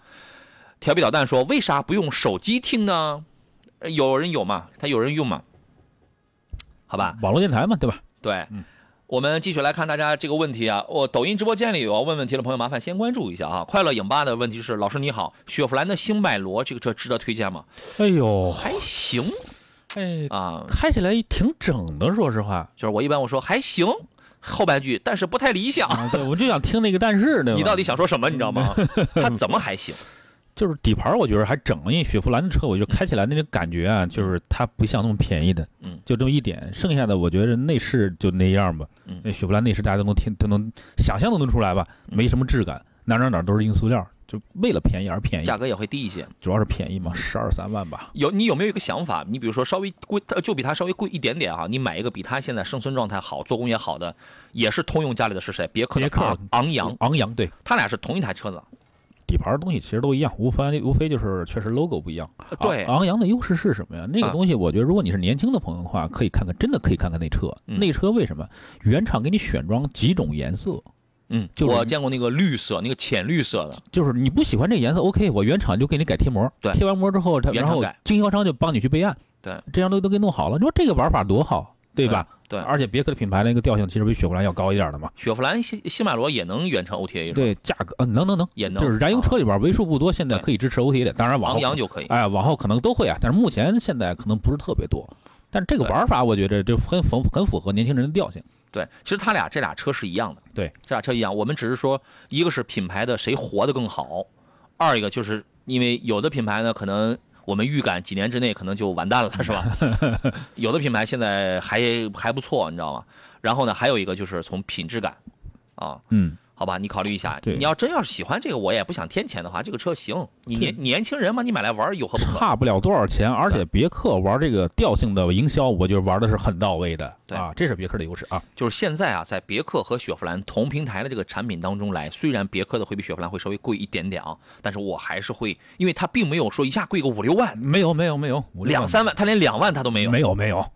Speaker 3: 调皮捣蛋说：“为啥不用手机听呢？呃有人有嘛？他有人用嘛？好吧，
Speaker 4: 网络电台嘛，对吧？
Speaker 3: 对，
Speaker 4: 嗯
Speaker 3: 我们继续来看大家这个问题啊。我抖音直播间里有要问问题的朋友，麻烦先关注一下啊。快乐影吧的问题是：老师你好，雪佛兰的星迈罗这个车值得推荐吗？
Speaker 4: 哎呦，
Speaker 3: 还行
Speaker 4: 哎，
Speaker 3: 啊，
Speaker 4: 开起来挺整的，说实话。
Speaker 3: 就是我一般我说还行，后半句但是不太理想。
Speaker 4: 啊，对，我就想听那个，但是对吧？
Speaker 3: 你到底想说什么？你知道吗？它怎么还行？
Speaker 4: 就是底盘，我觉得还整，因为雪佛兰的车，我就开起来那种感觉啊，就是它不像那么便宜的，
Speaker 3: 嗯
Speaker 4: 就这么一点。剩下的我觉得内饰就那样吧，
Speaker 3: 嗯
Speaker 4: 那雪佛兰内饰大家都能听，都能想象都能出来吧，没什么质感，哪哪哪都是硬塑料，就为了便宜而便宜，
Speaker 3: 价格也会低一些。
Speaker 4: 主要是便宜嘛，十二三万吧。
Speaker 3: 有你有没有一个想法？你比如说稍微贵，呃就比它稍微贵一点点啊，你买一个比它现在生存状态好、做工也好的，也是通用家里的是谁？别克的
Speaker 4: 别克啊
Speaker 3: 昂昂扬，
Speaker 4: 昂扬对，
Speaker 3: 它俩是同一台车子。
Speaker 4: 底盘东西其实都一样，无非无非就是确实 logo 不一样。
Speaker 3: 呃对，
Speaker 4: 昂昂扬的优势是什么呀？那个
Speaker 3: 啊
Speaker 4: 东西，我觉得如果你是年轻的朋友的话，可以看看，真的可以看看那车。
Speaker 3: 嗯
Speaker 4: 那车为什么原厂给你选装几种颜色？
Speaker 3: 嗯，
Speaker 4: 就是
Speaker 3: 我见过那个绿色，那个浅绿色的，
Speaker 4: 就是你不喜欢这个颜色，OK，我原厂就给你改贴膜。
Speaker 3: 对
Speaker 4: 贴完膜之后，它
Speaker 3: 原
Speaker 4: 然
Speaker 3: 厂
Speaker 4: 后
Speaker 3: 改
Speaker 4: 经销商就帮你去备案。
Speaker 3: 对，嗯
Speaker 4: 这样都都给弄好了。你说这个玩法多好，对吧？
Speaker 3: 对对
Speaker 4: 而且别克的品牌那个调性其实比雪佛兰要高一点的嘛。
Speaker 3: 雪佛兰新新迈罗也能远程 OTA 是吧？
Speaker 4: 对，价格，嗯，能能能，
Speaker 3: 也能
Speaker 4: 就是燃油车
Speaker 3: 啊
Speaker 4: 里边为数不多现在
Speaker 3: 对
Speaker 4: 可以支持 OTA 的，当然往
Speaker 3: 昂
Speaker 4: 后
Speaker 3: 扬就可以。
Speaker 4: 哎，往后可能都会啊，但是目前现在可能不是特别多。但这个
Speaker 3: 对
Speaker 4: 玩法，我觉得就很符很符合年轻人的调性。
Speaker 3: 对，其实它俩这俩车是一样的，
Speaker 4: 对，
Speaker 3: 这俩车一样。我们只是说，一个是品牌的谁活得更好，二一个就是因为有的品牌呢，可能我们预感几年之内可能就完蛋了，是吧？ <laughs> 有的品牌现在还还不错，你知道吗？然后呢，还有一个就是从品质感，啊，
Speaker 4: 嗯，
Speaker 3: 好吧，你考虑一下。
Speaker 4: 对
Speaker 3: 你要真要是喜欢这个，我也不想添钱的话，这个车行。你
Speaker 4: 对
Speaker 3: 年年轻人嘛，你买来玩儿有何不可？
Speaker 4: 差不了多少钱，而且别克玩这个调性的营销，我觉得玩的是很到位的
Speaker 3: 对
Speaker 4: 啊，这是别克的优势啊。
Speaker 3: 就是现在啊，在别克和雪佛兰同平台的这个产品当中来，虽然别克的会比雪佛兰会稍微贵一点点啊，但是我还是会，因为它并没有说一下贵个五六万、
Speaker 4: 没有没有没有，五六
Speaker 3: 两三万，它连两万它都没有，
Speaker 4: 没有没有，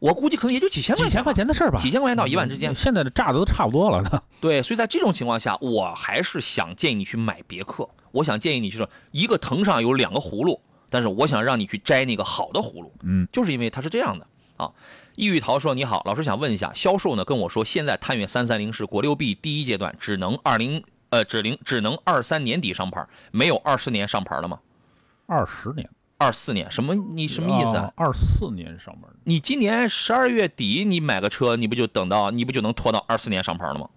Speaker 3: 我估计可能也就几千块
Speaker 4: 几千块
Speaker 3: 钱吧。
Speaker 4: 钱的事儿吧，嗯
Speaker 3: 几千块钱到一万之间
Speaker 4: 现在的炸的都差不多了呢。
Speaker 3: 对，所以在这种情况下，我还是想建议你去买别克。我想建议你就是一个藤上有两个葫芦，但是我想让你去摘那个好的葫芦。
Speaker 4: 嗯，
Speaker 3: 就是因为它是这样的啊。易玉桃说：“你好，老师想问一下，销售呢跟我说，现在探岳三三零是国六 B 第一阶段，只能二零呃，只能只能二三年底上牌，没有二四年上牌了吗？
Speaker 4: 二十年哦
Speaker 3: 二四年什么？你什么意思啊？？
Speaker 4: 二四年上班，
Speaker 3: 你今年十二月底你买个车，你不就等到你不就能拖到二四年上牌了吗？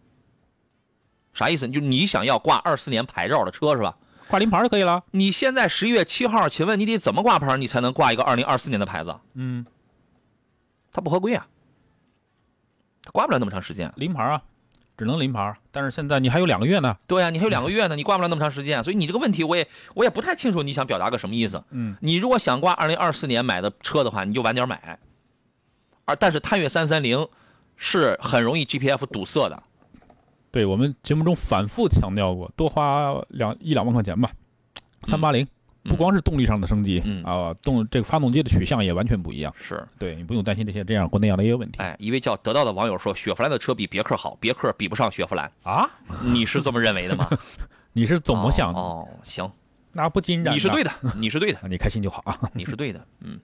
Speaker 3: 啥意思？就你想要挂二四年牌照的车是吧？
Speaker 4: 挂临牌就可以了。
Speaker 3: 你现在十一月七号，请问你得怎么挂牌，你才能挂一个二零二四年的牌子啊？
Speaker 4: 嗯，
Speaker 3: 它不合规啊，它挂不了那么长时间啊。
Speaker 4: 临牌啊，只能临牌。但是现在你还有两个月呢。
Speaker 3: 对啊呀、你还有两个月呢，你挂不了那么长时间，啊所以你这个问题我也我也不太清楚你想表达个什么意思。
Speaker 4: 嗯，
Speaker 3: 你如果想挂二零二四年买的车的话，你就晚点买。而但是探岳三三零是很容易 GPF 堵塞的，
Speaker 4: 对我们节目中反复强调过，多花两一两万块钱吧，三八零
Speaker 3: 嗯
Speaker 4: 不光是动力上的升级，
Speaker 3: 嗯
Speaker 4: 啊，动这个发动机的取向也完全不一样。
Speaker 3: 是。
Speaker 4: 对你不用担心这些这样或那样的一些问题
Speaker 3: 哎，一位叫得到的网友说，雪佛兰的车比别克好，别克比不上雪佛兰，
Speaker 4: 啊。
Speaker 3: 你是这么认为 <laughs> 的吗？
Speaker 4: 你是怎么想的？
Speaker 3: 哦，哦行，
Speaker 4: 那不尽然，
Speaker 3: 你是对的，你是对 <laughs> 的，
Speaker 4: 啊，你开心就好啊。
Speaker 3: 你是对的，嗯。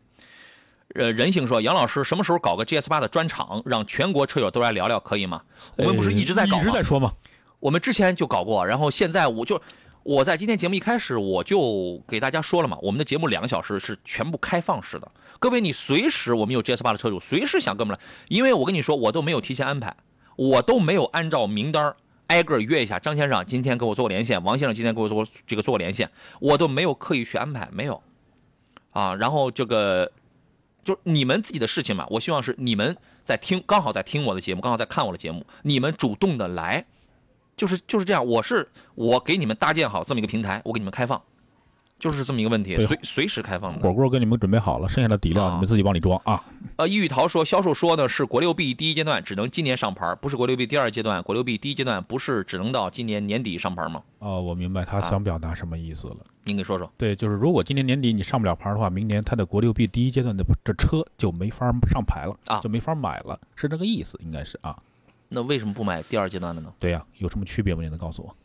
Speaker 3: 呃，人性说，杨老师什么时候搞个 GS 八的专场，让全国车友都来呃聊聊，可以吗？我们不是一直在搞
Speaker 4: 呃一直
Speaker 3: 吗
Speaker 4: 在？说吗？
Speaker 3: 我们之前就搞过，然后现在我就我在今天节目一开始我就给大家说了嘛，我们的节目两个小时是全部开放式的，各位你随时我们有 GS 八的车主随时想跟我们来，因为我跟你说我都没有提前安排，我都没有按照名单儿挨个儿约一下，张先生今天跟我做个连线，王先生今天跟我做个这个做个连线，我都没有刻意去安排，没有，啊，然后这个就你们自己的事情嘛，我希望是你们在听，刚好在听我的节目，刚好在看我的节目，你们主动的来，就是就是这样，我是我给你们搭建好这么一个平台，我给你们开放，就是这么一个问题，
Speaker 4: 对
Speaker 3: 随随时开放的。
Speaker 4: 火锅给你们准备好了，剩下的底料
Speaker 3: 啊
Speaker 4: 你们自己往里装啊。
Speaker 3: 呃，易玉桃说，销售说呢是国六 B 第一阶段只能今年上牌，不是国六 B 第二阶段，国六 B 第一阶段不是只能到今年年底上牌吗？
Speaker 4: 哦，我明白他
Speaker 3: 啊
Speaker 4: 想表达什么意思了。
Speaker 3: 您给说说。
Speaker 4: 对，就是如果今年年底你上不了牌的话，明年他的国六 B 第一阶段的这车就没法上牌了
Speaker 3: 啊
Speaker 4: 就没法买了，是这个意思，应该是啊。
Speaker 3: 那为什么不买第二阶段的呢？
Speaker 4: 对呀、有什么区别吗？你能告诉我？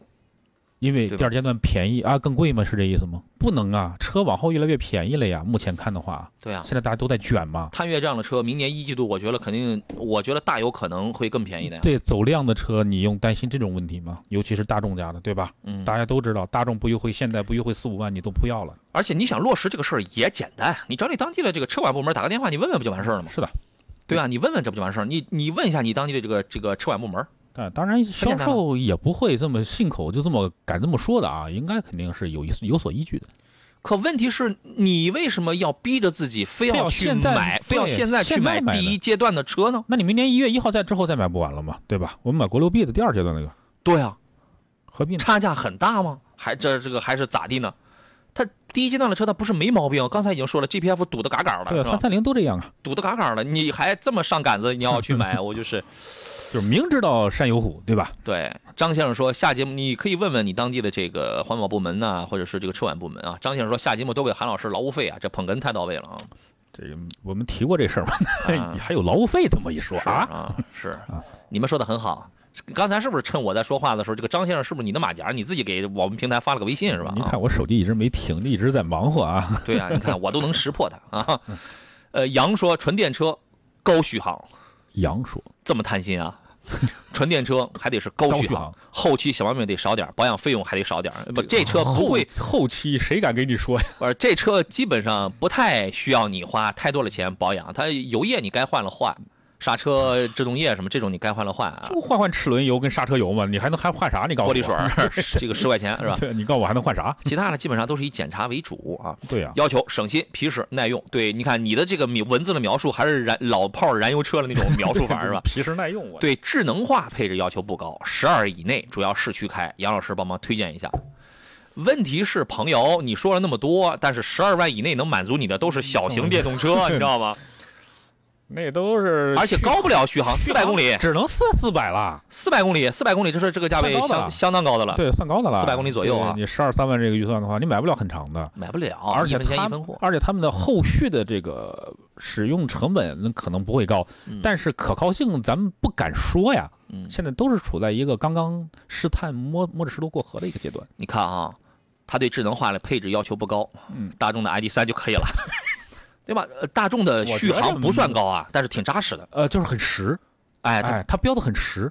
Speaker 4: 因为
Speaker 3: 对吧
Speaker 4: 第二阶段便宜啊，更贵吗？是这意思吗？不能啊，车往后越来越便宜了呀。目前看的话，
Speaker 3: 对啊，
Speaker 4: 现在大家都在卷嘛。
Speaker 3: 探岳这样的车，明年一季度我觉得肯定，我觉得大有可能会更便宜的呀。
Speaker 4: 对走量的车，你用担心这种问题吗？尤其是大众家的，对吧？
Speaker 3: 嗯
Speaker 4: 大家都知道，大众不优惠，现在不优惠四五万，你都不要了。
Speaker 3: 而且你想落实这个事儿也简单，你找你当地的这个车管部门打个电话，你问问不就完事儿了吗？
Speaker 4: 是的，
Speaker 3: 对啊，你问问这不就完事儿？你你问一下你当地的这个这个车管部门，
Speaker 4: 但当然，销售也不会这么信口就这么敢这么说的啊，应该肯定是有一有所依据的。
Speaker 3: 可问题是，你为什么要逼着自己非
Speaker 4: 非要
Speaker 3: 要去
Speaker 4: 现在
Speaker 3: 买，非要
Speaker 4: 对
Speaker 3: 现在去
Speaker 4: 现在
Speaker 3: 买
Speaker 4: 买
Speaker 3: 第
Speaker 4: 的
Speaker 3: 一阶段的车呢？
Speaker 4: 那你明年一月一号再之后再买不完了嘛，对吧？我们买国六 B 的第二阶段那个，
Speaker 3: 对啊，
Speaker 4: 何必呢？
Speaker 3: 差价很大吗？还这这个还是咋地呢？它第一阶段的车它不是没毛病，刚才已经说了，GPF 堵得嘎嘎
Speaker 4: 对啊，
Speaker 3: 了，是
Speaker 4: 三
Speaker 3: 吧？
Speaker 4: 三零都这样啊，
Speaker 3: 堵得嘎嘎了，你还这么上杆子，你要去买，我
Speaker 4: <laughs>
Speaker 3: 就是
Speaker 4: 就是明知道山有虎，对吧？
Speaker 3: 对张先生说，下节目你可以问问你当地的这个环保部门呐、或者是这个车管部门啊。张先生说，下节目都给韩老师劳务费啊，这捧哏太到位了啊。
Speaker 4: 这个我们提过这事儿嘛，
Speaker 3: 啊
Speaker 4: <laughs> 还有劳务费这么一说
Speaker 3: 是
Speaker 4: <laughs> 啊？
Speaker 3: 啊，是，你们说的很好。刚才是不是趁我在说话的时候，这个张先生是不是你的马甲？你自己给我们平台发了个微信是吧？
Speaker 4: 您
Speaker 3: 啊
Speaker 4: 看我手机一直没停，一直在忙活啊。
Speaker 3: 对啊，你看我都能识破他啊。呃，杨说纯电车高续航，
Speaker 4: 杨说，
Speaker 3: 这么贪心啊？纯电车还得是高
Speaker 4: 高
Speaker 3: 续啊
Speaker 4: 续
Speaker 3: 航
Speaker 4: 航，
Speaker 3: 后期小毛病得少点儿，保养费用还得少点儿。不，这 <laughs> 车不
Speaker 4: 后
Speaker 3: 会，
Speaker 4: 后期谁敢跟你说呀？
Speaker 3: 不是这车基本上不太需要你花太多的钱保养，它油液你该换了换，刹车、制动液什么这种你该换了换啊。
Speaker 4: 就换换齿轮油跟刹车油嘛，你还能还换啥？你告诉
Speaker 3: 玻
Speaker 4: 我，？
Speaker 3: 璃水儿这个十块钱是吧
Speaker 4: 对，你告诉我还能换啥？
Speaker 3: 其他的基本上都是以检查为主啊，
Speaker 4: 对呀、？
Speaker 3: 要求省心、皮实、耐用。对，你看你的这个米文字的描述还是燃老炮燃油车的那种描述法是吧
Speaker 4: 皮实耐用啊我。
Speaker 3: 对，智能化配置要求不高，十二以内，主要市区开。杨老师帮忙推荐一下。问题是，朋友，你说了那么多，但是十二万以内能满足你的都是小
Speaker 4: 嗯
Speaker 3: 型电动车，你知道吗？
Speaker 4: 那都是
Speaker 3: 而且高不了续航，四百公里，
Speaker 4: 只能四四百了，
Speaker 3: 四百公里，四百公里，这是这个价位
Speaker 4: 算高的
Speaker 3: 相
Speaker 4: 了
Speaker 3: 相当高的了，
Speaker 4: 对，算高的了，
Speaker 3: 400公里左右啊
Speaker 4: 对你十二三万这个预算的话，你买不了很长的。
Speaker 3: 买不了，
Speaker 4: 而且
Speaker 3: 一分钱
Speaker 4: 他
Speaker 3: 一分货。
Speaker 4: 而且他们的后续的这个使用成本可能不会高，
Speaker 3: 嗯
Speaker 4: 但是可靠性咱们不敢说呀。
Speaker 3: 嗯，
Speaker 4: 现在都是处在一个刚刚试探摸摸着石头过河的一个阶段。
Speaker 3: 你看啊，它对智能化的配置要求不高，
Speaker 4: 嗯，
Speaker 3: 大众的 ID 三就可以了，对吧？呃大众的
Speaker 4: 我
Speaker 3: 续
Speaker 4: 觉
Speaker 3: 航
Speaker 4: 得
Speaker 3: 不算高啊，但是挺扎实的。
Speaker 4: 呃，就是很实，
Speaker 3: 哎，它
Speaker 4: 哎，它标的很实，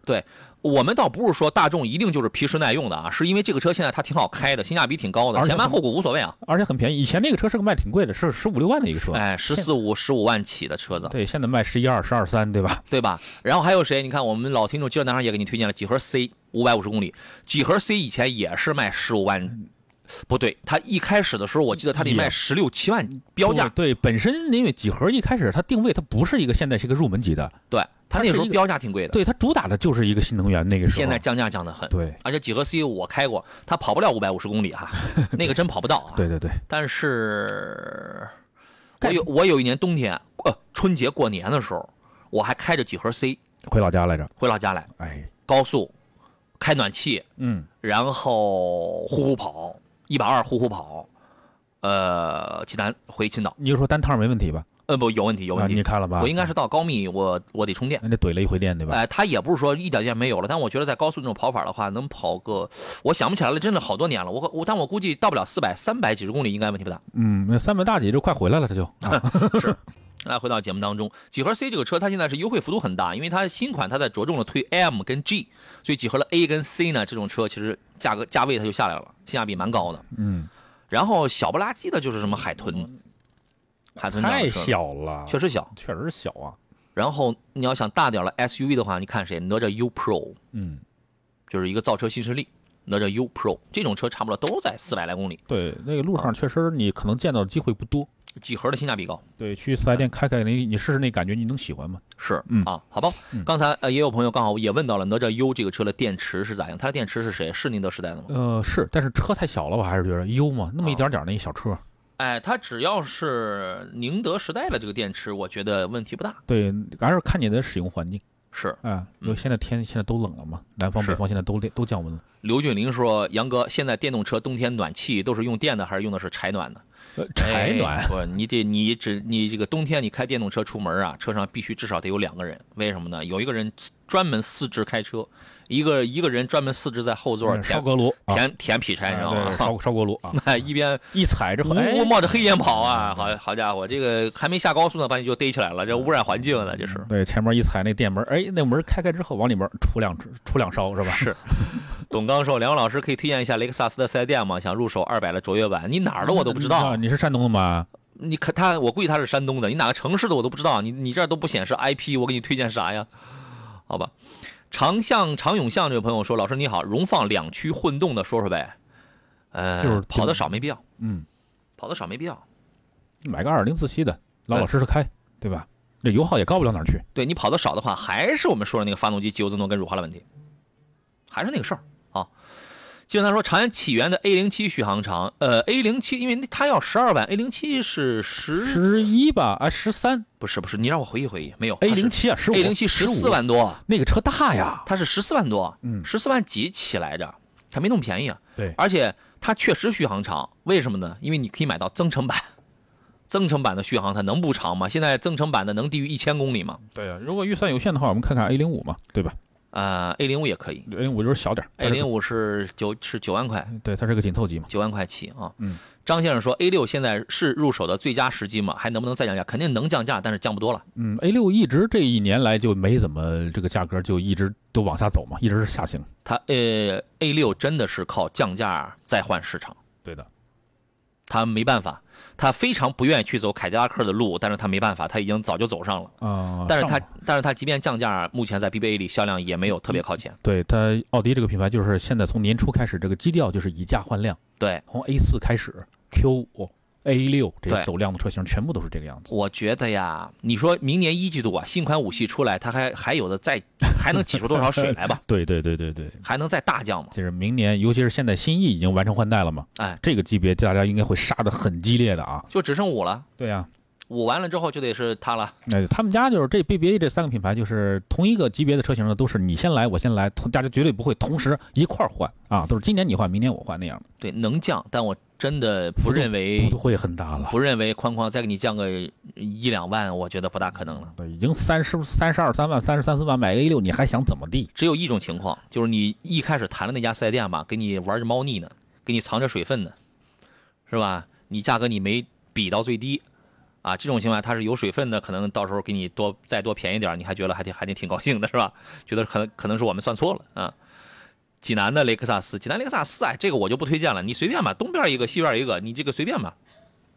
Speaker 3: 我们倒不是说大众一定就是皮实耐用的啊，是因为这个车现在它挺好开的，性价比挺高的，
Speaker 4: 而且
Speaker 3: 前盘
Speaker 4: 很
Speaker 3: 后鼓无所谓啊。
Speaker 4: 而且很便宜。以前那个车是个卖挺贵的，是十五六万的一个车，
Speaker 3: 哎，十四五、十五万起的车子，
Speaker 4: 对，现在卖十一二、十二三，对吧？
Speaker 3: 对吧？然后还有谁？你看我们老听众肌肉男孩也给你推荐了几何 C，五百五十公里。几何 C 以前也是卖十五万，不对，它一开始的时候我记得它得卖
Speaker 4: 嗯也
Speaker 3: 十六七万标价，
Speaker 4: 对，对本身因为几何一开始它定位它不是一个现在是一个入门级的，
Speaker 3: 对，它
Speaker 4: 它
Speaker 3: 那
Speaker 4: 是
Speaker 3: 时候
Speaker 4: 一个
Speaker 3: 标价挺贵的，
Speaker 4: 对，它主打的就是一个新能源那个时候。
Speaker 3: 现在降价降得很。
Speaker 4: 对
Speaker 3: 而且几何 C 我开过，它跑不了五百五十公里
Speaker 4: <laughs>
Speaker 3: 啊，那个真跑不到啊。
Speaker 4: 对对对，
Speaker 3: 但是
Speaker 4: <laughs>
Speaker 3: 我
Speaker 4: 概
Speaker 3: 有我有一年冬天，呃，春节过年的时候，我还开着几何 C
Speaker 4: 回老家来着，
Speaker 3: 回老家来，
Speaker 4: 哎，
Speaker 3: 高速开暖气，
Speaker 4: 嗯，
Speaker 3: 然后呼呼跑一百二呼呼跑，呃，济南回青岛，
Speaker 4: 你就说单趟没问题吧？
Speaker 3: 呃，不有问题有问
Speaker 4: 啊、你
Speaker 3: 题，
Speaker 4: 看了吧？
Speaker 3: 我应该是到高密，我我得充电。
Speaker 4: 那这怼了一回电，对吧？
Speaker 3: 哎，它也不是说一点电没有了，但我觉得在高速那种跑法的话，能跑个，我想不起来了，真的好多年了。我我，但我估计到不了四百，三百几十公里应该问题不大。
Speaker 4: 嗯，那三百大几就快回来了，他就、啊
Speaker 3: 是，来回到节目当中，几何 C 这个车它现在是优惠幅度很大，因为它新款它在着重的推 M 跟 G，所以几何的 A 跟 C 呢，这种车其实价格价位它就下来了，性价比蛮高的。
Speaker 4: 嗯，
Speaker 3: 然后小不拉几的就是什么海豚，海豚这样
Speaker 4: 太
Speaker 3: 的车
Speaker 4: 小了，
Speaker 3: 确实小。
Speaker 4: 确实小啊。
Speaker 3: 然后你要想大点儿了 SUV 的话，你看谁？哪吒 U Pro
Speaker 4: 嗯，
Speaker 3: 就是一个造车新势力，哪吒 U Pro 这种车差不多都在四百来公里，
Speaker 4: 对，那个路上确实你可能见到的机会不多。
Speaker 3: 几何的性价比高。
Speaker 4: 对，去四 S 店开开，你你试试那感觉，你能喜欢吗？
Speaker 3: 是，
Speaker 4: 嗯
Speaker 3: 啊，好吧。刚才呃也有朋友刚好也问到了哪吒 U 这个车的电池是咋样，它的电池是谁？是宁德时代的吗？
Speaker 4: 呃，是，但是车太小了，我还是觉得优嘛，那么一点点儿那一小车，
Speaker 3: 哎，它只要是宁德时代的这个电池，我觉得问题不大。
Speaker 4: 对，还是看你的使用环境
Speaker 3: 是
Speaker 4: 啊。因为现在天现在都冷了嘛，南方
Speaker 3: 是
Speaker 4: 北方现在都都降温了。
Speaker 3: 刘俊林说，杨哥，现在电动车冬天暖气都是用电的还是用的是柴暖的？
Speaker 4: 呃，柴暖
Speaker 3: 哎、不，你得你只你这个冬天你开电动车出门啊，车上必须至少得有两个人。为什么呢？有一个人专门四肢开车，一个一个人专门四肢在后座
Speaker 4: 嗯
Speaker 3: 舔
Speaker 4: 烧锅炉，啊
Speaker 3: 舔舔劈柴，你知道
Speaker 4: 啊对
Speaker 3: 吗？ <laughs>
Speaker 4: 烧烧锅炉 <laughs> 啊，
Speaker 3: 哎，一边
Speaker 4: 一踩着
Speaker 3: 呜
Speaker 4: 哎
Speaker 3: 呜冒着黑烟跑啊！好好家伙，这个还没下高速呢，把你就逮起来了，这污染环境呢，这是。
Speaker 4: 对，前面一踩那电门，哎，那门开开之后往里面出两出两烧是吧？
Speaker 3: 是董刚说，两位老师可以推荐一下雷克萨斯的四 S 店吗？想入手二百的卓越版，你哪儿的我都不知道。
Speaker 4: 嗯啊你是山东的吗？
Speaker 3: 你看他，我估计他是山东的，你哪个城市的我都不知道。你你这儿都不显示 IP，我给你推荐啥呀？好吧，长巷长永巷这位朋友说，老师你好，荣放两驱混动的说说呗。呃，
Speaker 4: 就是
Speaker 3: 跑的少没必要，
Speaker 4: 嗯，
Speaker 3: 跑的少没必要。
Speaker 4: 买个二零自吸的，老老实实开，对吧？这油耗也高不了哪儿去。
Speaker 3: 对你跑的少的话，还是我们说的那个发动机机油自动跟乳化的问题，还是那个事儿啊。就像他说，长安起源的 A 零七续航长，呃，A 零七因为那它要十二万，A 零七是十，
Speaker 4: 十一吧，啊，十三
Speaker 3: 不是不是，你让我回忆回忆，没有
Speaker 4: A 零七啊，十五
Speaker 3: A 零七十四，万多，
Speaker 4: 那个车大呀。
Speaker 3: 它是十四万多，
Speaker 4: 嗯
Speaker 3: 十四万几起来着，它没那么便宜啊。
Speaker 4: 对
Speaker 3: 而且它确实续航长，为什么呢？因为你可以买到增程版，增程版的续航它能不长吗？现在增程版的能低于一千公里吗？
Speaker 4: 对啊呀、如果预算有限的话，我们看看 A 零五嘛，对吧
Speaker 3: 呃，A 零五也可以。
Speaker 4: ？A 零五就是小点
Speaker 3: A 零
Speaker 4: 五，
Speaker 3: 五是九是九万块，
Speaker 4: 对，它是个紧凑级嘛。
Speaker 3: 九万块起啊。
Speaker 4: 嗯，
Speaker 3: 张先生说 A 六现在是入手的最佳时机吗？还能不能再降价？肯定能降价，但是降不多了。
Speaker 4: 嗯，A 六一直这一年来就没怎么这个价格就一直都往下走嘛，一直是下行。
Speaker 3: 它呃 A 六真的是靠降价再换市场，
Speaker 4: 对的，
Speaker 3: 他没办法，他非常不愿意去走凯迪拉克的路，但是他没办法，他已经早就走上了。
Speaker 4: 啊、
Speaker 3: 但是
Speaker 4: 上
Speaker 3: 他
Speaker 4: 吧
Speaker 3: 但是他即便降价，目前在 BBA 里销量也没有特别靠前。
Speaker 4: 对它奥迪这个品牌就是现在从年初开始，这个基调就是以价换量，
Speaker 3: 对，
Speaker 4: 从 A 四开始，Q 五、A 六这
Speaker 3: 对
Speaker 4: 走量的车型全部都是这个样子。
Speaker 3: 我觉得呀，你说明年一季度啊，新款五系出来，它还还有的再还能挤出多少水来
Speaker 4: <laughs>
Speaker 3: 吧？
Speaker 4: 对对对对对，
Speaker 3: 还能再大降吗？
Speaker 4: 就是明年，尤其是现在新意已经完成换代了嘛，
Speaker 3: 哎，
Speaker 4: 这个级别大家应该会杀的很激烈的啊。
Speaker 3: 就只剩五了。
Speaker 4: 对啊，
Speaker 3: 五完了之后就得是它了。
Speaker 4: 那他们家就是这 BBA 这三个品牌，就是同一个级别的车型呢，都是你先来我先来，同大家绝对不会同时一块儿换啊，都是今年你换，明年我换那样的，
Speaker 3: 对，能降，但我真的不
Speaker 4: 幅度
Speaker 3: 认为
Speaker 4: 幅度会很大了
Speaker 3: 嗯不。认为框框再给你降个一两万，我觉得不大可能了。
Speaker 4: 对，已经三十三十二三万、三十三四万买个 A 六，你还想怎么地？
Speaker 3: 哎只有一种情况，就是你一开始谈的那家四 S 店吧，给你玩着猫腻呢，给你藏着水分呢，是吧？你价格你没比到最低，啊，这种情况下它是有水分的，可能到时候给你多再多便宜点儿，你还觉得还挺还挺挺高兴的是吧？觉得可能可能是我们算错了啊。济南的雷克萨斯，济南雷克萨斯，哎，这个我就不推荐了，你随便吧，东边一个，西边一个，你这个随便吧，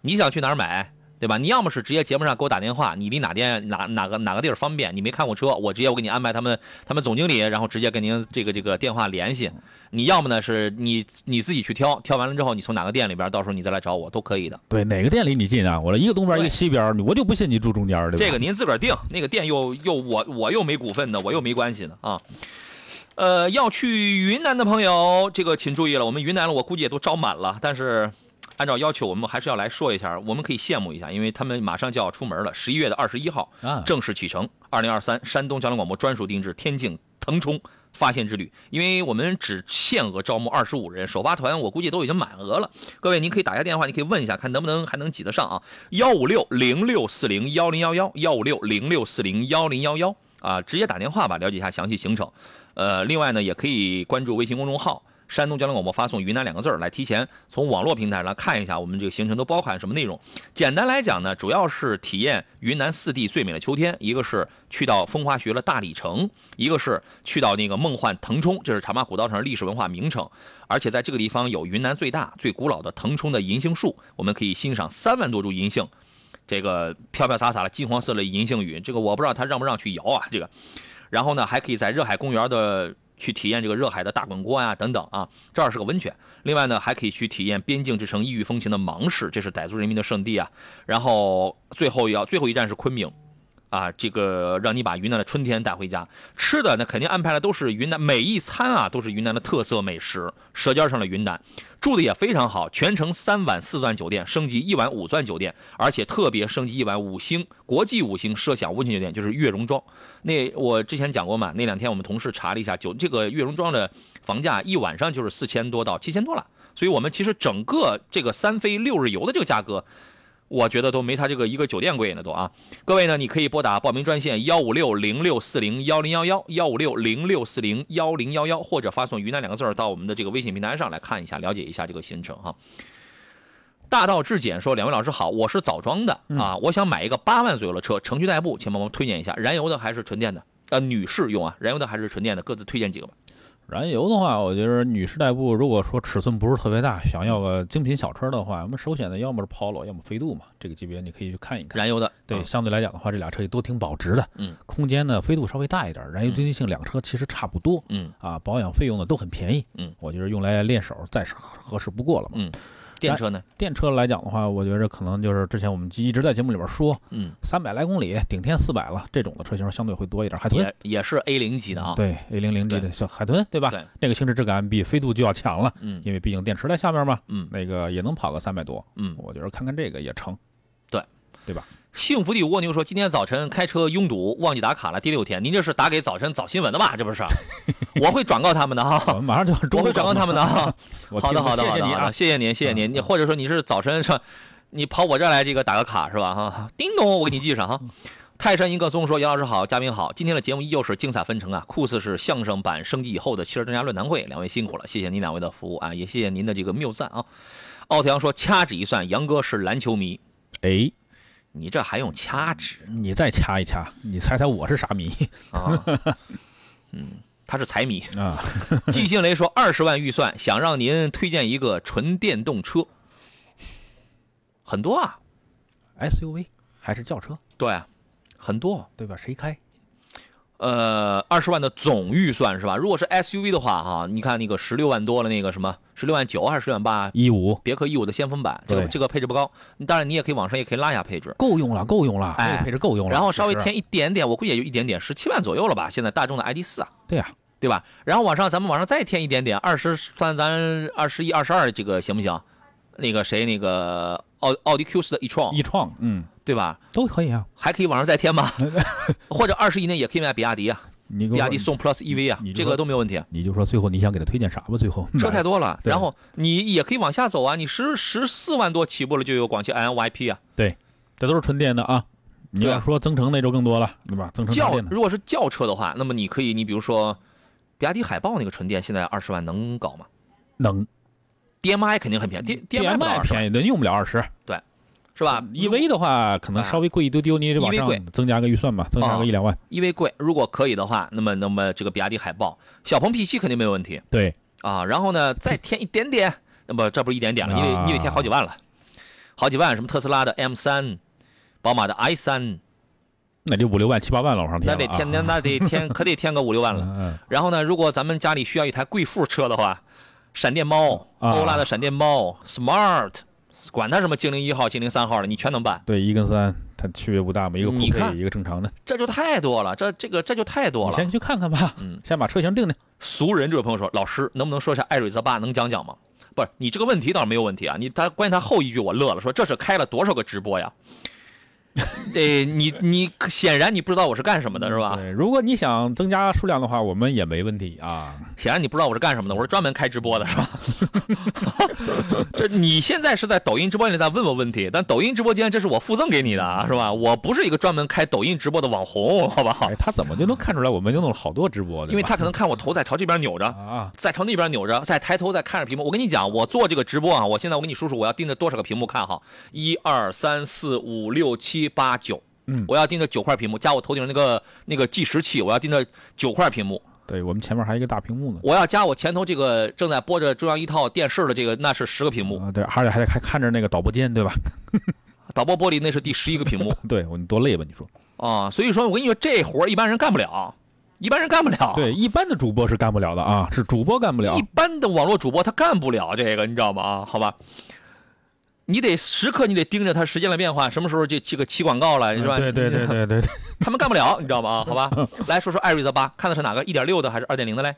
Speaker 3: 你想去哪儿买，对吧？你要么是直接节目上给我打电话，你离哪店哪哪个哪个地儿方便，你没看过车，我直接我给你安排他们他们总经理，然后直接跟您这个这个电话联系。你要么呢是你你自己去挑，挑完了之后你从哪个店里边，到时候你再来找我都可以的。
Speaker 4: 对，哪个店离你近啊？我这一个东边一个西边，我就不信你住中间儿，对吧？
Speaker 3: 这个您自个儿定，那个店又又我我又没股份的，我又没关系的啊。呃，要去云南的朋友，这个请注意了，我们云南了，我估计也都招满了，但是。按照要求，我们还是要来说一下，我们可以羡慕一下，因为他们马上就要出门了。十一月的二十一号，
Speaker 4: 啊，
Speaker 3: 正式启程。二零二三山东交通广播专属定制天境腾冲发现之旅，因为我们只限额招募二十五人，首发团我估计都已经满额了。各位，您可以打一下电话，你可以问一下，看能不能还能挤得上啊？幺五六零六四零幺零幺幺，幺五六零六四零幺零幺幺啊，直接打电话吧，了解一下详细行程。呃，另外呢，也可以关注微信公众号山东交通广播发送“云南”两个字儿来提前从网络平台来看一下我们这个行程都包含什么内容。简单来讲呢，主要是体验云南四地最美的秋天，一个是去到风花雪月的大理城，一个是去到那个梦幻腾冲，这是茶马古道上的历史文化名城，而且在这个地方有云南最大、最古老的腾冲的银杏树，我们可以欣赏三万多株银杏。这个飘飘洒洒的金黄色的银杏雨，这个我不知道他让不让去摇啊，这个。然后呢，还可以在热海公园的去体验这个热海的大滚锅啊等等啊，这儿是个温泉。另外呢，还可以去体验边境之城异域风情的芒市，这是傣族人民的圣地啊。然后最后要最后一站是昆明，啊，这个让你把云南的春天带回家。吃的那肯定安排的都是云南，每一餐啊都是云南的特色美食，舌尖上的云南。住的也非常好，全程三晚四钻酒店升级一晚五钻酒店，而且特别升级一晚五星国际五星奢享温泉酒店，就是悦榕庄。那我之前讲过嘛，那两天我们同事查了一下，酒这个悦榕庄的房价一晚上就是四千多到七千多了。所以我们其实整个这个三飞六日游的这个价格，我觉得都没他这个一个酒店贵呢都啊。各位呢，你可以拨打报名专线幺五六零六四零幺零幺幺幺五六零六四零幺零幺幺，或者发送“云南”两个字儿到我们的这个微信平台上来看一下，了解一下这个行程哈。大道至简说：“两位老师好，我是枣庄的啊，我想买一个八万左右的车，城区代步，请帮忙推荐一下，燃油的还是纯电的？呃，女士用啊，燃油的还是纯电的？各自推荐几个吧。
Speaker 4: 燃油的话，我觉得女士代步，如果说尺寸不是特别大，想要个精品小车的话，我们首选的要么是 Polo，要么飞度嘛，这个级别你可以去看一看。
Speaker 3: 燃油的，
Speaker 4: 对，
Speaker 3: 嗯
Speaker 4: 相对来讲的话，这俩车也都挺保值的。
Speaker 3: 嗯，
Speaker 4: 空间呢，飞度稍微大一点，燃油经济性两车其实差不多。
Speaker 3: 嗯
Speaker 4: 啊，保养费用呢都很便宜。
Speaker 3: 嗯，
Speaker 4: 我觉得用来练手再是合适不过了嘛。
Speaker 3: 嗯，电车呢？
Speaker 4: 电车来讲的话，我觉着可能就是之前我们一直在节目里边说，
Speaker 3: 嗯，
Speaker 4: 三百来公里，顶天四百了，这种的车型相对会多一点。海豚
Speaker 3: 也也是 A 零级的啊。
Speaker 4: 对 A 零零 D 的小海豚，对吧？
Speaker 3: 对
Speaker 4: 那个行驶质感比飞度就要强了，
Speaker 3: 嗯
Speaker 4: 因为毕竟电池在下面嘛，
Speaker 3: 嗯
Speaker 4: 那个也能跑个三百多，
Speaker 3: 嗯，
Speaker 4: 我觉得看看这个也成。
Speaker 3: 对，
Speaker 4: 对吧？
Speaker 3: 幸福地蜗牛说：“今天早晨开车拥堵，忘记打卡了。第六天，您这是打给早晨早新闻的吧？这不 <laughs> 是？我会转告他们的
Speaker 4: 我
Speaker 3: 哈，
Speaker 4: 们马上就要
Speaker 3: 我
Speaker 4: 中
Speaker 3: 会
Speaker 4: 午
Speaker 3: 转告他们的哈。
Speaker 4: 我
Speaker 3: 好的，
Speaker 4: 听
Speaker 3: 好的，
Speaker 4: 谢
Speaker 3: 好的，
Speaker 4: 谢你
Speaker 3: 好
Speaker 4: 啊
Speaker 3: 的，。谢谢您，谢谢您。你或者说你是早晨上，你跑我这儿来这个打个卡是吧？哈，叮咚，我给你记上哈。泰山一个松说：“杨老师好，嘉宾好，今天的节目依旧是精彩纷呈啊！酷似是相声版升级以后的汽车专家论坛会，两位辛苦了，谢谢您两位的服务啊，也谢谢您的这个谬赞啊。”奥特阳说：“掐指一算，杨哥是篮球迷，
Speaker 4: 哎，
Speaker 3: 你这还用掐指？
Speaker 4: 你再掐一掐，你猜猜我是啥迷 <laughs>
Speaker 3: 啊，嗯，他是财迷。
Speaker 4: 啊？
Speaker 3: 季星雷说 <laughs> 二十万预算，想让您推荐一个纯电动车，很多啊，
Speaker 4: SUV 还是轿车，
Speaker 3: 对啊，很多。
Speaker 4: 对吧？谁开？
Speaker 3: 呃，二十万的总预算是吧？如果是 SUV 的话，哈，你看那个十六万多了，那个什么十六万九还是十六万八，
Speaker 4: 一五
Speaker 3: 别克 E 五的先锋版，这个
Speaker 4: 对
Speaker 3: 这个配置不高，当然你也可以往上也可以拉一下配置。
Speaker 4: 够用了，够用了，
Speaker 3: 哎
Speaker 4: 这个配置够用了。
Speaker 3: 然后稍微
Speaker 4: 哦是不是
Speaker 3: 添一点点，我估计也就一点点，十七万左右了吧？现在大众的 ID 四啊，
Speaker 4: 对呀，
Speaker 3: 对吧？然后往上，咱们往上再添一点点，二十算咱二十一、二十二，这个行不行？那个谁，那个奥奥迪 Q 四的 e-tron，
Speaker 4: 一创，嗯，
Speaker 3: 对吧？
Speaker 4: 都可以啊。
Speaker 3: 还哦可以往上再添
Speaker 4: <laughs>
Speaker 3: 吧，或者二十以内也可以买比亚迪啊，
Speaker 4: 你给
Speaker 3: 比
Speaker 4: 我
Speaker 3: 亚迪宋 Plus EV 啊
Speaker 4: 你，
Speaker 3: 这
Speaker 4: 说
Speaker 3: 个都没有问题。
Speaker 4: 你就说最后你想给他推荐啥吧？最后
Speaker 3: 车太多了，
Speaker 4: 对
Speaker 3: 然后你也可以往下走啊，你十十四万多起步了就有广汽埃安 YP 啊，
Speaker 4: 这都是纯电的啊。你
Speaker 3: 对啊
Speaker 4: 要说增程那就更多了，对吧？增程插
Speaker 3: 轿
Speaker 4: 电的
Speaker 3: 如果是轿车的话，那么你可以，你比如说比亚迪海豹那个纯电，现在二十万能搞吗
Speaker 4: 能
Speaker 3: ？DMI 肯定很便宜，D DMI 不到20
Speaker 4: 卖
Speaker 3: 万啊
Speaker 4: 便宜的，用不了二十。
Speaker 3: 是吧
Speaker 4: ，EV 的话可能稍微贵一丢丢，你得往
Speaker 3: EV 啊，E 贵
Speaker 4: 上增加个预算吧，增加
Speaker 3: 啊
Speaker 4: 个一两万。
Speaker 3: 因为贵，如果可以的话，那么那么这个比亚迪海豹、小鹏 P7 肯定没有问题
Speaker 4: 对，
Speaker 3: 啊。然后呢，再添一点点， <laughs> 那么这不是一点点了，
Speaker 4: 啊
Speaker 3: 你得你得添好几万了，好几万，什么特斯拉的 M3，宝马的 i3，
Speaker 4: 那就五六万、七八万了，往上
Speaker 3: 那
Speaker 4: 添
Speaker 3: 得
Speaker 4: 了
Speaker 3: 添
Speaker 4: 啊。
Speaker 3: 那那得添可得添个五六万了。
Speaker 4: 嗯嗯，
Speaker 3: <laughs> 然后呢，如果咱们家里需要一台贵妇车的话，闪电猫、
Speaker 4: 啊
Speaker 3: 欧拉的闪电猫、Smart，管它什么精灵一号、精灵三号的，你全能办，
Speaker 4: 对，一跟三它区别不大嘛，一个酷
Speaker 3: 你看
Speaker 4: 配，一个正常的。
Speaker 3: 这就太多了，这这个这就太多
Speaker 4: 你
Speaker 3: 了
Speaker 4: 先。去看看吧
Speaker 3: 嗯，
Speaker 4: 先把车型定定。
Speaker 3: 俗人这位朋友说，老师能不能说一下艾瑞泽巴能讲讲吗？不是，你这个
Speaker 4: <laughs>
Speaker 3: 问题倒是没有问题啊，你他关键他后一句我乐了，说这是开了多少个直播呀？呃，你你显然你不知道我是干什么的，是吧？
Speaker 4: 对，如果你想增加数量的话，我们也没问题啊。
Speaker 3: 显然你不知道我是干什么的，我是专门开直播的，是吧？ <laughs> 这你现在是在抖音直播间里在问我问题，但抖音直播间这是我附赠给你的，啊，是吧？我不是一个专门开抖音直播的网红，好不好
Speaker 4: 哎，？他怎么就能看出来我们就弄了好多直播的？
Speaker 3: 哦因为他可能看我头在朝这边扭着，
Speaker 4: 啊，
Speaker 3: 再朝那边扭着，再抬头再看着屏幕。我跟你讲，我做这个直播啊，我现在我跟你数数，我要盯着多少个屏幕看哈？一二三四五六七八九，
Speaker 4: 嗯
Speaker 3: 我要盯着九块屏幕，加我头顶那个那个计时器，我要盯着九块屏幕。
Speaker 4: 对我们前面还有一个大屏幕呢。
Speaker 3: 我要加我前头这个正在播着中央一套电视的这个，那是十个屏幕，
Speaker 4: 啊，对，而且还得还看着那个导播间，对吧？
Speaker 3: 导播玻璃那是第十一个屏幕
Speaker 4: <laughs> 对，我你多累吧？你说，
Speaker 3: 啊。所以说我跟你说，这活儿一般人干不了，一般人干不了。
Speaker 4: 对，一般的主播是干不了的啊，是主播干不了
Speaker 3: 啊嗯一。般的网络主播他干不了这个，你知道吗？啊，好吧，你得时刻你得盯着他时间的变化，什么时候这这个起广告了，是吧？
Speaker 4: 嗯对对对，对对对，
Speaker 3: <laughs> 他们干不了，你知道吗？啊，好吧，来说说艾瑞泽八，看的是哪个？一点六的还是二点零的嘞？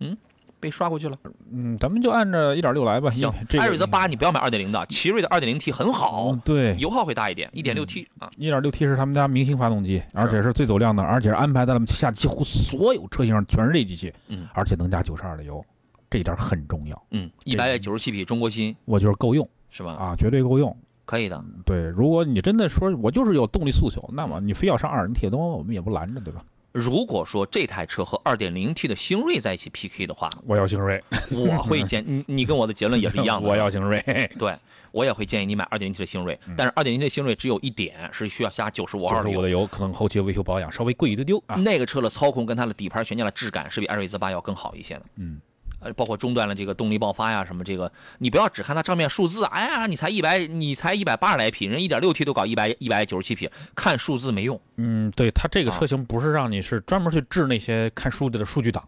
Speaker 3: 嗯，被刷过去了。
Speaker 4: 嗯，咱们就按照一点六来吧。
Speaker 3: 行
Speaker 4: 因为这，个
Speaker 3: 艾瑞泽八你不要买二点零的，奇瑞的二点零 T 很好
Speaker 4: 嗯，对，
Speaker 3: 油耗会大一点，一点六
Speaker 4: 嗯
Speaker 3: T 啊，
Speaker 4: 一点六 T 是他们家明星发动机，而且是最走量的，而且是安排在他们旗下几乎所有车型上全是这机器，
Speaker 3: 嗯
Speaker 4: 而且能加九十二的油，这一点很重要，
Speaker 3: 嗯，一百九十七匹中国新
Speaker 4: 我觉得够用
Speaker 3: 是吧？
Speaker 4: 啊，绝对够用。
Speaker 3: 可以的，
Speaker 4: 对，如果你真的说我就是有动力诉求，那么你非要上二人铁东，我们也不拦着，对吧？
Speaker 3: 如果说这台车和 2.0T 的星瑞在一起 PK 的
Speaker 4: <laughs>
Speaker 3: 话，
Speaker 4: 我要星瑞，
Speaker 3: 我会建你，你跟我的结论也是一样的。
Speaker 4: 我要星瑞， <laughs>
Speaker 3: 对，我也会建议你买 2.0T 的星锐，但是 2.0T 的星锐只有一点是需要加95
Speaker 4: 九
Speaker 3: 号
Speaker 4: 十五
Speaker 3: 油
Speaker 4: 的。油可能后期维修保养稍微贵一
Speaker 3: <laughs>
Speaker 4: 丢丢啊。 <laughs>
Speaker 3: 那个车的操控跟它的底盘悬架的质感是比艾瑞泽八要更好一些的。
Speaker 4: 嗯，
Speaker 3: 呃，包括中段的这个动力爆发呀，什么这个，你不要只看它账面数字，哎呀，你才一百，你才一百八十来匹，人一点六 T 都搞一百一百九十七匹，看数字没用。
Speaker 4: 嗯，对，它这个
Speaker 3: 啊
Speaker 4: 车型不是让你是专门去治那些看数据的数据党，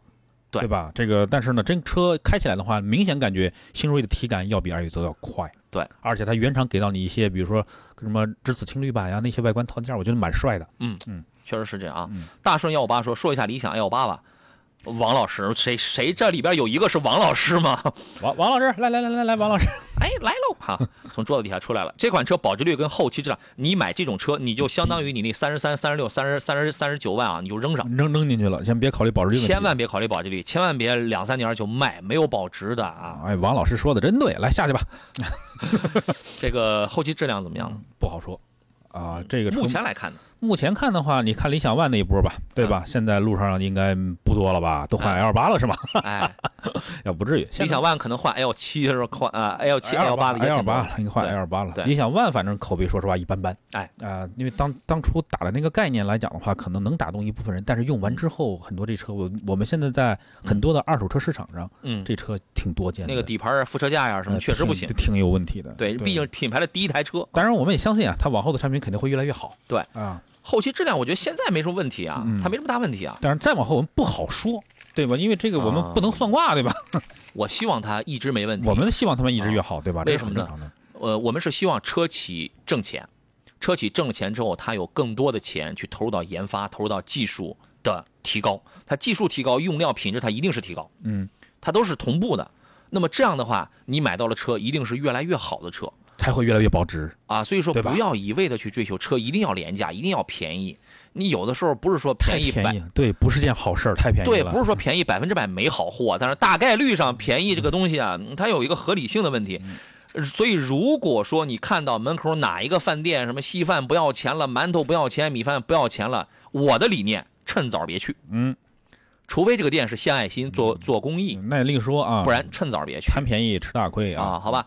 Speaker 3: 对
Speaker 4: 吧？这个，但是呢，真车开起来的话，明显感觉星瑞的体感要比艾瑞泽要快。
Speaker 3: 对，
Speaker 4: 而且它原厂给到你一些，比如说什么栀子青绿版呀，那些外观套件，我觉得蛮帅的。
Speaker 3: 确实是这样啊
Speaker 4: 嗯。
Speaker 3: 大顺幺五八说说一下理想幺五八吧。王老师，谁谁这里边有一个是王老师吗？
Speaker 4: 王王老师，来来来来来，王老师，
Speaker 3: 哎，来喽！哈，从桌子底下出来了。这款车保值率跟后期质量，你买这种车，你就相当于你那三十三、三十六、三十三十三十九万啊，你就扔上，
Speaker 4: 扔扔进去了，先别考虑保值率问题。
Speaker 3: 千万别考虑保值率，千万别两三年就卖，没有保值的啊。
Speaker 4: 哎，王老师说的真对，来下去吧。
Speaker 3: 这个后期质量怎么样？
Speaker 4: 不好说啊，这个车
Speaker 3: 目前来
Speaker 4: <laughs>
Speaker 3: 啊看呢，
Speaker 4: 目前看的话，你看理想 ONE 那一波吧，对吧？现在路上应该不多了吧？都换
Speaker 3: 啊
Speaker 4: L 八了是吗？ <laughs>
Speaker 3: 哎，
Speaker 4: 也不至于，
Speaker 3: 理想 ONE 可能换 L 七的时候换啊，L 七 L 八的也
Speaker 4: L
Speaker 3: 挺多
Speaker 4: 八了，应该换
Speaker 3: 对
Speaker 4: L 八了
Speaker 3: 对。
Speaker 4: 理想 ONE 反正口碑说实话一般般，
Speaker 3: 哎
Speaker 4: 啊、因为当当初打的那个概念来讲的话，可能能打动一部分人，但是用完之后，很多这车我我们现在在很多的二手车市场上，
Speaker 3: 嗯，
Speaker 4: 这车挺多见的，
Speaker 3: 那个底盘啊、副车架呀什么
Speaker 4: 呃
Speaker 3: 确实不
Speaker 4: 挺
Speaker 3: 行。
Speaker 4: 挺有问题的。
Speaker 3: 对，毕竟品牌的第一台车，
Speaker 4: 当然我们也相信啊，它往后的产品肯定会越来越好。
Speaker 3: 对
Speaker 4: 啊，
Speaker 3: 后期质量我觉得现在没什么问题啊
Speaker 4: 嗯，
Speaker 3: 它没什么大问题啊。
Speaker 4: 但是再往后我们不好说。对吧？因为这个我
Speaker 3: 啊
Speaker 4: 们不能算卦，对吧？
Speaker 3: 我希望它一直没问题。
Speaker 4: <laughs> 我们希望他们一直越好，对吧？
Speaker 3: 嗯
Speaker 4: 这
Speaker 3: 为
Speaker 4: 是
Speaker 3: 什
Speaker 4: 很
Speaker 3: 么
Speaker 4: 正
Speaker 3: 呢
Speaker 4: 常的。
Speaker 3: 呃，我们是希望车企挣钱，车企挣了钱之后，它有更多的钱去投入到研发，投入到技术的提高。它技术提高，用料品质它一定是提高，
Speaker 4: 嗯，
Speaker 3: 它都是同步的。那么这样的话，你买到了车，一定是越来越好的车
Speaker 4: 才会越来越保值。
Speaker 3: 啊。所以说，
Speaker 4: 对吧
Speaker 3: 不要一味的去追求车一定要廉价，一定要便宜。你有的时候不是说
Speaker 4: 太
Speaker 3: 便宜百
Speaker 4: 便宜，对，不是件好事儿，太便宜
Speaker 3: 对，
Speaker 4: 了。嗯
Speaker 3: 不是说便宜百分之百没好货，但是大概率上便宜这个东西啊，嗯它有一个合理性的问题。
Speaker 4: 嗯
Speaker 3: 呃所以，如果说你看到门口哪一个饭店什么稀饭不要钱了，馒头不要钱，米饭不要钱了，我的理念趁早别去，
Speaker 4: 嗯，
Speaker 3: 除非这个店是献爱心做做公益，
Speaker 4: 那也另说啊，
Speaker 3: 不然趁早别去
Speaker 4: 贪便宜吃大亏
Speaker 3: 啊，
Speaker 4: 啊。
Speaker 3: 好吧？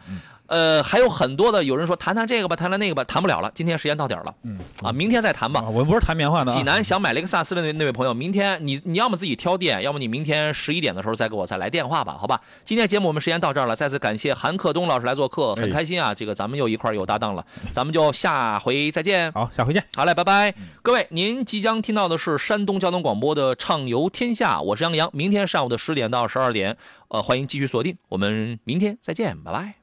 Speaker 3: 呃，还有很多的，有人说谈谈这个吧，谈谈那个吧，谈不了了，今天时间到点儿了
Speaker 4: 嗯
Speaker 3: 啊，明天再谈吧
Speaker 4: 啊，。我不是谈棉花的啊。
Speaker 3: 济南想买雷克萨斯的那那位朋友，明天你你要么自己挑店，要么你明天十一点的时候再给我再来电话吧，好吧？今天节目我们时间到这儿了，再次感谢韩克东老师来做客，很
Speaker 4: 哎
Speaker 3: 开心啊！这个咱们又一块儿有搭档了，咱们就下回再见。
Speaker 4: 好，嗯下回见。
Speaker 3: 好嘞，拜拜，各位，您即将听到的是山东交通广播的《畅游天下》，我是杨洋，明天上午的十点到十二点，呃，欢迎继续锁定，我们明天再见，拜拜。